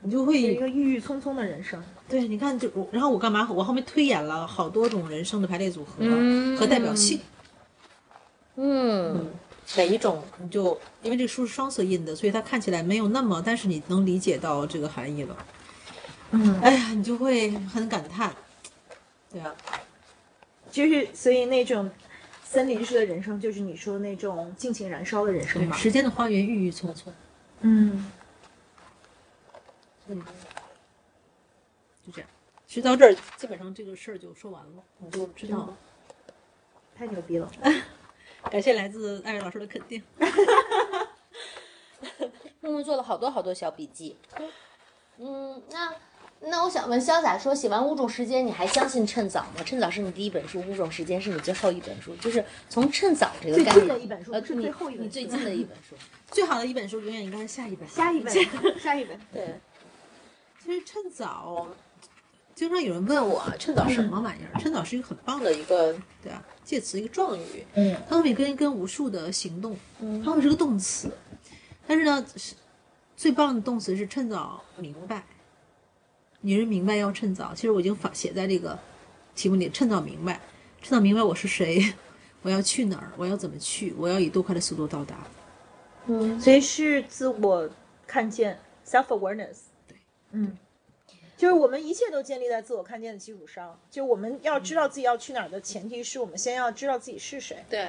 Speaker 4: 你就
Speaker 2: 有一
Speaker 4: 会
Speaker 2: 个郁郁葱葱的人生，
Speaker 4: 对，你看就我然后我干嘛？我后面推演了好多种人生的排列组合
Speaker 3: 嗯
Speaker 4: 和代表性，
Speaker 3: 嗯
Speaker 4: 每一种你就因为这个书是双色印的，所以它看起来没有那么，但是你能理解到这个含义了。
Speaker 2: 嗯，
Speaker 4: 哎呀，你就会很感叹，对啊，
Speaker 2: 就是所以那种森林式的人生，就是你说那种尽情燃烧的人生嘛。
Speaker 4: 时间的花园郁郁葱葱，
Speaker 2: 嗯，
Speaker 4: 就这样。其实到这儿，基本上这个事儿就说完了，你就知道了。
Speaker 2: 太牛逼了。嗯
Speaker 4: 感谢来自艾薇老师的肯定。
Speaker 3: 木木做了好多好多小笔记。嗯，那那我想问潇洒说，写完《物种时间》，你还相信趁早吗？趁早是你第一本书，《物种时间》是你最后一本书，就是从趁早这个
Speaker 2: 最
Speaker 3: 概
Speaker 2: 近的
Speaker 3: 念，
Speaker 2: 一本书
Speaker 3: 呃，
Speaker 2: 不是最后一
Speaker 3: 你你
Speaker 2: 本
Speaker 3: 最
Speaker 2: 书，
Speaker 3: 近的一本 书，
Speaker 4: 最好的一本书永远应该是下一本。
Speaker 2: 下一 本，下一本，
Speaker 1: 对，
Speaker 4: 其实趁早，经常有人问我趁早什么玩意儿？趁早是一个很棒的一个对啊介词，一个状语。
Speaker 3: 嗯，
Speaker 4: 它后面跟跟无数的行动，
Speaker 1: 嗯
Speaker 4: 它后面是个动词。但是呢，是最棒的动词是趁早明白。你是明白要趁早，其实我已经反写在这个题目里，趁早明白，趁早明白我是谁， 我要去哪儿，我要怎么去，我要以多快的速度到达。
Speaker 2: 所以是自我看见 （self awareness）。
Speaker 4: 对，
Speaker 2: 嗯，就是我们一切都建立在自我看见的基础上。就我们要知道自己要去哪儿的前提是我们先要知道自己是谁。
Speaker 1: 对，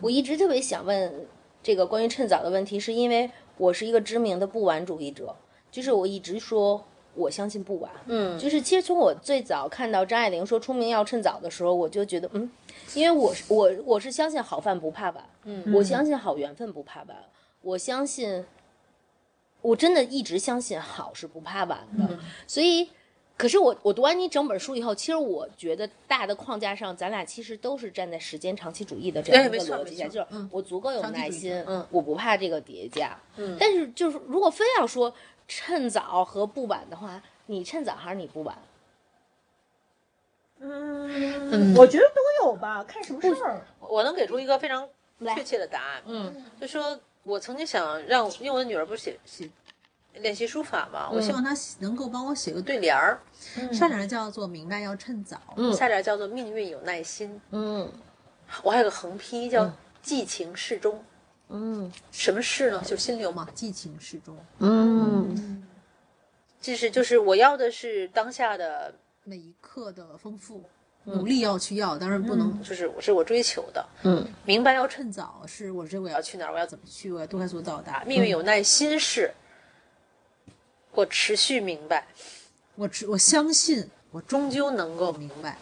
Speaker 3: 我一直特别想问这个关于趁早的问题，是因为我是一个知名的不完主义者，就是我一直说我相信不完。
Speaker 1: 嗯
Speaker 3: 就是其实从我最早看到张爱玲说出名要趁早的时候，我就觉得嗯，因为我是我我是相信好饭不怕晚，
Speaker 1: 嗯
Speaker 3: 我相信好缘分不怕晚，我相信我真的一直相信好是不怕晚的，
Speaker 1: 嗯
Speaker 3: 所以。可是我我读完你整本书以后，其实我觉得大的框架上，咱俩其实都是站在时间长期主义的这样一个
Speaker 1: 对哎没错
Speaker 3: 逻辑下，
Speaker 1: 没
Speaker 3: 就是我足够有
Speaker 4: 长期主
Speaker 3: 耐
Speaker 4: 义
Speaker 3: 心，
Speaker 1: 嗯
Speaker 3: 我不怕这个叠加，嗯，但是就是如果非要说趁早和不晚的话，你趁早还是你不晚？
Speaker 2: 嗯，我觉得都有吧，看什么事儿。
Speaker 1: 我能给出一个非常
Speaker 3: 来
Speaker 1: 确切的答案，
Speaker 3: 嗯
Speaker 1: 就说我曾经想让，因为我女儿不是写写练习书法嘛，我希望
Speaker 4: 希望他能够帮我写个对，
Speaker 1: 对联儿，
Speaker 2: 嗯
Speaker 4: 上联叫做明白要趁早。
Speaker 3: 嗯
Speaker 1: 下联叫做命运有耐心，
Speaker 3: 嗯
Speaker 1: 我还有个横批
Speaker 4: 嗯
Speaker 1: 叫寄情适中，
Speaker 3: 嗯
Speaker 1: 什么适呢？就
Speaker 4: 就是是心流嘛，寄情适中，
Speaker 3: 嗯
Speaker 1: 就是就是我要的是当下的，嗯
Speaker 4: 每一刻的丰富，努力要去要，当然不能
Speaker 1: 就是我是我追求的，
Speaker 3: 嗯
Speaker 1: 明白要趁
Speaker 4: 趁早。是我这我要
Speaker 1: 要
Speaker 4: 去
Speaker 1: 去哪儿，我要怎
Speaker 4: 怎
Speaker 1: 么
Speaker 4: 么去，我要多快速到达。
Speaker 1: 命运有耐心是，我持续明白，
Speaker 4: 我只我相信
Speaker 1: 我终究能够
Speaker 4: 我，明白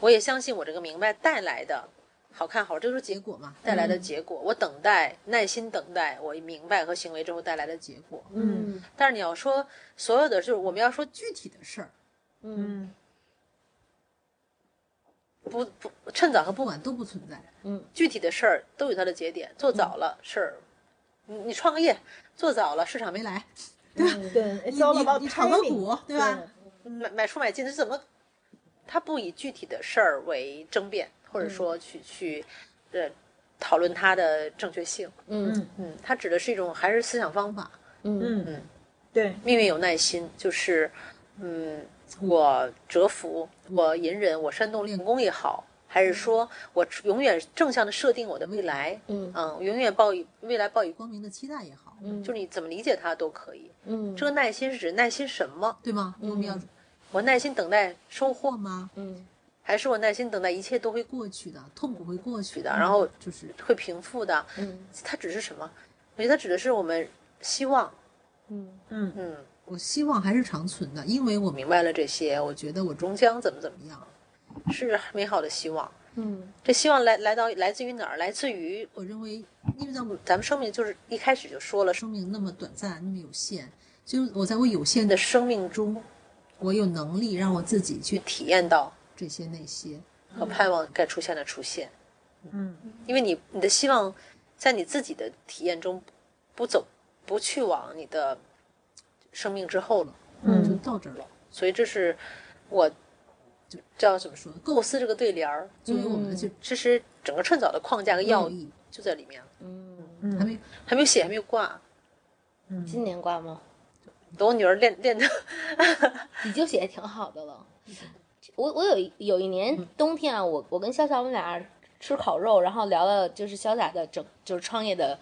Speaker 1: 我也相信我这个明白带来的好看好，这就是结
Speaker 4: 结果嘛，
Speaker 1: 带来的结果。我等待，耐心等待，我明白和行为之后带来的结果。
Speaker 3: 嗯
Speaker 1: 但是你要说所有的，就是我们要说
Speaker 4: 具体的事儿
Speaker 3: 嗯
Speaker 1: 不不趁早和
Speaker 4: 不
Speaker 1: 不晚，
Speaker 4: 管都不存在。
Speaker 1: 具体的事儿都有它的节点。做早了事儿，你你创个业做早了，市场没
Speaker 4: 没来，
Speaker 2: 对，it's all
Speaker 4: 你
Speaker 2: about
Speaker 4: 你炒个
Speaker 2: timing，
Speaker 4: 股对吧
Speaker 1: 买买出买进，这怎么？他不以具体的事儿为争辩，或者说去去呃讨论它的正确性。
Speaker 3: 嗯
Speaker 1: 嗯，它指的是一种还是思想方法。
Speaker 3: 嗯
Speaker 2: 嗯嗯，对，
Speaker 1: 命运有耐心，就是，嗯，我折服，我隐忍，我煽动练功也好，还是说我永远正向的设定我的未来，
Speaker 3: 嗯
Speaker 1: 嗯，永远抱以未来抱以，
Speaker 4: 光明的期待也好，
Speaker 1: 就是你怎么理解它都可以。
Speaker 3: 嗯
Speaker 1: 这个耐心是指耐心什么？嗯
Speaker 4: 对吗？我们要
Speaker 1: 我耐心等待收获
Speaker 4: 过
Speaker 1: 吗？
Speaker 4: 吗？
Speaker 3: 嗯
Speaker 1: 还是我耐心等待一切都会过
Speaker 4: 过去的痛苦会过去
Speaker 1: 的然后
Speaker 4: 就是
Speaker 1: 会平复的？
Speaker 3: 嗯
Speaker 1: 它只是什么？我觉得它指的是我们希望，
Speaker 3: 嗯
Speaker 2: 嗯
Speaker 1: 嗯，
Speaker 4: 我希望还是长存的，因为我
Speaker 1: 明白了这些，我
Speaker 4: 我觉得我终
Speaker 1: 终将怎么怎么
Speaker 4: 怎么样，
Speaker 1: 样，是美好的希望。
Speaker 3: 嗯
Speaker 1: 这希望来来到来自于哪儿？来自于
Speaker 4: 我认为，因为在我
Speaker 1: 咱们生命就是一开始就说了，生
Speaker 4: 生命那么短暂，那么有限，就是我在我有限
Speaker 1: 命的
Speaker 4: 的，
Speaker 1: 生命中
Speaker 4: 我有能力让我自己去
Speaker 1: 体验到
Speaker 4: 这些那些，
Speaker 1: 和盼望该出现的出现，
Speaker 2: 嗯
Speaker 1: 因为你你的希望在你自己的体验中不走不去往你的生命之后了，
Speaker 4: 就
Speaker 2: 嗯
Speaker 4: 到这儿了。
Speaker 1: 所以这是我就叫怎么说
Speaker 4: 说
Speaker 1: 构思这个对联儿，
Speaker 4: 作为我们的就
Speaker 1: 其实整个趁早的框架和要
Speaker 4: 要
Speaker 1: 义
Speaker 4: 义，
Speaker 1: 就在里面了，
Speaker 3: 嗯，
Speaker 4: 还没
Speaker 1: 还没有写，还没有挂，
Speaker 3: 今年挂吗？
Speaker 1: 等我女儿练练的，
Speaker 3: 你就写的挺好的了。我我有一有一年冬天啊，我我跟潇潇我们俩吃烤肉，然后聊了就是潇洒的整就是创业的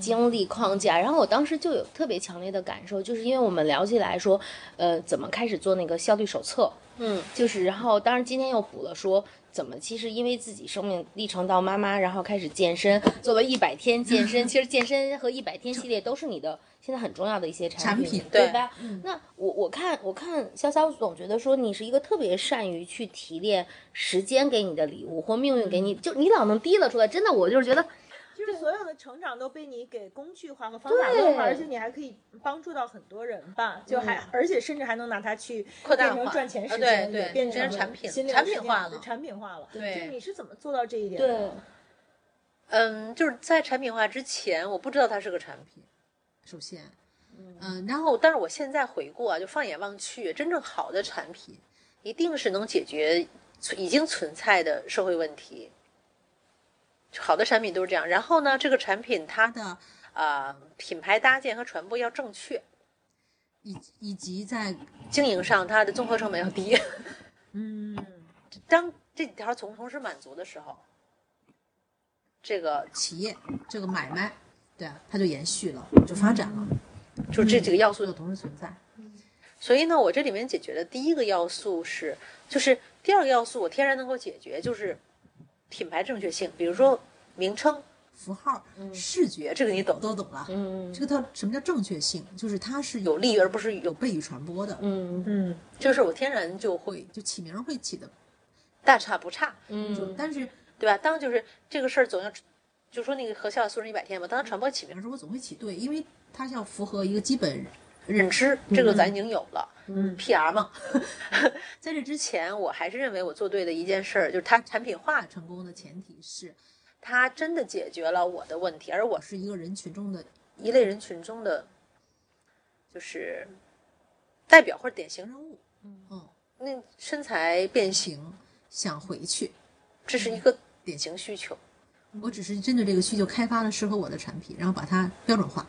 Speaker 3: 经历框架，然后我当时就有特别强烈的感受，就是因为我们聊起来说，呃，怎么开始做那个效率手册，
Speaker 1: 嗯，
Speaker 3: 就是然后当然今天又补了说。怎么？其实因为自己生命历程到妈妈，然后开始健身，做了一百天健身。其实健身和一百天系列都是你的现在很重要的一些产
Speaker 4: 产
Speaker 3: 品，
Speaker 4: 品
Speaker 3: 对
Speaker 1: 对
Speaker 3: 吧？那我我看我看潇潇总觉得说你是一个特别善于去提炼时间给你的礼物或命运给你，就你老能提了出来。真的，我就是觉得
Speaker 2: 就是所有的成长都被你给工具化和方法论化，而且你还可以帮助到很多人吧，就还、而且甚至还能拿它去
Speaker 1: 扩大
Speaker 2: 变成
Speaker 1: 化
Speaker 2: 赚钱
Speaker 1: 啊
Speaker 2: 时
Speaker 1: 对
Speaker 2: 间，
Speaker 1: 对
Speaker 2: 也变成
Speaker 1: 变成产品
Speaker 2: 心理
Speaker 1: 产
Speaker 2: 时
Speaker 1: 品
Speaker 2: 间
Speaker 1: 化了
Speaker 2: 产品化了。
Speaker 1: 对
Speaker 2: 就是你是怎么做到这一点的？
Speaker 3: 对，
Speaker 1: 嗯，就是在产品化之前，我不知道它是个产品。
Speaker 4: 首先，
Speaker 3: 嗯
Speaker 4: 嗯，然
Speaker 1: 然
Speaker 4: 后
Speaker 1: 后，但是我现在回顾啊，就放眼望去，真正好的产品，一定是能解决存已经存在的社会问题。好的产品都是这样。然后呢，这个产品它
Speaker 4: 它的
Speaker 1: 啊、呃品牌搭建和传播要正确，
Speaker 4: 以以及在
Speaker 1: 经营上它的综合成本要低。
Speaker 2: 嗯，
Speaker 1: 当这几条同同时满足的时候，这个
Speaker 4: 企业这个买卖，对啊，它就延续了，就发展了，
Speaker 1: 嗯就这几个要
Speaker 4: 所
Speaker 1: 素
Speaker 4: 有同时存在。
Speaker 1: 所以呢，我这里面解决的第一个要素是，就是第二个要素我天然能够解决，就是品牌正确性，比如说名称、
Speaker 4: 符号、
Speaker 3: 嗯
Speaker 4: 视觉，
Speaker 1: 这个你懂
Speaker 4: 我，都懂了。
Speaker 3: 嗯
Speaker 4: 这个它什么叫正确性？就是它是有
Speaker 1: 有利而不是
Speaker 4: 有
Speaker 1: 有，
Speaker 4: 悖于传播的，
Speaker 3: 嗯
Speaker 2: 嗯，
Speaker 1: 就是我天然就会
Speaker 4: 会就起名儿会起的，
Speaker 1: 大差不差，
Speaker 4: 就
Speaker 3: 嗯，
Speaker 4: 但是
Speaker 1: 对吧？当就是这个事儿总要，就说那个核效素人一百天嘛，当它传播起
Speaker 4: 比
Speaker 1: 名
Speaker 4: 方说我总会起对，因为它要符合一个基本
Speaker 1: 认知，
Speaker 4: 嗯
Speaker 1: 这个咱已经有了，
Speaker 3: 嗯
Speaker 1: ，PR 嘛。 在这之前，我还是认为我做对的一件事儿，就是它产品化，
Speaker 4: 成功的前提是，
Speaker 1: 它真的解决了我的问题，而我
Speaker 4: 我是一个人群中的
Speaker 1: 一类人群中的，就是代表或者典型。
Speaker 4: 人物，嗯，
Speaker 1: 那身材变形，
Speaker 4: 行，想回去，
Speaker 1: 这是一个典型需求。
Speaker 4: 嗯我只是针对这个需求开发了适合我的产品，然后把它标准化。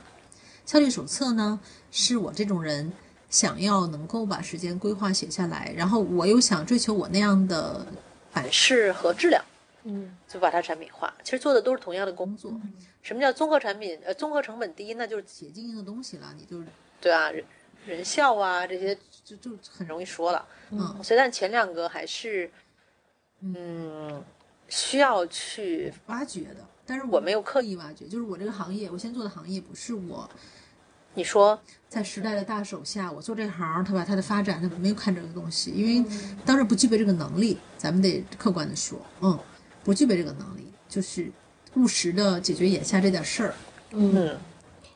Speaker 4: 效率手册呢，是我这种人想要能够把时间规划写下来，然后我又想追求我那样的
Speaker 1: 款式和质量，
Speaker 3: 嗯，
Speaker 1: 就把它产品化。其实做的都是同样的工
Speaker 4: 工
Speaker 1: 作。
Speaker 4: 作，
Speaker 1: 什么叫综合产品？呃，综合成本低，那就是
Speaker 4: 写经营的东西了，你就
Speaker 1: 对啊，人人效啊这些
Speaker 4: 就就很容
Speaker 1: 容易说了。
Speaker 4: 嗯
Speaker 1: 所以，但前两个还是，嗯，需要去
Speaker 4: 易挖掘的。但是
Speaker 1: 我没有刻
Speaker 4: 意挖掘，就是我这个行业，我先做的行业不是我
Speaker 1: 你说
Speaker 4: 在时代的大手下，我做这行，他把他的发展，他没有看这个东西，因为
Speaker 1: 嗯
Speaker 4: 当时不具备这个能力，咱们得客观的说，嗯，不具备这个能力，就是务实的解决眼下这点事儿。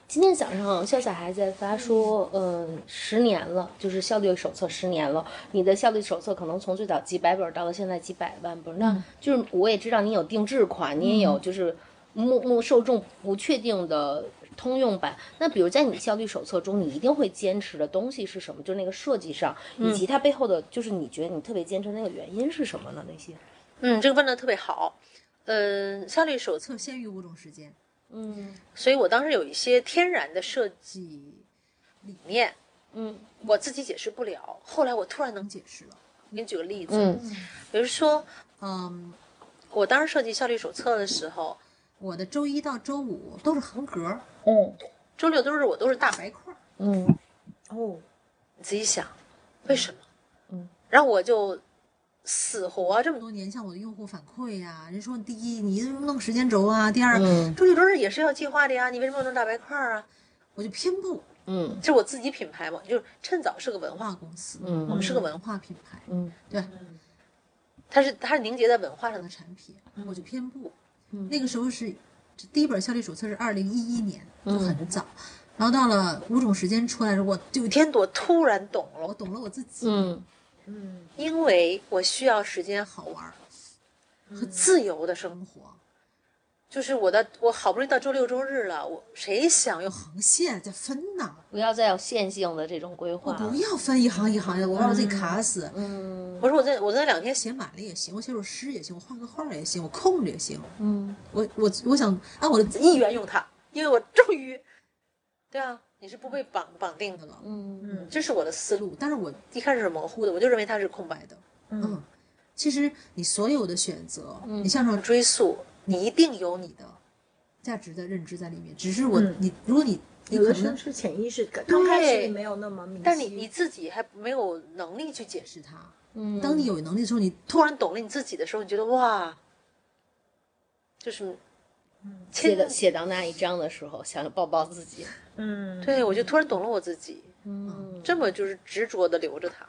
Speaker 3: 今天早上潇洒还在发说，嗯，十年了，就是效率手册十年了。你的效率手册可能从最早几百本儿到了现在几百万本儿，那就是我也知道你有定制款，你也有就是目目受众不确定的通用版。那比如在你效率手册中，你一定会坚持的东西是什么？就是那个设计上，以及它背后的，就是你觉得你特别坚持那个原因是什么呢？那些，
Speaker 1: 嗯，这个问的特别好。嗯，效率手册，
Speaker 4: 测先于五种时间，
Speaker 3: 嗯
Speaker 1: 所以我当时有一些天然的设计
Speaker 4: 即
Speaker 1: 理念，
Speaker 3: 嗯
Speaker 1: 我自己解释不了。后来我突然能
Speaker 4: 能
Speaker 1: 解，
Speaker 4: 解释了。
Speaker 1: 给你举个例子，
Speaker 3: 嗯
Speaker 1: 比如说
Speaker 4: 嗯，
Speaker 1: 我当时设计效率手册的时候，
Speaker 4: 我的周一到周五都是横格儿
Speaker 3: 嗯
Speaker 1: 周六周日我都是大白。
Speaker 4: 白块儿，
Speaker 3: 嗯
Speaker 2: 哦，
Speaker 1: 你自己想，为什么？
Speaker 3: 嗯，
Speaker 1: 然后我就死活这么
Speaker 4: 这么
Speaker 1: 多，
Speaker 4: 多年像我的用户反馈呀、人说第一你弄时间轴啊，第二、
Speaker 3: 嗯
Speaker 1: 周六周日也是要计划的呀，你为什么要弄大白块儿啊？
Speaker 4: 我就偏不
Speaker 3: 嗯
Speaker 1: 这是我自己品牌嘛，就是趁早是个文
Speaker 4: 文
Speaker 1: 化，
Speaker 4: 化公司，
Speaker 1: 我
Speaker 3: 嗯
Speaker 1: 们是个文
Speaker 4: 文
Speaker 1: 化，
Speaker 4: 化品牌，
Speaker 3: 嗯
Speaker 4: 对。
Speaker 1: 它是它是凝结在文化上
Speaker 4: 的
Speaker 1: 的。
Speaker 4: 产品，我就偏不。
Speaker 3: 嗯
Speaker 4: 那个时候是这第一本效率手册是二零一一年，
Speaker 1: 嗯
Speaker 4: 就很早。然后到了五种时间出来时，我就
Speaker 1: 有一天我突然懂了，
Speaker 4: 我懂了我自己，
Speaker 3: 嗯
Speaker 2: 嗯
Speaker 1: 因为我需要时间
Speaker 4: 好玩儿
Speaker 1: 和自由的生活。
Speaker 4: 生活，
Speaker 1: 就是我的，我好不容易到周六周日了，我谁想用
Speaker 4: 横线在分呐，
Speaker 3: 不要再有线性的这种规划
Speaker 4: 我
Speaker 3: 了
Speaker 4: 不。要分一行一行的，我把我自己卡死。
Speaker 3: 嗯
Speaker 1: 我说我在我在两天写，
Speaker 4: 写满了也行，我写首诗也行，我画个画儿也行，我空着也行。
Speaker 3: 嗯
Speaker 4: 我我我想
Speaker 1: 啊
Speaker 4: 按我的
Speaker 1: 一元用它，因为我终于，对啊，你是不被绑绑定的了，
Speaker 3: 嗯
Speaker 1: 这是我的思路。
Speaker 4: 路，但是我
Speaker 1: 一开始是模糊的，我就认为它是空白的。
Speaker 2: 嗯
Speaker 4: 嗯，其实你所有的选择，你向上
Speaker 1: 追溯，你一定有你
Speaker 4: 你
Speaker 1: 的，
Speaker 4: 的价值的认知在里面，只是我、
Speaker 2: 嗯
Speaker 4: 你如果你你
Speaker 2: 有
Speaker 4: 可
Speaker 2: 的时候
Speaker 4: 能
Speaker 2: 是潜意识，刚开始
Speaker 1: 对
Speaker 2: 你没有那么明晰，
Speaker 1: 但是你你自己还没有能力去解释。
Speaker 4: 是他，
Speaker 3: 嗯，
Speaker 4: 当你有能力的时候，你突
Speaker 1: 突然懂了你自己的时候，你觉得哇，就是，
Speaker 3: 写
Speaker 1: 切
Speaker 3: 到写到那一章的时候，想抱抱自己。
Speaker 2: 嗯，
Speaker 1: 对我就突然懂了我自己，
Speaker 3: 嗯
Speaker 1: 这么就是执着的留着它。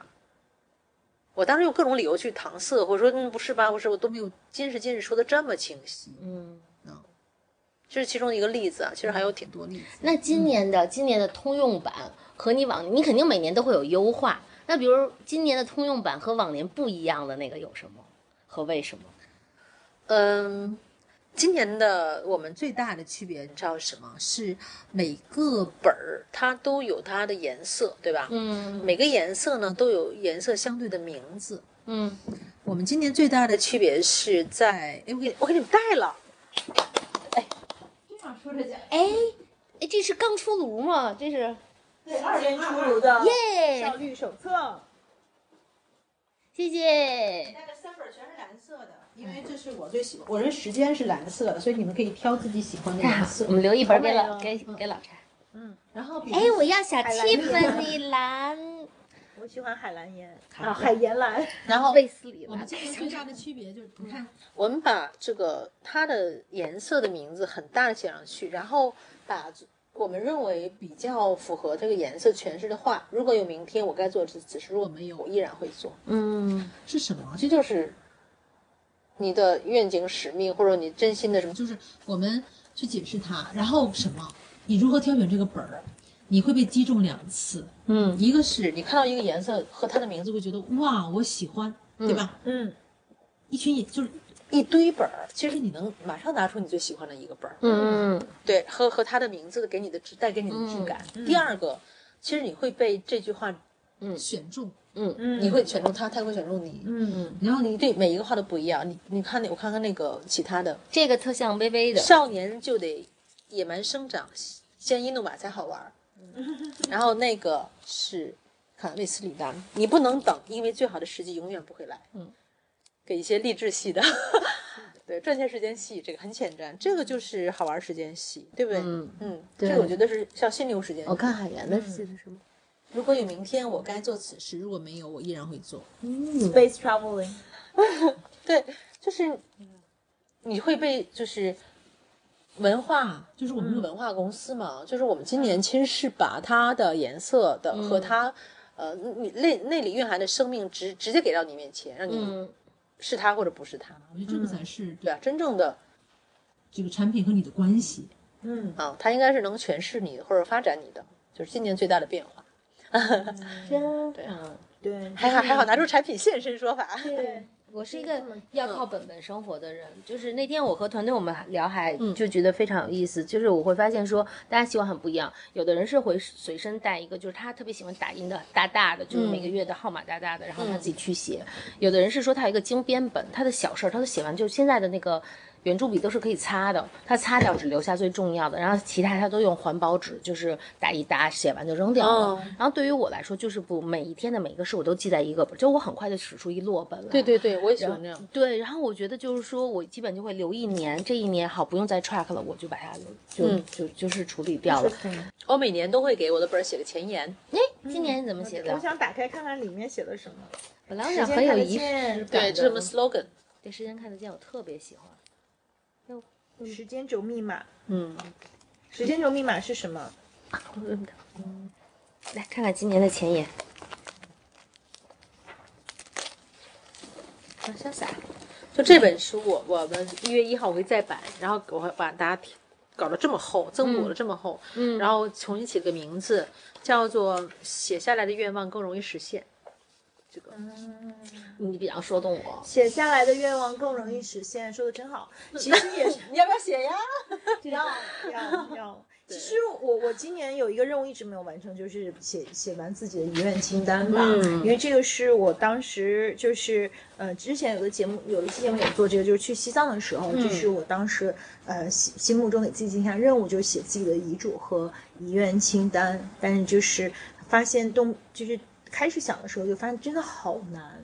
Speaker 1: 我当时用各种理由去搪塞，或者说嗯不是吧，不是，我都
Speaker 4: 没有
Speaker 1: 今时今日说的这么清晰。
Speaker 3: 嗯
Speaker 1: 这是其中一个例子啊，其实还有挺多。
Speaker 4: 多例子。
Speaker 3: 那今年的今年的通用版和你往，你肯定每年都会有优化。那比如今年的通用版和往年不一样的那个有什么和为什么？
Speaker 1: 嗯，今年的我们最
Speaker 4: 最大的区别，你
Speaker 1: 你
Speaker 4: 知
Speaker 1: 知
Speaker 4: 道
Speaker 1: 道是什么？
Speaker 4: 吗？是每个
Speaker 1: 本儿它都有它的颜色，对吧？
Speaker 3: 嗯
Speaker 1: 每个颜色呢都有颜色相对的名字。
Speaker 3: 嗯，
Speaker 4: 我们今年最大的
Speaker 1: 的区别是在，哎，我给我给你们带了，
Speaker 4: 啊
Speaker 3: 哎哎，这是刚出炉吗？这是
Speaker 2: 对，二年出炉的
Speaker 3: 哦耶
Speaker 2: 效，率手册，
Speaker 3: 谢谢。
Speaker 4: 带了三本全是蓝色的，因为这是我最喜欢，我这时间是蓝色的，所以你们可以挑自己喜欢的
Speaker 3: 太好
Speaker 4: 颜
Speaker 3: 了，
Speaker 4: 色
Speaker 3: 我。们留一本给
Speaker 2: 好
Speaker 3: 老
Speaker 2: 美哦
Speaker 3: 给给老柴。
Speaker 4: 然后比如
Speaker 3: 哎，我要小
Speaker 2: 海蓝
Speaker 3: 气氛你蓝，
Speaker 2: 我喜欢海蓝岩
Speaker 4: 蓝
Speaker 2: 啊，海岩蓝，
Speaker 1: 然后
Speaker 3: 卫斯理
Speaker 4: 我们
Speaker 3: 蓝。
Speaker 4: 今年最大的区别就是，你看
Speaker 1: 我们把这个它的颜色的名字很大的写上去，然后把我们认为比较符合这个颜色诠释的话，如果有明天我该做的此此时我没有，我依然会做。
Speaker 3: 嗯，
Speaker 4: 是什么？
Speaker 1: 这就是你的愿景、使命，或者你真心的什么。
Speaker 4: 就是我们去解释它，然后什么？你如何挑选这个本儿？你会被击中两次，
Speaker 3: 嗯，
Speaker 4: 一个
Speaker 1: 是
Speaker 4: 是
Speaker 1: 你看到一个颜色和它的名字
Speaker 4: 就会觉得哇，我喜欢，对吧？
Speaker 2: 嗯，
Speaker 4: 一群也就是
Speaker 1: 一堆本儿，其实你能马上拿出你最喜欢的一个本儿，
Speaker 3: 嗯嗯
Speaker 1: 对，和和它的名字给你的质带给你的质感。
Speaker 4: 嗯
Speaker 1: 第二个，其实你会被这句话，
Speaker 4: 选中，
Speaker 2: 嗯
Speaker 1: 你会选中它，它也会选中你。
Speaker 2: 嗯
Speaker 1: 然后你对每一个话都不一样，你你看那我看看那个其他的，
Speaker 3: 这个特像微微的，
Speaker 1: 少年就得野蛮生长，鲜衣怒马才好 玩儿。然后那个是看卫斯理丹，你不能等，因为最好的时机永远不会来。
Speaker 3: 嗯，
Speaker 1: 给一些励志系的， 对赚钱时间系这个很简单，这个就是好玩时间系，对不对？
Speaker 3: 嗯对
Speaker 1: 这个我觉得是像心流时间。
Speaker 3: 我看海岩的是什么？
Speaker 1: 如果有明天，我该做此事。
Speaker 4: 是如果没有，我依然会做。
Speaker 3: 嗯
Speaker 2: ，space traveling，
Speaker 1: 对，就是你会被就是文化，嗯就是我们是文化公司嘛，就是我们今年其实是把它的颜色的和它、呃你内内里蕴含的生命直直接给到你面前，让你
Speaker 3: 嗯
Speaker 1: 是它或者不是它，
Speaker 4: 我觉得这个才是
Speaker 1: 嗯对啊，真正的
Speaker 4: 这个产品和你的关系。
Speaker 2: 嗯，
Speaker 1: 啊，它应该是能诠释你的或者发展你的，就是今年最大的变化。
Speaker 3: 真
Speaker 1: 对
Speaker 3: 好。
Speaker 2: 对，
Speaker 1: 还好还好，拿出产品现身说法。
Speaker 3: 对，我是一个要
Speaker 1: 嗯
Speaker 3: 靠本本生活的人。就是那天我和团队我们聊还
Speaker 1: 嗯
Speaker 3: 就觉得非常有意思，就是我会发现说大家喜欢很不一样，有的人是会随身带一个，就是他特别喜欢打印的大大的，就是
Speaker 1: 嗯
Speaker 3: 每个月的号码大大的，然后他自己去写；有的人是说他有一个精编本，他的小事儿他都写完，就是现在的那个。圆珠笔都是可以擦的，他擦掉只留下最重要的，然后其他他都用环保纸，就是打一打，写完就扔掉了。
Speaker 1: 哦
Speaker 3: 然后对于我来说，就是不每一天的每一个事我都记在一个本，就我很快就使出一落本来。
Speaker 1: 对对对，我也喜欢这样。
Speaker 3: 对，然后我觉得就是说我基本就会留一
Speaker 2: 嗯
Speaker 3: 年，这一年好不用再 track 了，我就把它就、
Speaker 1: 嗯
Speaker 3: 就就是处理掉了。
Speaker 1: 我每年都会给我的本儿写个前言，
Speaker 3: 哎，今年你怎么写的？
Speaker 2: 嗯我想打开看看里面写的什么，
Speaker 3: 本来我
Speaker 2: 时
Speaker 3: 想
Speaker 2: 间
Speaker 3: 很有
Speaker 2: 看得
Speaker 3: 仪
Speaker 2: 见
Speaker 3: 式感的
Speaker 1: 对，这么 slogan。
Speaker 3: 对时间看得见，我特别喜欢。
Speaker 2: 时间轴密码，
Speaker 1: 嗯，
Speaker 2: 时间轴密码是什么？
Speaker 3: 我认不得嗯来看看今年的前言。往下撒。
Speaker 1: 就这本书我，我们一月一号会再版，然后我把大家搞得这么厚，增补了这么厚，
Speaker 3: 嗯
Speaker 1: 然后重新起了个名字，叫做《写下来的愿望更容易实现》。这个
Speaker 3: 你比较说动我，
Speaker 2: 写下来的愿望更容易实现，说的真好。其实也是，
Speaker 1: 你要不要写呀？
Speaker 2: 要要要。其实我我今年有一个任务一直没有完成，就是写写完自己的遗愿清单吧，
Speaker 1: 嗯
Speaker 2: 因为这个是我当时就是呃之前有个节目有一期节目也做这个，就是去西藏的时候，这是我当时呃心心目中给自己定下任务，就是写自己的遗嘱和遗愿清单，但是就是发现动就是开始想的时候就发现真的好难，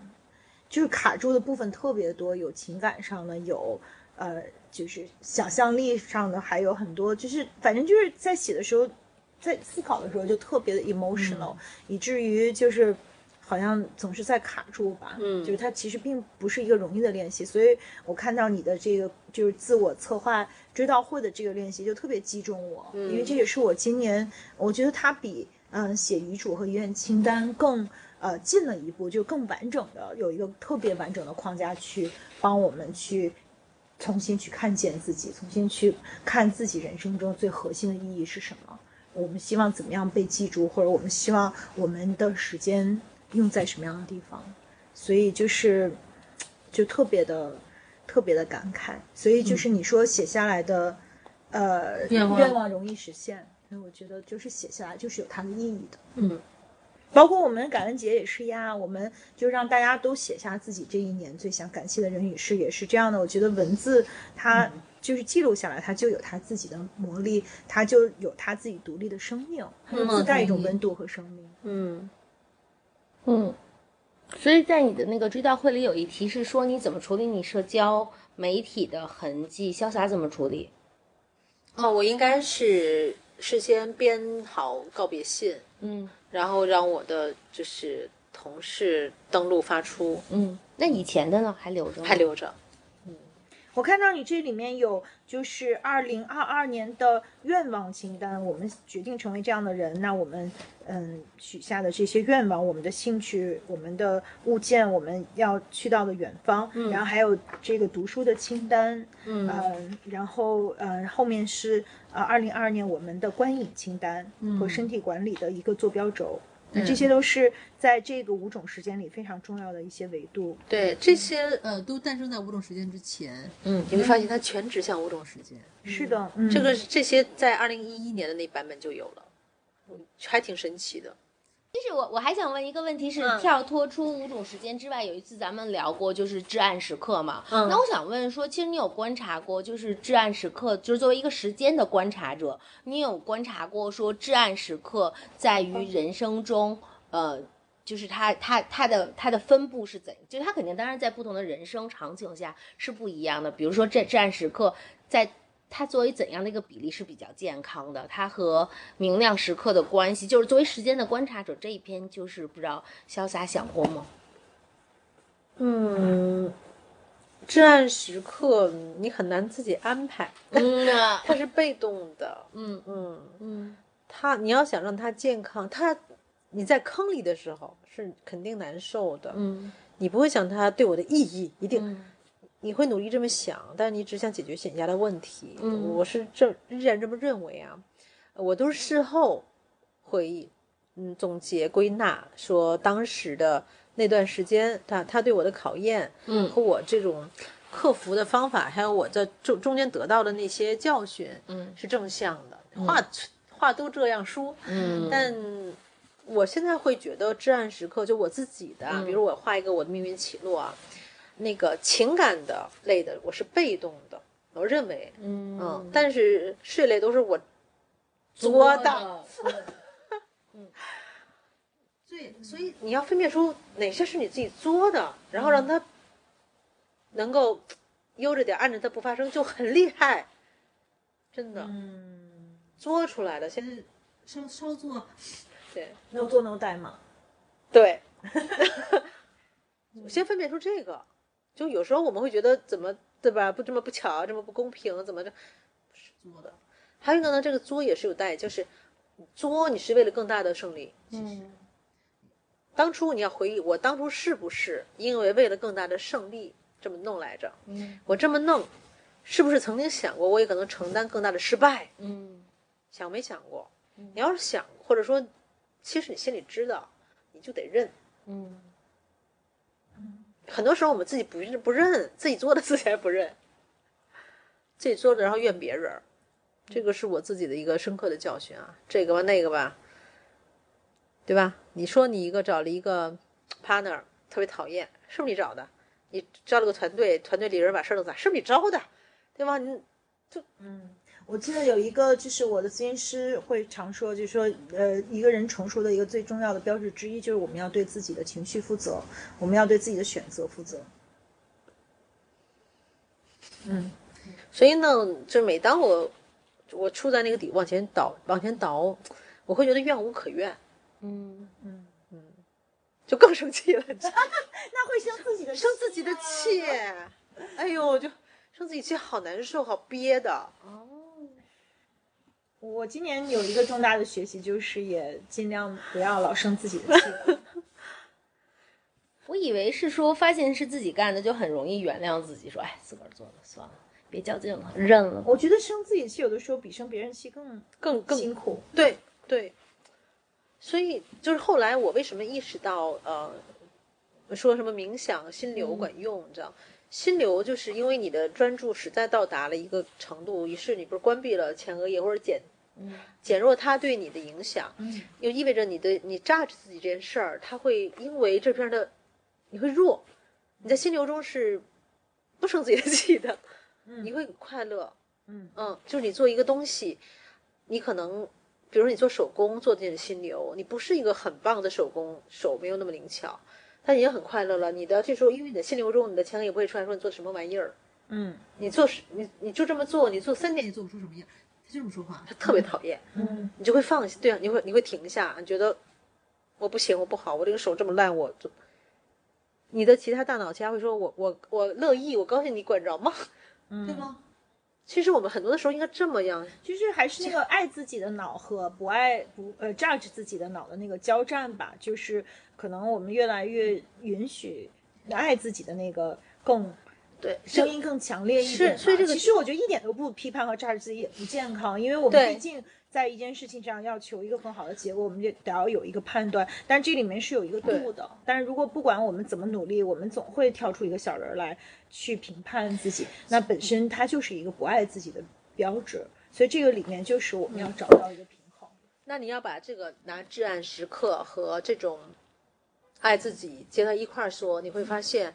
Speaker 2: 就是卡住的部分特别多，有情感上的，有呃，就是想象力上的，还有很多，就是反正就是在写的时候，在思考的时候就特别的 emotional，、以至于就是好像总是在卡住吧。嗯，就是它其实并不是一个容易的练习，所以我看到你的这个就是自我策划追悼会的这个练习就特别击中我，因为这也是我今年我觉得它比嗯、呃写遗嘱和遗愿清单更。呃进了一步，就更完整的有一个特别完整的框架去帮我们去重新去看见自己，重新去看自己人生中最核心的意义是什么。我们希望怎么样被记住，或者我们希望我们的时间用在什么样的地方。所以就是，就特别的特别的感慨。所以就是你说写下来的，呃，
Speaker 4: 愿望
Speaker 2: 容易实现，所以我觉得就是写下来就是有它的意义的。
Speaker 4: 嗯，
Speaker 2: 包括我们感恩节也是呀，我们就让大家都写下自己这一年最想感谢的人与事，也是这样的。我觉得文字它就是记录下来，它就有它自己的魔力，它就有它自己独立的生命，它就自带一种温度和生命。
Speaker 1: 嗯，
Speaker 3: 嗯，所以在你的那个追悼会里，有一题是说你怎么处理你社交媒体的痕迹，潇洒怎么处理？
Speaker 1: 哦，我应该是事先编好告别信，
Speaker 3: 嗯
Speaker 1: 然后让我的就是同事登录发出，
Speaker 3: 嗯，那以前的呢还留着吗？
Speaker 1: 还留
Speaker 4: 嗯
Speaker 1: 着。
Speaker 2: 我看到你这里面有就是二零二二年的愿望清单，我们决定成为这样的人，那我们嗯许下的这些愿望，我们的兴趣，我们的物件，我们要去到的远方，然后还有这个读书的清单，嗯、然后呃后面是呃二零二二年我们的观影清单和身体管理的一个坐标轴。那这些都是在这个五种时间里非常重要的一些维度。
Speaker 1: 对这些，
Speaker 4: 呃，都诞生在五种时间之前，
Speaker 1: 嗯，你会发现它全指向五种时间。
Speaker 2: 是的，嗯、
Speaker 1: 这个这些在二零一一年的那版本就有了，还挺神奇的。
Speaker 3: 其实我我还想问一个问题是，
Speaker 1: 嗯
Speaker 3: 跳脱出五种时间之外，有一次咱们聊过就是至暗时刻嘛。
Speaker 1: 嗯
Speaker 3: 那我想问说，其实你有观察过，就是至暗时刻，就是作为一个时间的观察者，你有观察过说至暗时刻在于人生中，呃。就是它，它，它的它的分布是怎？就是它肯定，当然在不同的人生场景下是不一样的。比如说这至暗时刻，在它作为怎样的一个比例是比较健康的？它和明亮时刻的关系，就是作为时间的观察者这一篇，就是不知道潇洒想过吗？
Speaker 1: 嗯，至暗时刻你很难自己安排，
Speaker 3: 嗯呐，
Speaker 1: 它是被动的。
Speaker 3: 嗯
Speaker 1: 嗯，
Speaker 3: 嗯
Speaker 1: 它你要想让它健康，它你在坑里的时候是肯定难受的。
Speaker 3: 嗯
Speaker 1: 你不会想它对我的意义，一定、
Speaker 3: 嗯
Speaker 1: 你会努力这么想，但你只想解决眼下的问题。
Speaker 3: 嗯
Speaker 1: 我是这依然这么认为啊，我都是事后回忆，嗯，总结归纳说当时的那段时间，他他对我的考验
Speaker 3: 嗯
Speaker 1: 和我这种克服的方法，还有我在中中间得到的那些教训
Speaker 3: 嗯
Speaker 1: 是正向的。话、话都这样说，
Speaker 3: 嗯
Speaker 1: 但我现在会觉得至暗时刻，就我自己的啊，
Speaker 3: 嗯
Speaker 1: 比如我画一个我的命运起落啊，那个情感的类的，我是被动的，我认为，
Speaker 3: 嗯
Speaker 1: 嗯，但是事业类都是我作
Speaker 4: 多
Speaker 1: 的。
Speaker 4: 的。对，所以
Speaker 1: 你要分辨出哪些是你自己作的，然后让它能够悠着点，按着它不发生，就很厉害，真的
Speaker 2: 嗯，
Speaker 1: 作出来的。现在
Speaker 4: 呃，稍稍作
Speaker 1: 对
Speaker 2: 能做能带嘛。
Speaker 1: 对， 我先分辨出这个，就有时候我们会觉得怎么对吧？不这么不巧，这么不公平，怎么着？
Speaker 4: 作的，
Speaker 1: 还有一个呢，这个作也是有代，就是作你是为了更大的胜利。
Speaker 3: 嗯
Speaker 1: 当初你要回忆，我当初是不是因为为了更大的胜利这么弄来着？
Speaker 3: 嗯
Speaker 1: 我这么弄，是不是曾经想过我也可能承担更大的失败？
Speaker 3: 嗯
Speaker 1: 想没想过？你要是想，或者说，其实你心里知道，你就得认。
Speaker 3: 嗯
Speaker 1: 很多时候我们自己不认不认，自己做的自己还不认，自己做的然后怨别人儿，这个是我自己的一个深刻的教训啊。这个吧那个吧，对吧？你说你一个找了一个 partner 特别讨厌，是不是你找的？你招了个团队，团队里人把事儿弄砸，是不是你招的？对吧？你
Speaker 2: 我记得有一个，就是我的咨询师会常说，就是说，呃，一个人成熟的一个最重要的标志之一，就是我们要对自己的情绪负责，我们要对自己的选择负责。
Speaker 1: 所以呢，就是每当我我处在那个底往前倒往前倒，我会觉得怨无可怨，
Speaker 3: 嗯
Speaker 1: 就更生气了。
Speaker 2: 那会生自己的
Speaker 1: 生自己的气，哎呦，我就生自己气，好难受，好憋的。
Speaker 3: 哦
Speaker 2: 我今年有一个重大的学习，就是也尽量不要老生自己的气。
Speaker 3: 我以为是说发现是自己干的，就很容易原谅自己，说哎，自个儿做的算了。别较劲了，认了。
Speaker 2: 我觉得生自己气有的时候比生别人气更
Speaker 1: 更更
Speaker 2: 辛苦。
Speaker 1: 对对，所以就是后来我为什么意识到，呃，说什么冥想、
Speaker 2: 嗯
Speaker 1: 心流管用，你知道？心流就是因为你的专注实在到达了一个程度，于是你不是关闭了前额叶或者减
Speaker 2: 嗯
Speaker 1: 减弱它对你的影响，
Speaker 2: 嗯
Speaker 1: 又意味着你的你 judge 自己这件事儿，它会因为这片的你会弱，你在心流中是不生自己的气的，
Speaker 2: 嗯
Speaker 1: 你会快乐，
Speaker 2: 嗯
Speaker 1: 嗯，就是你做一个东西，你可能，比如你做手工做这种心流，你不是一个很棒的手工，手没有那么灵巧，但已经很快乐了。你的这时候，因为你的心流中，你的前额也不会出来说你做什么玩意儿，
Speaker 2: 嗯
Speaker 1: 你做是你你就这么做，你做三
Speaker 4: 那
Speaker 1: 年，
Speaker 4: 也做不出什么样，他就这么说话
Speaker 1: 他。特别讨厌，
Speaker 2: 嗯
Speaker 1: 你就会放弃，对啊，你会你会停下，你觉得我不行，我不好，我这个手这么烂，我就。你的其他大脑其他会说我我我乐意，我高兴，你管着吗？
Speaker 2: 嗯，
Speaker 4: 对？吗？
Speaker 1: 其实我们很多的时候应该这么样，
Speaker 2: 就是还是那个爱自己的脑和不爱不呃 judge 自己的脑的那个交战吧，就是可能我们越来越允许爱自己的那个更
Speaker 1: 对，
Speaker 2: 声音更强烈一
Speaker 1: 是
Speaker 2: 点吧。
Speaker 1: 所以这个
Speaker 2: 其实我觉得一点都不批判和 judge 自己也不健康，因为我们
Speaker 1: 对
Speaker 2: 毕竟在一件事情上要求一个很好的结果，我们就得要有一个判断，但这里面是有一个度的。但是如果不管我们怎么努力，我们总会跳出一个小人儿来去评判自己，那本身它就是一个不爱自己的标志。所以这个里面就是我们要找到一个平衡。
Speaker 1: 那你要把这个拿至暗时刻和这种爱自己结到一块儿说，你会发现，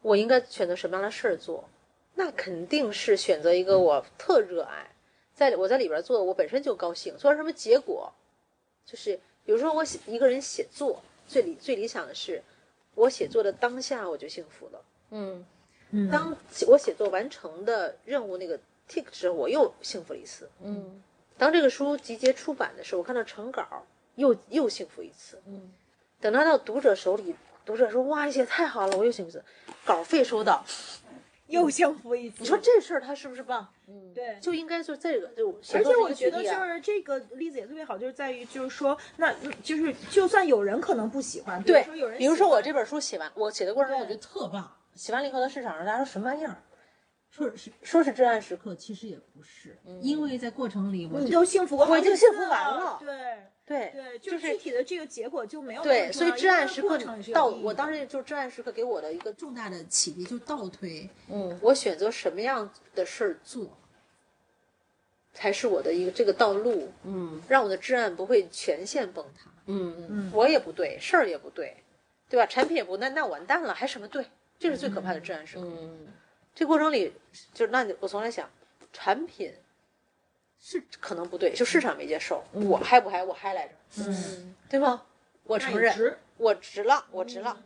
Speaker 1: 我应该选择什么样的事儿做？那肯定是选择一个我特热爱，在我在里边做，我本身就高兴，做成什么结果，就是比如说我写一个人写作，最理最理想的是，我写作的当下我就幸福了，
Speaker 3: 嗯，
Speaker 2: 嗯
Speaker 1: 当我写作完成的任务那个 tick 之后，我又幸福了一次。
Speaker 3: 嗯
Speaker 1: 当这个书集结出版的时候，我看到成稿儿又又幸福一次。
Speaker 3: 嗯，
Speaker 1: 等它到读者手里，读者说：“哇，你写得太好了，我又幸福一次。”稿费收到，
Speaker 2: 又幸福一次。
Speaker 1: 你说这事儿它是不是棒？
Speaker 3: 嗯
Speaker 2: 对。
Speaker 1: 就应该就是这个，就写
Speaker 2: 而且
Speaker 1: 作是一
Speaker 2: 我
Speaker 1: 个
Speaker 2: 觉
Speaker 1: 举
Speaker 2: 得
Speaker 1: 例
Speaker 2: 就
Speaker 1: 啊。
Speaker 2: 是这个例子也特别好，就是在于就是说，那就是就算有人可能不喜欢，比如
Speaker 1: 对
Speaker 2: 说有人，
Speaker 1: 比如
Speaker 2: 喜
Speaker 1: 说我
Speaker 2: 欢
Speaker 1: 这本书写完，我写的过程中，我
Speaker 2: 对
Speaker 1: 觉
Speaker 4: 就
Speaker 1: 得
Speaker 4: 特棒，
Speaker 1: 写完了以后到市场上，大家说什么玩意儿？
Speaker 4: 说是
Speaker 1: 说是至暗时刻，嗯
Speaker 4: 可其实也不是，因为在过程里我
Speaker 2: 你
Speaker 4: 就
Speaker 2: 都幸福过好
Speaker 1: 我
Speaker 2: 几
Speaker 1: 已经
Speaker 2: 次
Speaker 1: 幸福完了
Speaker 2: 对
Speaker 1: 对
Speaker 2: 对，具
Speaker 1: 就是
Speaker 2: 体的这个结果就没有那
Speaker 1: 对，
Speaker 2: 么
Speaker 1: 所
Speaker 2: 重
Speaker 1: 以
Speaker 2: 要
Speaker 1: 至暗时
Speaker 2: 因为
Speaker 1: 刻
Speaker 2: 过程是有
Speaker 1: 到
Speaker 2: 意义
Speaker 1: 我当
Speaker 2: 的
Speaker 1: 时就至暗时刻给我的一个，
Speaker 4: 重大的启迪就倒推
Speaker 3: 嗯
Speaker 1: 我选择什么样的事儿
Speaker 4: 做，
Speaker 1: 才是我的一个这个道路，
Speaker 3: 嗯
Speaker 1: 让我的至暗不会全线崩塌。
Speaker 3: 嗯
Speaker 2: 嗯
Speaker 1: 我也不对，事儿也不对，对吧？产品也不那那完蛋了，还什么对？这是最可怕的至暗时刻。
Speaker 3: 嗯
Speaker 1: 这过程里，就是那你我从来想，产品是可能不对，就市场没接受，我嗨不嗨？我嗨来着，
Speaker 2: 嗯
Speaker 1: 对吗？我承认，
Speaker 2: 值
Speaker 1: 我值了，我值了。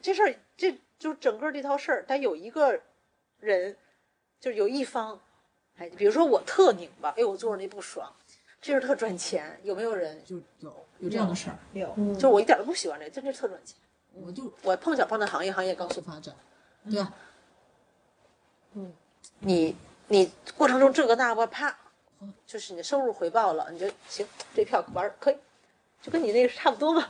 Speaker 1: 这事儿，这就整个这套事儿，它有一个人，就有一方，哎，比如说我特拧巴，哎，我做着那不爽，这事儿特赚钱，有没有人？
Speaker 4: 就有有这样的事儿，
Speaker 2: 六
Speaker 3: 嗯，
Speaker 1: 就是我一点都不喜欢这，真是特赚钱。
Speaker 4: 我就
Speaker 1: 我碰巧碰到行业，行业高
Speaker 4: 高
Speaker 1: 速嗯
Speaker 4: 速发展，对啊吧？
Speaker 1: 你你过程中这个那个啪
Speaker 4: 嗯，
Speaker 1: 就是你的收入回报了，你就行，这票玩儿可以，就跟你那个差不多嘛。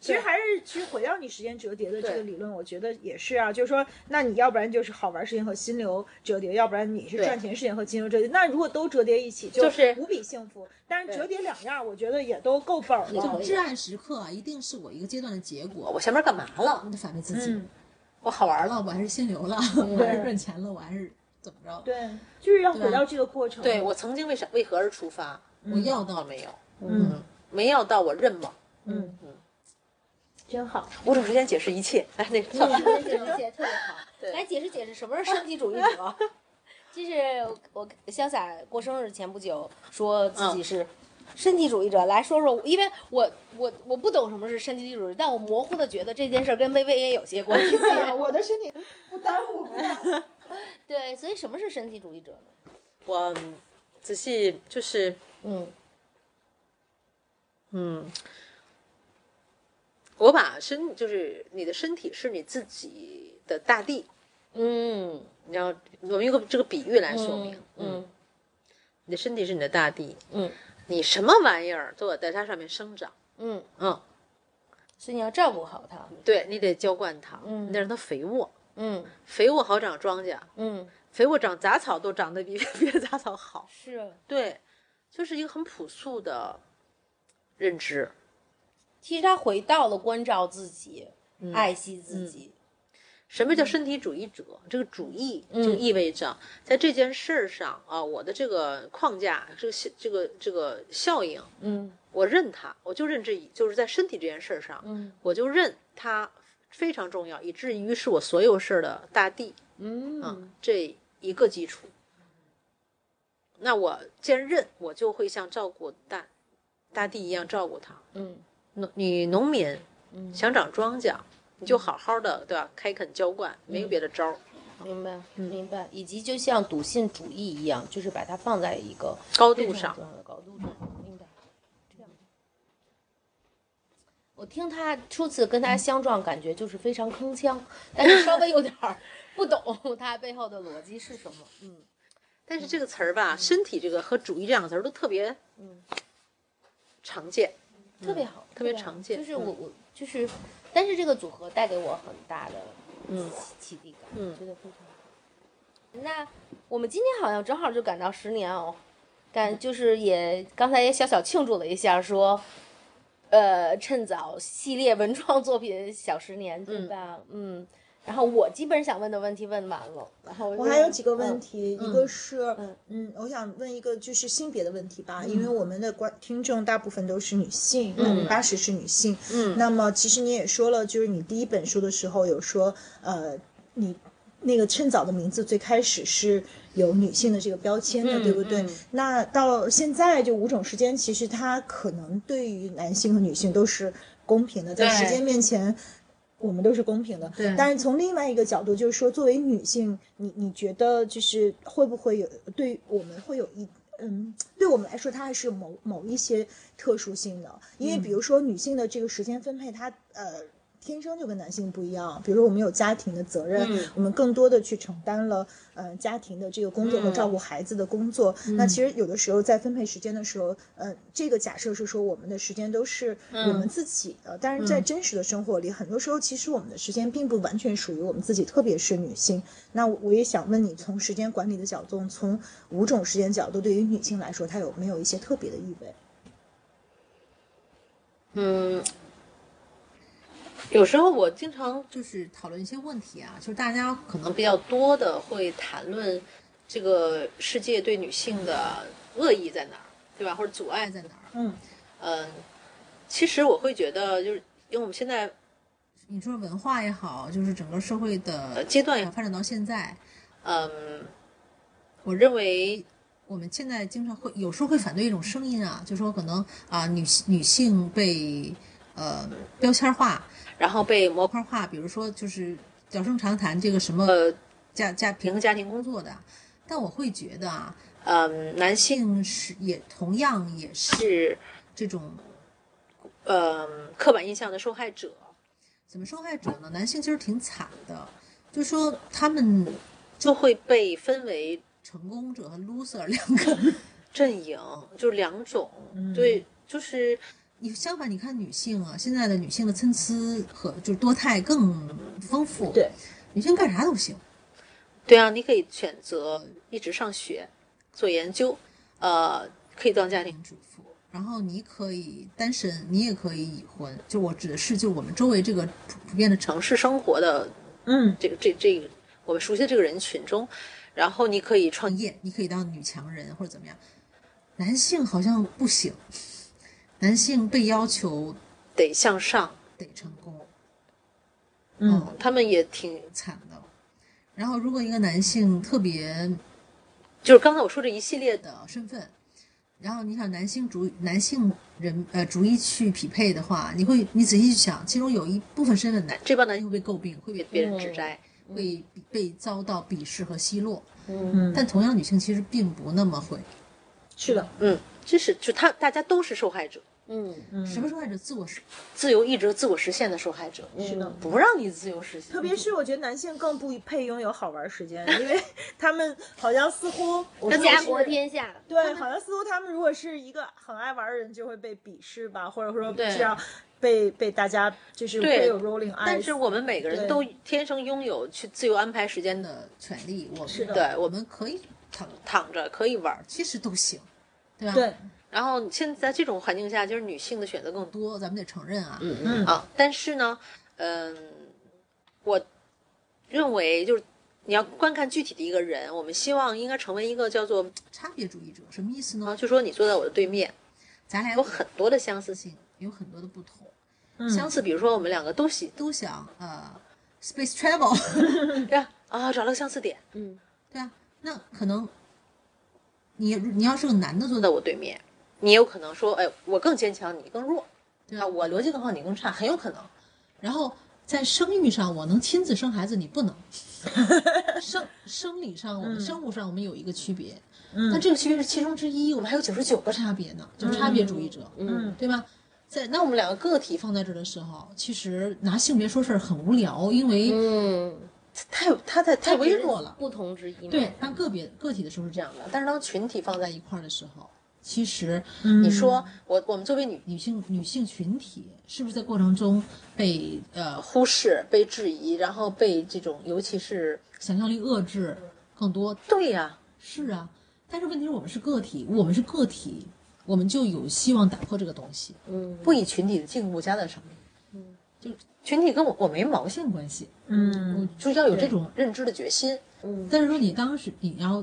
Speaker 2: 其实还是其实回到你时间折叠的这个理论，我觉得也是啊，就是说，那你要不然就是好玩时间和心流折叠，要不然你是
Speaker 1: 对
Speaker 2: 赚钱时间和心流折叠。那如果都折叠一起，就
Speaker 1: 就是
Speaker 2: 无比幸福。但是
Speaker 1: 对
Speaker 2: 折叠两样，我觉得也都够本儿
Speaker 3: 也
Speaker 2: 了
Speaker 3: 可。
Speaker 4: 就
Speaker 3: 以
Speaker 4: 至暗时刻啊，一定是我一个阶段的结果。
Speaker 1: 我前面干嘛了？
Speaker 4: 你得反问自己，
Speaker 2: 嗯，
Speaker 4: 我好玩了，我还是心流了，我还是赚钱了，我还是怎么着？
Speaker 2: 对，就是要
Speaker 4: 对吧
Speaker 2: 回到这个过程。
Speaker 1: 对我曾经为啥为何而出发？
Speaker 4: 我要到
Speaker 1: 到
Speaker 4: 了
Speaker 1: 没有？
Speaker 2: 嗯，
Speaker 1: 没要到我认了。
Speaker 2: 嗯
Speaker 1: 嗯，
Speaker 2: 真好。
Speaker 1: 五种时间解释一切。哎，那个跳
Speaker 3: 这个解释解特别 好，
Speaker 1: 对
Speaker 3: 来解释解释什么是身体主义 者。就是我潇洒过生日前不久说自己是身体主义者，来说说，因为我我我不懂什么是身体主义，但我模糊的觉得这件事儿跟薇薇也有些关 系。
Speaker 2: 我的身体不耽误。
Speaker 3: 对，所以什么是身体主义者呢？
Speaker 1: 我仔细就是
Speaker 3: 嗯
Speaker 1: 嗯，我把身就是你的身体是你自己的大地，
Speaker 3: 嗯
Speaker 1: 你要我们用个这个比喻来说明。
Speaker 3: 嗯
Speaker 1: 你的身体是你的大地，
Speaker 3: 嗯
Speaker 1: 你什么玩意儿都得在它上面生长。
Speaker 3: 嗯，
Speaker 1: 嗯，
Speaker 3: 所以你要照顾好它。
Speaker 1: 对你得浇灌它，
Speaker 3: 嗯
Speaker 1: 你得让它肥沃，
Speaker 3: 嗯
Speaker 1: 肥沃好长庄稼，
Speaker 3: 嗯
Speaker 1: 肥沃长杂草都长得比 别的杂草好。
Speaker 3: 是，
Speaker 1: 对，就是一个很朴素的认知。
Speaker 3: 其实他回到了关照自己，爱惜自己。
Speaker 1: 什么叫身体主义者？这个主义
Speaker 3: 嗯
Speaker 1: 就意味着在这件事儿上啊，我的这个框架，这个效这个这个效应，
Speaker 3: 嗯
Speaker 1: 我认它，我就认这一，就是在身体这件事儿上，
Speaker 3: 嗯
Speaker 1: 我就认它非常重要，以至于是我所有事儿的大地
Speaker 3: 嗯
Speaker 1: 啊，这一个基础。那我既然认，我就会像照顾大大地一样照顾它。
Speaker 3: 嗯
Speaker 1: 农你农民
Speaker 3: 嗯，
Speaker 1: 想长庄稼，你就好好的对吧？开垦浇灌，没
Speaker 3: 嗯
Speaker 1: 有别的招儿。
Speaker 3: 明白
Speaker 1: 嗯
Speaker 3: 明白。以及就像笃信主义一样，就是把它放在一个
Speaker 1: 高
Speaker 3: 非
Speaker 1: 度
Speaker 3: 常
Speaker 1: 上
Speaker 3: 重，要的高度上，明白？这样。我听他初次跟他相撞，感觉就是非常铿锵，但是稍微有点儿不懂他背后的逻辑是什么。嗯，
Speaker 1: 但是这个词儿吧，身体这个和主义这两个词儿都特别
Speaker 3: 嗯
Speaker 1: 常见。
Speaker 3: 特别好，
Speaker 1: 嗯特别
Speaker 3: 好
Speaker 1: 常见嗯
Speaker 3: 就是我我就是，但是这个组合带给我很大的
Speaker 1: 嗯
Speaker 3: 启启迪感，
Speaker 1: 嗯
Speaker 3: 我觉得非常好。那我们今天好像正好就赶到十年哦，赶就是也刚才也小小庆祝了一下，说，呃，趁早系列文创作品小十年，对吧？嗯。然后我基本想问的问题问完了，然后嗯
Speaker 2: 我还有几个问
Speaker 3: 题，
Speaker 2: 题，一个是，嗯，我想问一个就是性别的问题吧，因为我们的观听众大部分都是女性，百分之八十是女性。
Speaker 1: 嗯
Speaker 2: 那么其实你也说了，就是你第一本书的时候有说，呃，你那个趁早的名字最开始是有女性的这个标签
Speaker 4: 嗯
Speaker 2: 的，对不对？那到现在就五种时间，其实它可能对于男性和女性都是公平的，在
Speaker 4: 对
Speaker 2: 时间面前。我们都是公平的，
Speaker 4: 对
Speaker 2: 但是从另外一个角度，就是说，作为女性，你你觉得就是会不会有对我们会有一嗯，对我们来说，它还是有某某一些特殊性的，因为比如说女性的这个时间分配，它呃天生就跟男性不一样。比如说我们有家庭的责任，我们更多的去承担了呃家庭的这个工作和照顾孩子的工作。那其实有的时候在分配时间的时候，呃，这个假设是说我们的时间都是我们自己的，但是在真实的生活里，很多时候其实我们的时间并不完全属于我们自己，特别是女性。那我我也想问你，从时间管理的角度，从五种时间角度，对于女性来说，它有没有一些特别的意味？
Speaker 1: 嗯，有时候我经常
Speaker 4: 就是讨论一些问题啊，就是大家可
Speaker 1: 可能
Speaker 4: 能
Speaker 1: 比较多的会谈论这个世界对女性的恶意在哪儿，对吧？或者阻碍在哪儿？
Speaker 2: 嗯
Speaker 1: 嗯，其实我会觉得，就是因为我们现在
Speaker 4: 你说文化也好，就是整个社会
Speaker 1: 呃
Speaker 4: 的
Speaker 1: 阶段也
Speaker 4: 发展到现在，
Speaker 1: 嗯，我认为
Speaker 4: 我们现在经常会有时候会反对一种声音啊，就说可能啊、女女性被呃标签化、
Speaker 1: 然后被模
Speaker 4: 模块化，比如说就是老生常谈这个什么
Speaker 1: 呃
Speaker 4: 家家
Speaker 1: 平
Speaker 4: 平
Speaker 1: 衡家庭工
Speaker 4: 工
Speaker 1: 作，
Speaker 4: 作的，但我会觉得啊，
Speaker 1: 嗯，男性
Speaker 4: 性是也同样也是
Speaker 1: 是
Speaker 4: 这种
Speaker 1: 嗯刻板印象的受害者，
Speaker 4: 怎么受害者呢？男性其实挺惨的，就说他们
Speaker 1: 就会被分为
Speaker 4: 成功者和 loser 两个。
Speaker 1: 阵营，就是两种，
Speaker 2: 嗯
Speaker 1: 对，就是
Speaker 4: 你相反，你看女性啊，现在的女性的参差和就是多态更丰富，
Speaker 2: 对，
Speaker 4: 女性干啥都行。
Speaker 1: 对啊，你可以选择一直上学，做研究，呃，可以当家庭，
Speaker 4: 主妇，然后你可以单身，你也可以已婚。就我指的是，就我们周围这个普普遍的城
Speaker 1: 城市生活的
Speaker 2: 嗯，
Speaker 1: 这个这这个我们熟悉的这个人群中，然后你可以创
Speaker 4: 创业，你可以当女强人或者怎么样。男性好像不行，男性被要求
Speaker 1: 得向上，
Speaker 4: 得成功，哦
Speaker 2: 嗯
Speaker 1: 他们也挺
Speaker 4: 惨的。然后，如果一个男性特别
Speaker 1: 就是刚才我说这一系列的，
Speaker 4: 的身份，然后你想男性逐男性人呃逐一去匹配的话，你会你仔细去想，其中有一部分身份男
Speaker 1: 这帮男
Speaker 4: 性
Speaker 1: 性嗯
Speaker 4: 会被诟病，会
Speaker 1: 被
Speaker 4: 被
Speaker 1: 别人指摘，
Speaker 4: 会被遭到鄙视和奚落。
Speaker 3: 嗯
Speaker 4: 但同样，女性其实并不那么会。
Speaker 2: 是的，
Speaker 1: 嗯，这是就他大家都是受害者，
Speaker 3: 嗯
Speaker 4: 什么时候开始自我是
Speaker 1: 自由意志、自我实现的受害者，
Speaker 2: 是的。
Speaker 1: 不让你自由实现，
Speaker 2: 嗯特别是我觉得男性更不配拥有好玩时间，因为 他们好像似乎我说的
Speaker 3: 家
Speaker 2: 是
Speaker 3: 国天下，
Speaker 2: 对，好像似乎他们如果是一个很爱玩的人，就会被鄙视吧，或者说
Speaker 1: 对
Speaker 2: 这样被被大家就是
Speaker 5: 对
Speaker 2: 会有 rolling eyes。
Speaker 5: 但是我们每个人
Speaker 2: 对
Speaker 5: 都天生拥有去自由安排时间的，
Speaker 1: 的权利，我们
Speaker 2: 是的
Speaker 5: 对
Speaker 1: 我
Speaker 5: 我们
Speaker 1: 们可以躺，
Speaker 5: 躺着可以玩儿。
Speaker 1: 其实都行，对吧？
Speaker 2: 对，
Speaker 5: 然后现在这种环境下，就是女性的选择更多
Speaker 1: 多咱们得承认啊，
Speaker 3: 嗯嗯
Speaker 2: 嗯
Speaker 5: 啊。但是呢，嗯，我认为就是你要观看具体的一个人，我们希望应该成为一个叫做，
Speaker 1: 差别主义者什么意思
Speaker 5: 然后
Speaker 1: 呢？
Speaker 5: 就说你坐在我的对面，
Speaker 1: 咱俩
Speaker 5: 有
Speaker 1: 有
Speaker 5: 很多的相似性。
Speaker 1: 性，有很多的不同，
Speaker 2: 嗯
Speaker 5: 相似，比如说我们两个都喜
Speaker 1: 都想呃，space travel，
Speaker 5: 对啊啊，找了个相似点，
Speaker 3: 嗯，
Speaker 1: 对啊，那可能你你要是个男的坐
Speaker 5: 坐
Speaker 1: 在
Speaker 5: 在我对面，你有可能说，哎，我更坚强，你更弱，
Speaker 1: 对
Speaker 5: 啊，
Speaker 1: 吧？
Speaker 5: 我逻辑更好，你更差，很有可能。
Speaker 1: 然后在生育上，我能亲自生孩子，你不能。生生理上，我们
Speaker 2: 嗯
Speaker 1: 生物上，我们有一个区别，但
Speaker 2: 嗯
Speaker 1: 这个区别是其中之一，我们还有九十九个差别呢，就是差别主义者，
Speaker 2: 嗯
Speaker 1: 对吧？在那我们两个个体放在这儿的时候，其实拿性别说事儿很无聊，因为
Speaker 3: 嗯，
Speaker 5: 太他在
Speaker 1: 太微弱了。
Speaker 3: 不同之一嘛。
Speaker 1: 对，当个别个体的时候是这样的，但是当群体放在一块儿的时候，其实
Speaker 5: 你说我我们作为女
Speaker 1: 女性女性群体是不是在过程中被呃
Speaker 5: 忽视、被质疑，然后被这种，尤其是
Speaker 1: 想象力遏制更多？
Speaker 5: 对呀、
Speaker 1: 是啊，但是问题是我们是个体，我们是个体，我们就有希望打破这个东西，
Speaker 3: 嗯，
Speaker 5: 不以群体的进步加大生命，嗯，就群体跟我我没毛
Speaker 1: 无
Speaker 5: 线，
Speaker 1: 限关系。
Speaker 2: 嗯
Speaker 1: 我
Speaker 5: 就要有这
Speaker 1: 对
Speaker 5: 种认知的决心。
Speaker 3: 嗯
Speaker 1: 但是说你当时你要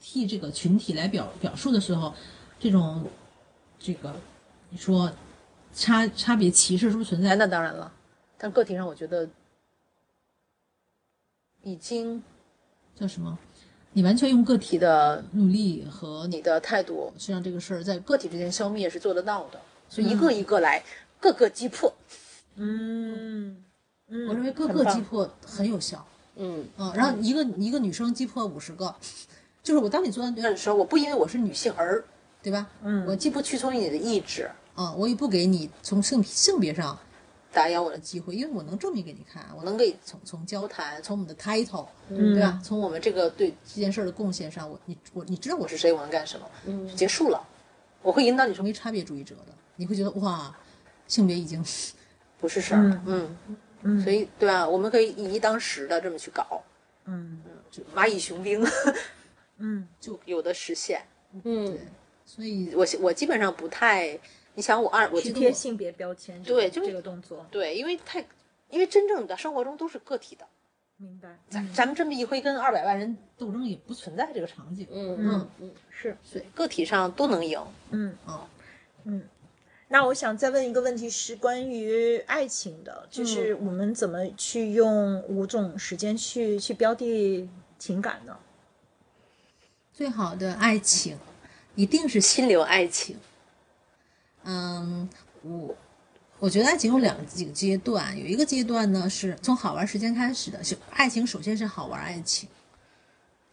Speaker 1: 替这个群体来表表述的时候，这种这个你说差差别歧视是不是存
Speaker 5: 哎，
Speaker 1: 在？
Speaker 5: 那当然了，但个体上我觉得已经
Speaker 1: 叫什么？你完全用个体
Speaker 5: 提的
Speaker 1: 努力和
Speaker 5: 你的态度，
Speaker 1: 实际上这个事儿在
Speaker 5: 个
Speaker 1: 嗯个体
Speaker 5: 体之间消灭是做得到的，所以一个一个来，各个击破。
Speaker 2: 嗯嗯，
Speaker 1: 我认为各
Speaker 2: 很
Speaker 1: 个
Speaker 2: 棒
Speaker 1: 击破很有效。
Speaker 3: 嗯
Speaker 1: 嗯，然后一个一个女生击破五十个，就是我当你坐在对
Speaker 5: 那
Speaker 1: 面
Speaker 5: 你说我不因为我是女性而，
Speaker 1: 对吧？
Speaker 2: 嗯
Speaker 5: 我既不屈从于你的意志，
Speaker 1: 啊、我也不给你从性性别上
Speaker 5: 打压我的
Speaker 1: 的机会，因为我能证明给你看，啊我
Speaker 5: 我
Speaker 1: 能
Speaker 5: 能给
Speaker 1: 从从交谈，从我们的 title，、
Speaker 2: 嗯
Speaker 1: 对吧？从
Speaker 5: 从
Speaker 1: 我
Speaker 5: 我们这个对
Speaker 1: 这件事儿的贡献上，我你我你知道我
Speaker 5: 我是
Speaker 1: 是
Speaker 5: 谁，我能干什么，
Speaker 3: 嗯
Speaker 5: 就结束了。我会引导你
Speaker 1: 成
Speaker 5: 成为
Speaker 1: 为差别主义者的，你会觉得哇，性别已经
Speaker 5: 不是事儿，嗯
Speaker 2: 嗯嗯
Speaker 5: 所以对啊，我们可以以一当十的这么去搞，
Speaker 2: 嗯
Speaker 5: 就蚂蚁雄兵
Speaker 2: 嗯
Speaker 5: 有的实现。
Speaker 3: 嗯，
Speaker 1: 所以
Speaker 5: 我我基本上不太，你想我二我
Speaker 2: 去
Speaker 5: 去
Speaker 2: 贴性别标签这个，
Speaker 5: 对就是
Speaker 2: 这个动作，
Speaker 5: 对，因为太，因为真正的生活中都是个体的，
Speaker 2: 明白？嗯
Speaker 5: 咱咱们这么一挥跟二百万人
Speaker 1: 斗争也不存在这个场景。
Speaker 3: 嗯
Speaker 2: 嗯
Speaker 3: 嗯嗯，
Speaker 2: 是，
Speaker 5: 对个体上都能赢。
Speaker 2: 嗯
Speaker 1: 哦
Speaker 2: 嗯。那我想再问一个问题，是关于爱情的，就是我们怎么去用五种时间去去标的情感呢？
Speaker 1: 最好的爱情一定是
Speaker 5: 心流爱情，
Speaker 1: 嗯，我我觉得爱情有两几个阶段，有一个阶段呢是从好玩时间开始的，是爱情首先是好玩爱情，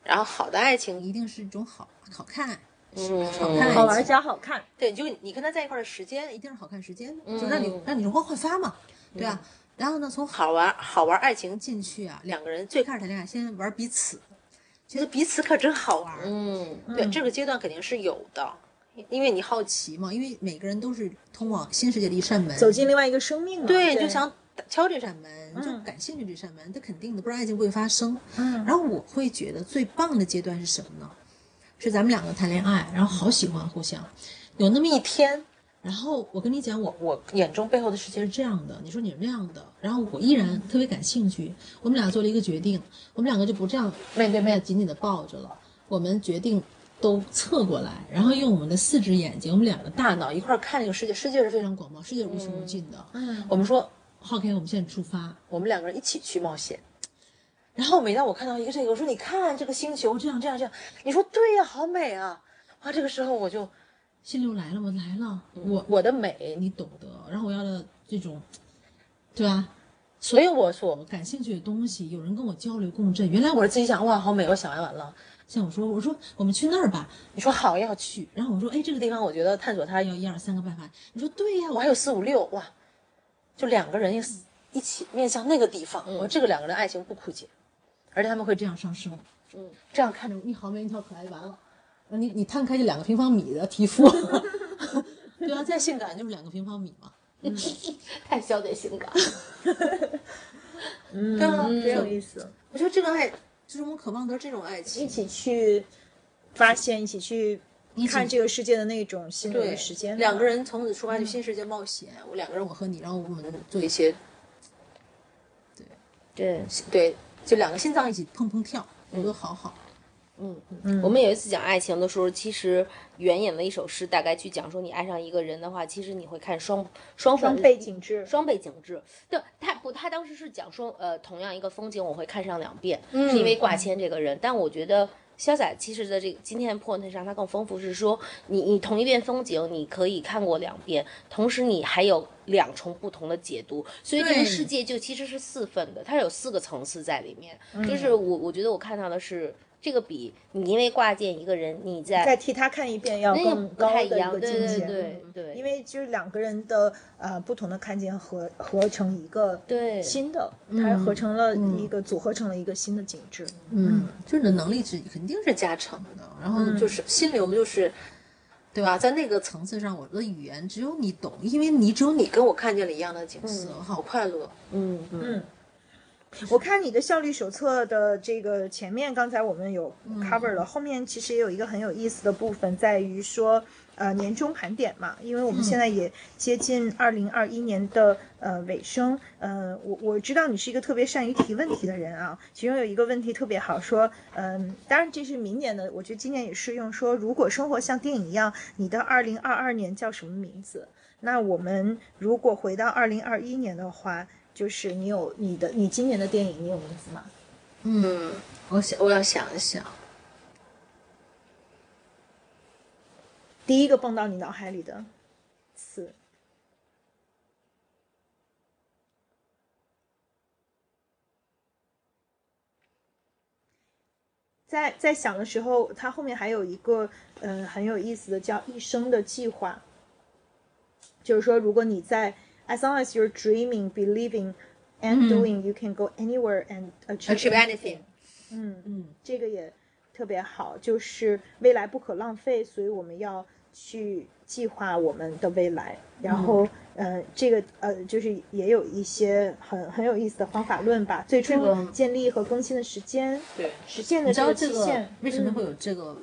Speaker 5: 然后好的爱情，
Speaker 1: 一定是一种好好看，
Speaker 3: 嗯
Speaker 1: 好看
Speaker 2: 好玩加好看，
Speaker 5: 对，你就你跟他在一块儿的时
Speaker 1: 一
Speaker 5: 间，
Speaker 1: 定是好看时间，
Speaker 3: 嗯
Speaker 1: 就让你让你容光焕发嘛，对吧、然后呢，从
Speaker 5: 嗯
Speaker 1: 好
Speaker 5: 好玩好玩爱情，
Speaker 1: 进去啊，两
Speaker 5: 两个人
Speaker 1: 最
Speaker 5: 最
Speaker 1: 开始谈恋爱先玩彼此，
Speaker 5: 觉得彼此可真好玩儿。
Speaker 3: 嗯
Speaker 5: 对，
Speaker 2: 嗯
Speaker 5: 这个阶段肯定是有的，因为你好奇，
Speaker 1: 奇嘛，因为每个人都是通往新世界的一扇门，
Speaker 2: 走进另外一个生命了。
Speaker 5: 对，
Speaker 2: 对，
Speaker 5: 你就想敲这
Speaker 1: 这
Speaker 5: 扇
Speaker 1: 扇
Speaker 5: 门。
Speaker 1: 门，就
Speaker 2: 嗯
Speaker 1: 感兴趣这扇门，这肯定的，不然爱情不会发生。
Speaker 2: 嗯，
Speaker 1: 然后我会觉得最棒的阶段是什么呢？是咱们两个谈恋爱，然后好喜欢互相，有那么一天，然后我跟你讲，我我眼中背后的世界是这样的，你说你是那样的，然后我依然特别感兴趣，我们俩做了一个决定，我们两个就不这样面对面紧紧的抱着了，我们决定都侧过来，然后用我们的四只眼睛，我们两个大脑一块儿看这个世界，世界是非常广袤，世界是无穷无尽的。
Speaker 2: 嗯
Speaker 1: 我们说，OK，我们现在出发，
Speaker 5: 我们两个人一起去冒险。然后每当我看到一个这个，我说你看这个星球这样这样这样，你说对呀、好美啊！哇，这个时候我就嗯
Speaker 1: 心流来了吗？来了，我
Speaker 5: 我的美，
Speaker 1: 你懂得，然后我要的这种，对吧？
Speaker 5: 所以我说
Speaker 1: 我感兴趣的东西，有人跟我交流共振。原来
Speaker 5: 我
Speaker 1: 我
Speaker 5: 是自己想哇好美，我想完完了，
Speaker 1: 像我说，我说我们去那儿吧，
Speaker 5: 你说好要去
Speaker 1: 去。然后我说，哎，这
Speaker 5: 这
Speaker 1: 个
Speaker 5: 个
Speaker 1: 地
Speaker 5: 地方，我觉得探索它
Speaker 1: 方
Speaker 5: 有，
Speaker 1: 有一二三个办法。你说对呀、
Speaker 5: 我
Speaker 1: 我
Speaker 5: 还有四五六哇，就两个人一一起面向那个地方，
Speaker 1: 嗯
Speaker 5: 我说这个两个人爱情不枯竭，而且他们会这
Speaker 1: 这
Speaker 5: 样
Speaker 1: 样上升，
Speaker 3: 嗯，
Speaker 1: 这样看着你好美，你好可爱，完了，你 你摊开这两个平方米的皮肤，对啊，再性感就是两个平方米嘛，
Speaker 3: 太消解性感。
Speaker 2: 嗯，
Speaker 1: 真好
Speaker 2: 真有意思。
Speaker 1: 我觉得这个爱就是我们渴望得这种爱
Speaker 2: 一
Speaker 1: 情，
Speaker 2: 起去发现，一起去看这个世界的那种心流的
Speaker 1: 对，啊
Speaker 2: 时间。
Speaker 1: 两个，人从此出发去新世界冒险，我两个人我和你，然后我们做一些
Speaker 3: 对，
Speaker 1: 对，就两个心脏一起砰砰跳，我觉得好好。
Speaker 2: 嗯
Speaker 3: 我们有一次讲爱情的时候，其实援引了一首诗，大概去讲说你爱上一个人的话，其实你会看双双
Speaker 2: 双
Speaker 3: 双
Speaker 2: 倍景致，
Speaker 3: 双倍景致。对，他不，他当时是讲说，呃，同样一个风景，我会看上两遍，
Speaker 4: 嗯
Speaker 3: 是因为挂牵这个人。但我觉得潇洒其实的这个今天的 point 上，它更丰富，是说你你同一遍风景，你可以看过两遍，同时你还有两重不同的解读，所以这个
Speaker 1: 对
Speaker 3: 世界就其实是四份的，它有四个层次在里面。
Speaker 2: 嗯
Speaker 3: 就是我我觉得我看到的是。这个比你因为挂件一个人，你在
Speaker 2: 再替他看一遍要
Speaker 3: 那个
Speaker 2: 更
Speaker 3: 不
Speaker 2: 高
Speaker 3: 太
Speaker 2: 的
Speaker 3: 一
Speaker 2: 一个
Speaker 3: 样，对
Speaker 2: 境
Speaker 3: 对
Speaker 2: 界。嗯
Speaker 3: 对对，
Speaker 2: 因为就是两个人的呃不同的看见合合成一个
Speaker 3: 对嗯
Speaker 2: 新的，它合成了一个、组合成了一个新的景致。
Speaker 1: 嗯，就是你的能力是肯定是加成的，然后就是、心流就是，对吧？在那个层次上，我的语言只有你懂，因为你只有你跟我看见了一样的景色，我好快乐。
Speaker 3: 嗯嗯
Speaker 2: 嗯，我看你的效率手册的这个前面，刚才我们有 cover 了，后面其实也有一个很有意思的部分，在于说。呃，年终盘点嘛，因为我们现在也接近二零二一年的呃尾声，呃，我我知道你是一个特别善于提问题的人啊，其中有一个问题特别好，说，嗯、当然这是明年的，我觉得今年也适用，说如果生活像电影一样，你的二零二二年叫什么名字？那我们如果回到二零二一年的话，就是你有你的你今年的电影，你有名字吗？
Speaker 1: 嗯，我想我要想一想，
Speaker 2: 第一个蹦到你脑海里的词，在在想的时候，它后面还有一个呃很有意思的叫一生的计划，就是说如果你在 as long as you're dreaming, believing and doing,、you can go anywhere and achieve
Speaker 1: Achieve anything
Speaker 2: 嗯。
Speaker 1: 嗯，
Speaker 2: 这个也特别好，就是未来不可浪费，所以我们要去计划我们的未来。然后，嗯、呃，这个呃，就是也有一些很很有意思的方法论吧，最
Speaker 1: 这个
Speaker 2: 终建立和更新的时间，
Speaker 1: 对，
Speaker 2: 实现
Speaker 1: 你
Speaker 2: 的
Speaker 1: 知
Speaker 2: 这
Speaker 1: 道
Speaker 2: 个
Speaker 1: 这
Speaker 2: 期
Speaker 1: 个
Speaker 2: 限。
Speaker 1: 为什么
Speaker 2: 嗯
Speaker 1: 会有这个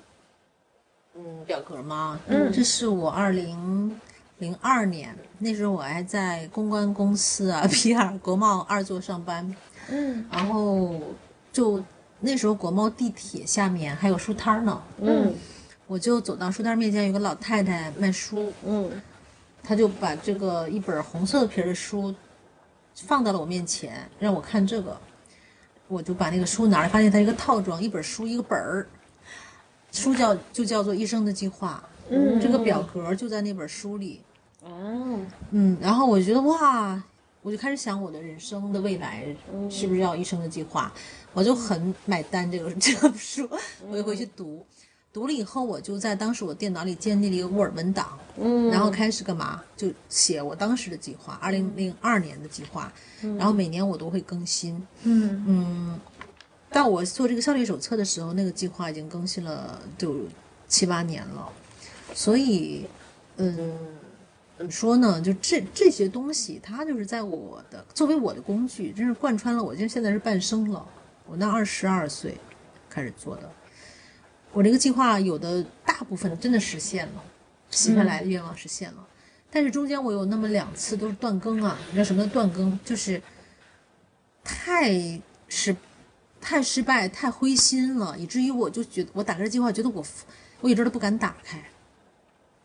Speaker 1: 嗯表格吗？
Speaker 2: 嗯
Speaker 1: 这是我二零零二年，那时候我还在公关公司啊 PR 国贸二座上班，
Speaker 2: 嗯
Speaker 1: 然后就那时候国贸地铁下面还有书摊儿呢，
Speaker 2: 嗯
Speaker 1: 我就走到书摊儿面前，有个老太太卖书，
Speaker 3: 嗯
Speaker 1: 她就把这个一本红色皮儿的书放到了我面前，让我看这个。我就把那个书拿来，发现它一个套装，一本书一个本儿，书叫就叫做《一生的计划》，
Speaker 2: 嗯
Speaker 1: 这个表格就在那本书里。
Speaker 3: 啊。
Speaker 1: 嗯，然后我觉得哇，我就开始想我的人生的未来是不是要一生的计划，我就很买单这个 这个书，我就回去读，读了以后我就在当时我电脑里建立了一个 Word 文档，
Speaker 3: 嗯，
Speaker 1: 然后开始干嘛？就写我当时的计划，二零零二年的计划，然后每年我都会更新。
Speaker 2: 嗯
Speaker 1: 嗯，到我做这个效率手册的时候，那个计划已经更新了就七八年了，所以，嗯，怎么说呢？就这这些东西，它就是在我的作为我的工具，真是贯穿了我，就现在是半生了。我那二十二岁开始做的，我这个计划有的大部分真的实现了，写下来的愿望实现了。但是中间我有那么两次都是断更啊，你知道什么叫断更？就是太失太失败、太灰心了，以至于我就觉得我打开这计划，觉得我我一直都不敢打开，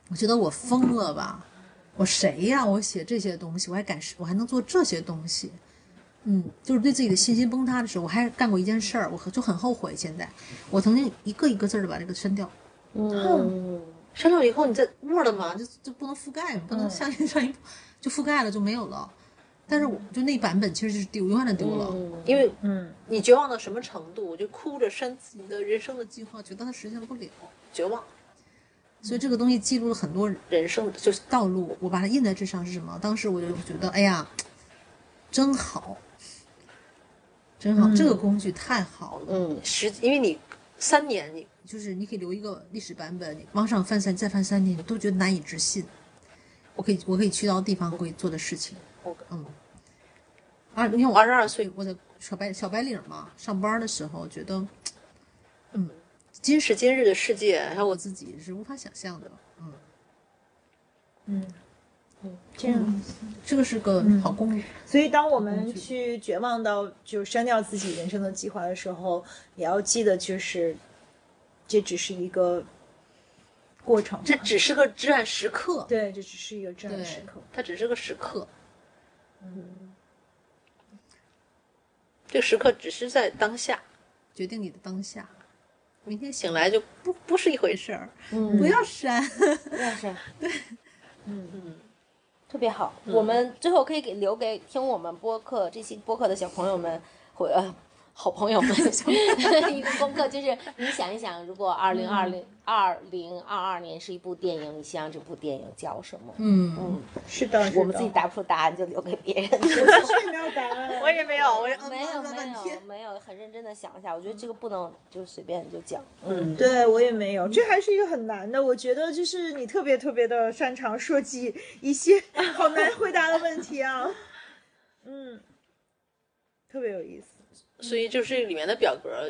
Speaker 1: 我觉得我疯了吧？我谁呀、我写这些东西，我还敢，我还能做这些东西？嗯，就是对自己的信心崩塌的时候，我还干过一件事儿，我很就很后悔。现在，我曾经一个一个字儿的把这个删掉，
Speaker 3: 嗯
Speaker 1: 删掉以后，你再 Word 嘛，就就不能覆盖，不能像上一步就覆盖了就没有了。但是我就那版本其实就是丢，永远的丢了，
Speaker 3: 嗯
Speaker 1: 因为
Speaker 2: 嗯
Speaker 1: 你绝望到什么程度，我就哭着删自己的人生的计划，觉得它实现不了，绝望。所以这个东西记录了很多人生就是道路，我把它印在这上是什么？当时我就觉得，哎呀，真好，真好，这个工具太好了。
Speaker 3: 嗯
Speaker 4: 十，因为你三年你
Speaker 1: 就是你可以留一个历史版本，你往上翻三再翻三年，你都觉得难以置信。我可以我可以去到地方会做的事情。
Speaker 4: OK
Speaker 1: 嗯，啊，你看我二十二岁，我在小白小白领嘛，上班的时候觉得，嗯，今时今日的世界还有我自己是无法想象的。嗯，
Speaker 2: 嗯，这样。
Speaker 1: 这个是个好工具。
Speaker 2: 所以，当我
Speaker 1: 嗯工
Speaker 2: 们
Speaker 1: 具
Speaker 2: 去绝望到就是删掉自己人生的计划的时候，也要记得，就是这只是一个过程嘛，
Speaker 4: 这只是个至暗时刻，
Speaker 2: 对，这只是一个这样的
Speaker 1: 对
Speaker 2: 时刻。
Speaker 4: 它只是个时刻，
Speaker 2: 嗯，
Speaker 4: 这个时刻只是在当下，
Speaker 1: 决定你的当下，明天醒
Speaker 4: 醒
Speaker 1: 来
Speaker 4: 来就不不是一回
Speaker 1: 没
Speaker 4: 事。
Speaker 1: 事儿，
Speaker 3: 嗯
Speaker 1: 不要删。
Speaker 3: 认识，
Speaker 2: 嗯，
Speaker 3: 特别好。我们最后可以给留给听我们播客这期播客的小朋友们，或呃好朋友们一个功课，就是你想一想，如果二零二零二零二二年是一部电影，你希望这部电影叫什么？
Speaker 1: 嗯，
Speaker 2: 是的，
Speaker 3: 我们自己答不出答案就留给别人。我
Speaker 2: 是没有答案，
Speaker 4: 我也没有，我也
Speaker 3: 没有
Speaker 1: 嗯
Speaker 3: 没
Speaker 1: 半
Speaker 3: 有
Speaker 1: 天
Speaker 3: 没有，很认真的想一下，我觉得这个不能就随便就讲。
Speaker 4: 嗯，
Speaker 2: 对我也没有，这还是一个很难的。我觉得就是你特别特别的擅长设计一些好难回答的问题啊，嗯，特别有意思。
Speaker 4: 所以就是里面的表格，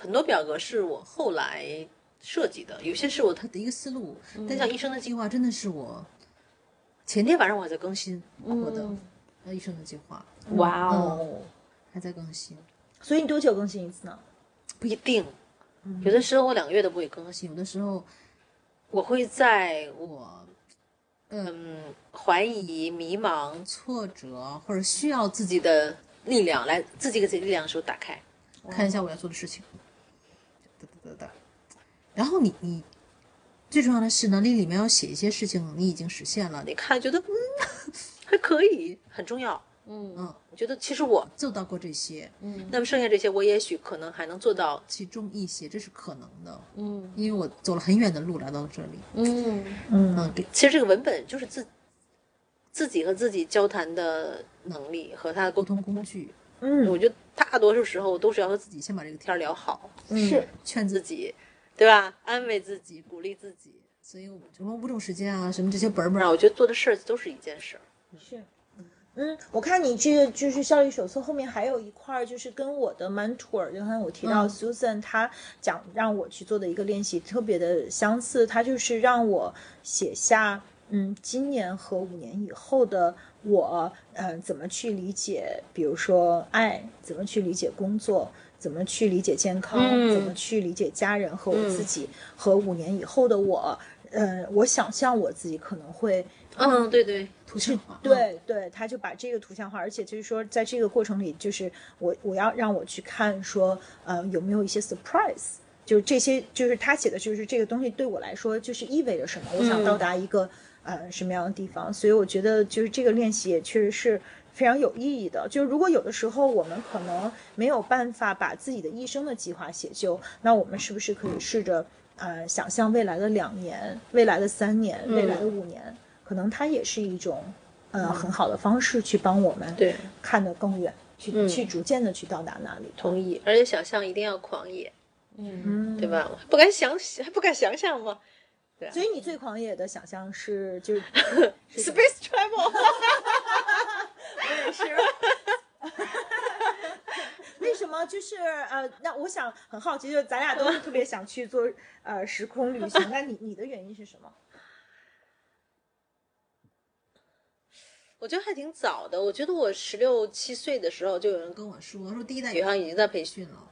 Speaker 4: 很多表格是我后来设计的，有些是我特
Speaker 1: 他的一个思路，
Speaker 4: 但像医生的计
Speaker 1: 计
Speaker 4: 划，
Speaker 1: 划真的是我
Speaker 4: 前天晚上我还在更新，
Speaker 1: 我的呃一生的计划
Speaker 3: 哇嗯哦，
Speaker 4: 哦，
Speaker 1: 还在更新，
Speaker 2: 所以你多久更新一次呢？
Speaker 4: 不一定，有的时候我两个月都不会更新，
Speaker 1: 有的时候
Speaker 4: 我会在我
Speaker 1: 我
Speaker 4: 嗯怀疑、迷茫自
Speaker 1: 挫折或者需要自
Speaker 4: 己
Speaker 1: 己
Speaker 4: 的力量来自己给自己力量的时候打开，
Speaker 1: 看一下我要做的事情，哒哒哒哒。然后你你最重要的是能力里面要写一些事情你已经实现了，
Speaker 4: 你看觉得嗯还可以，很重要。
Speaker 3: 嗯
Speaker 1: 嗯
Speaker 4: 我觉得其实我
Speaker 1: 做到过这些，
Speaker 3: 嗯
Speaker 4: 那么剩下这些，我也许可能还能做到。
Speaker 1: 其中一些这是可能的，
Speaker 3: 嗯
Speaker 1: 因为我走了很远的路来到这里。
Speaker 3: 嗯
Speaker 2: 嗯
Speaker 1: 嗯，给
Speaker 4: 其实这个文本就是自自己和自己交谈的能力和他的沟
Speaker 1: 沟
Speaker 4: 通。
Speaker 1: 通工具，
Speaker 2: 嗯
Speaker 4: 我觉得大多数时候都是要和自
Speaker 1: 自
Speaker 4: 己
Speaker 1: 己先把这个天
Speaker 4: 天儿聊好，
Speaker 2: 嗯
Speaker 3: 是
Speaker 1: 劝
Speaker 4: 自
Speaker 1: 自己，
Speaker 4: 己，对吧？安慰自己，鼓励自己。
Speaker 1: 所以我什么五种实践啊，什么这些本儿
Speaker 4: 不
Speaker 1: 本
Speaker 4: 然，
Speaker 1: 儿，
Speaker 4: 我觉得做的事儿都是一件事儿。
Speaker 2: 是，嗯，我看你这个就是效率手册后面还有一块儿，就是跟我的 mentor，就刚才我提到
Speaker 1: 嗯
Speaker 2: Susan，她讲让我去做的一个练习特别的相似，她就是让我写下，嗯，今年和五年以后的我，嗯、怎么去理解，比如说爱，怎么去理解工作。怎么去理解健康？
Speaker 4: 嗯
Speaker 2: 怎么去理解家人和我自己？和五年以后的我，嗯，我想象我自己可能会
Speaker 4: 嗯，对对，
Speaker 1: 图啊像化，
Speaker 2: 对对，他就把这个图像化，而且就是说，在这个过程里，就是我我要让我去看说，呃，有没有一些 surprise，就是这些，就是他写的，就是这个东西对我来说就是意味着什么，我想
Speaker 4: 嗯
Speaker 2: 到达一个、呃什么样的地方，所以我觉得就是这个练习也确实是。非常有意义的，就是如果有的时候我们可能没有办法把自己的一生的计划写就，那我们是不是可以试着呃想象未来的两年、未来的三年、未来的
Speaker 4: 嗯
Speaker 2: 五年，可能它也是一种呃很好的方式去帮我们
Speaker 4: 对
Speaker 2: 看得更远，去、
Speaker 4: 嗯
Speaker 2: 去逐渐的去到达那里。
Speaker 4: 同意。而且想象一定要狂野，
Speaker 3: 嗯
Speaker 2: 嗯，
Speaker 4: 对？吧？不敢想，还不敢想想吗
Speaker 2: 所以你最狂野的想象是就是是什么
Speaker 4: ？Space travel，
Speaker 2: 为什么就是呃，那我想很好奇，就是咱俩都特别想去做呃时空旅行，那你你的原因是什么？
Speaker 4: 我觉得还挺早的。我觉得我十六七岁的时候就有人
Speaker 1: 嗯
Speaker 4: 跟
Speaker 1: 跟我说说第一代
Speaker 4: 宇航已经在培
Speaker 1: 培
Speaker 4: 训，
Speaker 1: 训了，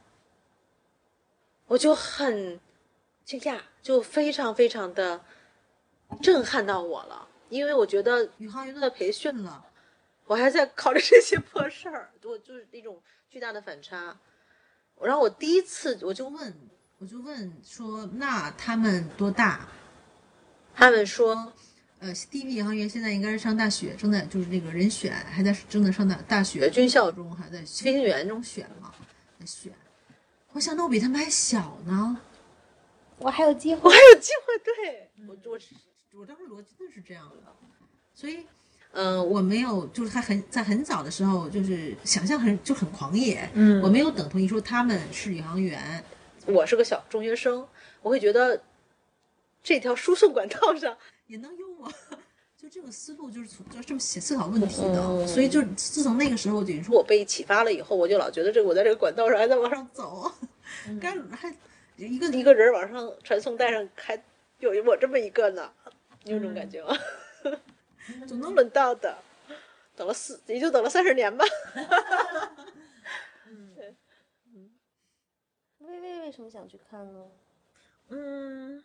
Speaker 4: 我就很惊讶，就非常非常的震撼到我了，因为我觉得
Speaker 1: 宇航员都
Speaker 4: 在
Speaker 1: 在
Speaker 4: 培
Speaker 1: 培
Speaker 4: 训
Speaker 1: 训了，
Speaker 4: 我还在考虑这些破事儿，我就是一种巨大的反差。然后我第一次我
Speaker 1: 我
Speaker 4: 就
Speaker 1: 就问，我就问说，那他们多大？
Speaker 4: 他们说，
Speaker 1: 呃，第一批宇航员现在应该是上大学，正在就是那个人选还在正在上大大学，
Speaker 4: 军校
Speaker 1: 中还在
Speaker 4: 飞行员
Speaker 1: 中选嘛，在选。我想那我比他们还小呢，
Speaker 3: 我还有机会
Speaker 4: 我。还有机会，对我嗯我是
Speaker 1: 我当时逻辑真的是这样的，所以呃
Speaker 4: 嗯、我
Speaker 1: 我没有就是还很在很早的时候就是想象很就很狂野，
Speaker 2: 嗯
Speaker 1: 我没有等同于说他们是宇航员，
Speaker 4: 我是个小中学生，我会觉得这条输送管道上
Speaker 1: 也能用我， 就这个思路就是从就这么思思考问题
Speaker 4: 嗯
Speaker 1: 的，所以就自从那个时候，等于说我被启发了以后，我就老觉得这个我在这个管道上还在往上走， 该还一个
Speaker 4: 嗯一个人往上传送带上还有我这么一个呢，你有这种感觉吗？
Speaker 1: 总能
Speaker 4: 轮到的，等了四也就等了三十年吧。
Speaker 3: 薇薇为什么想去看呢？
Speaker 2: 嗯，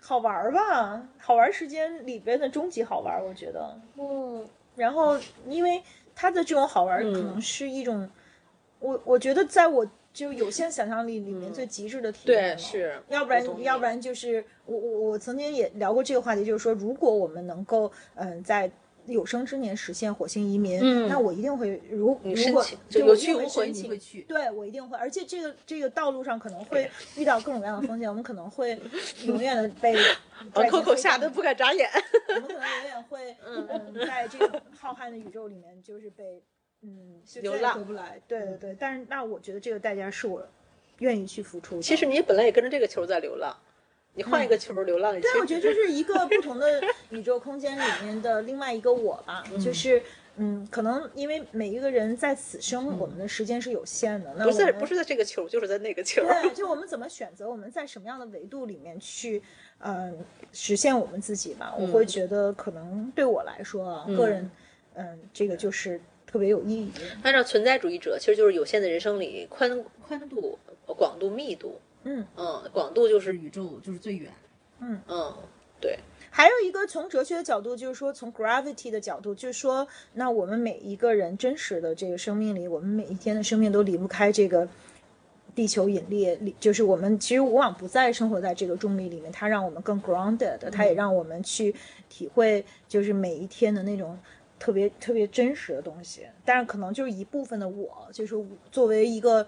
Speaker 2: 好玩儿吧？好玩儿时间里边的终极好玩儿，我觉得。
Speaker 3: 嗯，
Speaker 2: 然后，因为它的这种好玩儿，可能是一种，我我觉得在我就有限想象力里面最极致的体验、
Speaker 4: 对，。是，
Speaker 2: 要不
Speaker 4: 我懂
Speaker 2: 然，
Speaker 4: 你
Speaker 2: 要不然就是我我我曾经也聊过这个话题，就是说，如果我们能够嗯、在有生之年实现火星移民，
Speaker 4: 嗯
Speaker 2: 那我一定会如
Speaker 4: 你
Speaker 2: 如
Speaker 4: 申
Speaker 2: 果
Speaker 4: 请
Speaker 2: 对
Speaker 4: 就有
Speaker 2: 我一
Speaker 4: 去
Speaker 2: 定
Speaker 4: 无
Speaker 2: 会
Speaker 4: 回
Speaker 2: 申
Speaker 4: 你
Speaker 2: 请
Speaker 1: 会去，
Speaker 2: 对，我一定会，而且这个这个道路上可能会遇到各种各样的风险，我们可能 会永远的被
Speaker 4: 把
Speaker 2: 拽进
Speaker 4: 哦 Coco
Speaker 2: 黑
Speaker 4: 吓
Speaker 2: 洞
Speaker 4: 得
Speaker 2: 里
Speaker 4: 不敢眨眼。
Speaker 2: 我们可能永远会嗯，在这个浩瀚的宇宙里面，就是被嗯，就
Speaker 4: 流
Speaker 2: 再也
Speaker 4: 浪嗯
Speaker 2: 回不来。对对对，但是那我觉得这个代价是我愿意去付出的。
Speaker 4: 其实，你本来也跟着这个球在流浪，你换一个球流浪，你
Speaker 2: 但
Speaker 4: 去
Speaker 2: 啊我觉得这是一个不同 的宇宙空间里面的另外一个我吧，就是。嗯，可能因为每一个人在此生，我们的时间是有限的。那
Speaker 4: 嗯不是
Speaker 2: 我
Speaker 4: 在
Speaker 2: 们
Speaker 4: 不是在这个球，就是在那个球。
Speaker 2: 对，就我们怎么选择，我们在什么样的维度里面去，嗯、实现我们自己吧。我
Speaker 4: 嗯
Speaker 2: 会觉得，可能对我来说啊，个人，嗯、这个就是特别有意义。
Speaker 4: 按照存在主义者，其实就是有限的人生里宽宽度、呃广度、密度。
Speaker 2: 嗯
Speaker 4: 嗯，广度就是
Speaker 1: 是宇宙就是最远，
Speaker 4: 嗯，对，
Speaker 2: 还有一个从哲学的角度，就是说从 gravity 的角度，就是说，那我们每一个人真实的这个生命里，我们每一天的生命都离不开这个地球引力，里就是我们其实无往不在生活在这个重力里面，它让我们更 grounded，它也让我们去体会，就是每一天的那种。特别特别真实的东西，但是可能就是一部分的我，就是我作为一个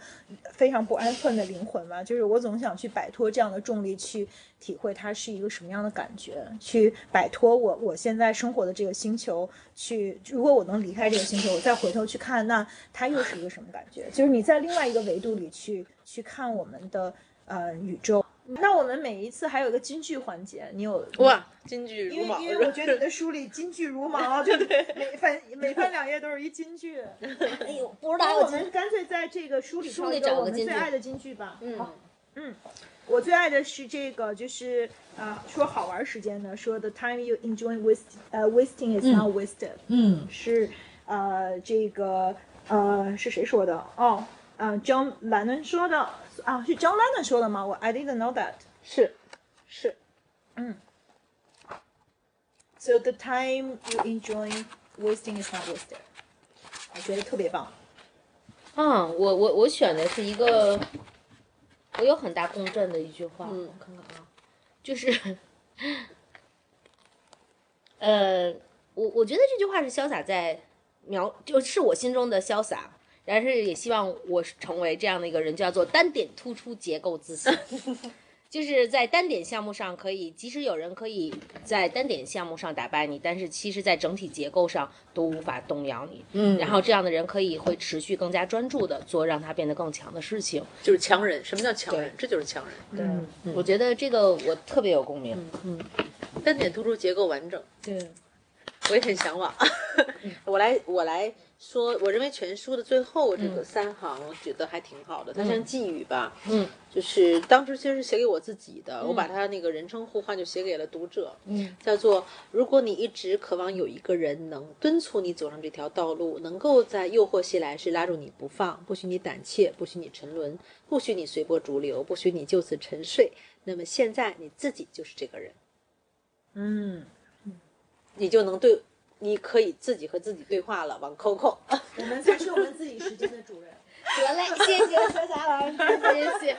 Speaker 2: 非常不安分的灵魂吧，就是我总想去摆脱这样的重力，去体会它是一个什么样的感觉，去摆脱我我现在生活的这个星球，去如果我能离开这个星球，我再回头去看，那它又是一个什么感觉？就是你在另外一个维度里去去看我们的呃宇宙。那我们每一次还有一个金句环节，你有
Speaker 4: 哇，金句
Speaker 2: 因
Speaker 4: 如
Speaker 2: 为
Speaker 4: 毛。
Speaker 2: 因为我觉得你的书里金句如毛，就是每翻每翻两页都是一金句。
Speaker 3: 哎呦，不知
Speaker 2: 那
Speaker 3: 道
Speaker 2: 我
Speaker 3: 有
Speaker 2: 们干脆在这个书里
Speaker 3: 书
Speaker 2: 挑
Speaker 3: 里
Speaker 2: 一个
Speaker 3: 找
Speaker 2: 我
Speaker 3: 个
Speaker 2: 们
Speaker 3: 金
Speaker 2: 最
Speaker 3: 句
Speaker 2: 爱的金句吧。
Speaker 4: 嗯
Speaker 2: 好嗯，我最爱的是这个，就是呃，说好玩时间的，说 the time you enjoy waste，呃、wasting is not wasted，、
Speaker 1: 嗯，
Speaker 2: 是呃这个呃是谁说的？哦，嗯、j o h n Lennon 说的啊，是 John Lennon 说的吗？我 I didn't know that。
Speaker 4: 是是，
Speaker 2: So the time you enjoy wasting is not wasted，我觉得特别棒。
Speaker 3: 嗯，我我我选的是一个，我有很大共振的一句话，
Speaker 4: 嗯
Speaker 3: 我看看啊，就是，呃，我我觉得这句话是潇洒在描，就是我心中的潇洒，但是也希望我是成为这样的一个人，叫做单点突出，结构自信。就是在单点项目上可以，即使有人可以在单点项目上打败你，但是其实，在整体结构上都无法动摇你。
Speaker 4: 嗯
Speaker 3: 然后这样的人可以会持续更加专注的做让他变得更强的事情。
Speaker 4: 就是强人。什么叫强人？这就是强人。
Speaker 2: 嗯
Speaker 3: 对，嗯我觉得这个我特别有共鸣。
Speaker 4: 单点突出，结构完整。
Speaker 3: 对，
Speaker 4: 我也很向往。
Speaker 3: 嗯
Speaker 4: 我来，我来说，我认为全书的最后这个三行，我觉得还挺好的。它像寄语吧，
Speaker 3: 嗯，
Speaker 4: 就是当时其实是写给我自己的，我把它那个人称呼唤就写给了读者，
Speaker 3: 嗯，
Speaker 4: 叫做如果你一直渴望有一个人能敦促你走上这条道路，能够在诱惑袭来时拉住你不放，不许你胆怯，不许你沉沦，不许你随波逐流，不许你就此沉睡，那么现在你自己就是这个人。
Speaker 2: 嗯，
Speaker 4: 你就能对，你可以自己和自己对话了。往 Coco，
Speaker 2: 我们才是我们自己时间的主人。
Speaker 3: 得嘞，谢谢小霞老师，谢谢。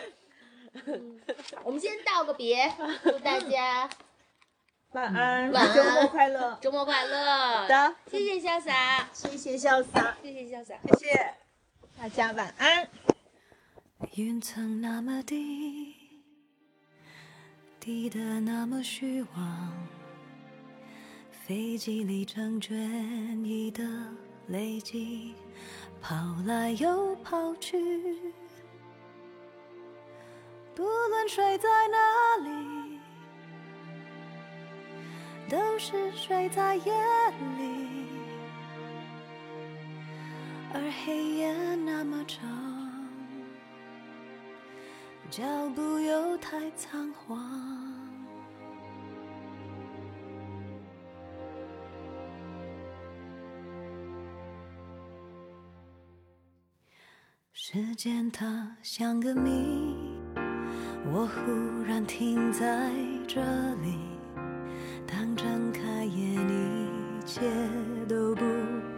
Speaker 3: 嗯我们先道个别，祝大家
Speaker 2: 晚安，
Speaker 3: 晚安
Speaker 2: 周末快乐。
Speaker 3: 周末快 乐。
Speaker 2: 的，
Speaker 3: 谢谢潇洒，
Speaker 2: 谢谢潇洒，
Speaker 3: 谢谢潇洒。
Speaker 2: 谢谢大家，晚安。
Speaker 6: 云层那么低，低得那么虚妄，飞机里成倦意的累积，跑来又跑去，渡轮水在哪里？都是睡在夜里，而黑夜那么长，脚步又太仓皇。时间它像个谜，我忽然停在这里。当睁开眼，一切都不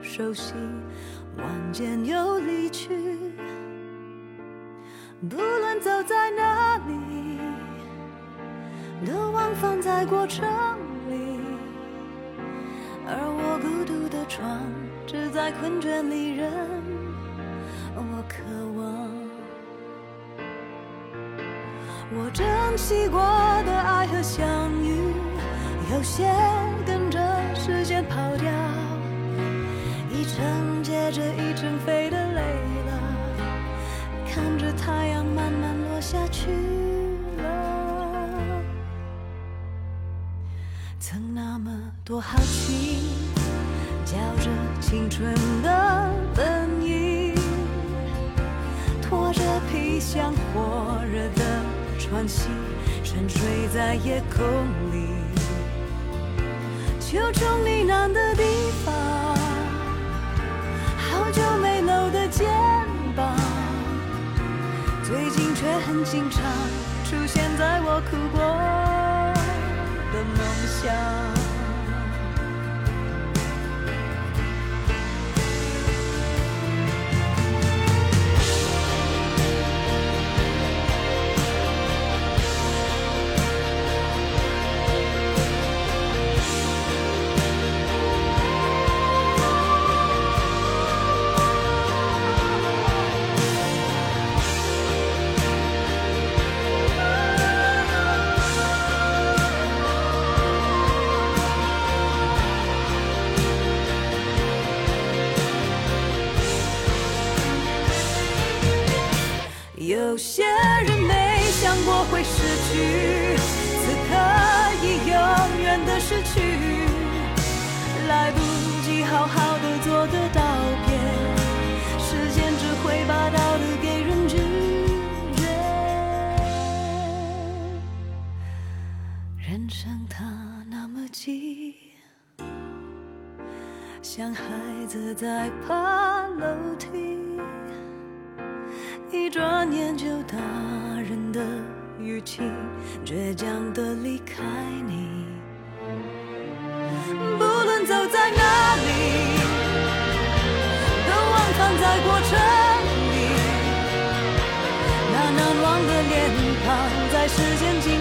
Speaker 6: 熟悉，晚间又离去。不论走在哪里，都忘放在过程里，而我孤独的闯，只在困倦里任我渴望。我珍惜过的爱和相遇，有些跟着时间跑掉，一程接着一程飞得累了，看着太阳慢慢落下去了。曾那么多好奇，叫着青春的本意，拖着皮箱火热的喘息，沉睡在夜空里。求求你难的地方，好久没搂的肩膀，最近却很经常出现在我哭过的梦想。有些人没想过会失去，此刻已永远的失去，来不及好好的做个道别，时间只会把道理给人拒绝。人生它那么急，像孩子在爬楼梯。一转眼就大人的语气，倔强的离开你。不论走在哪里，都忘放在过程里。那难忘的脸庞，在时间记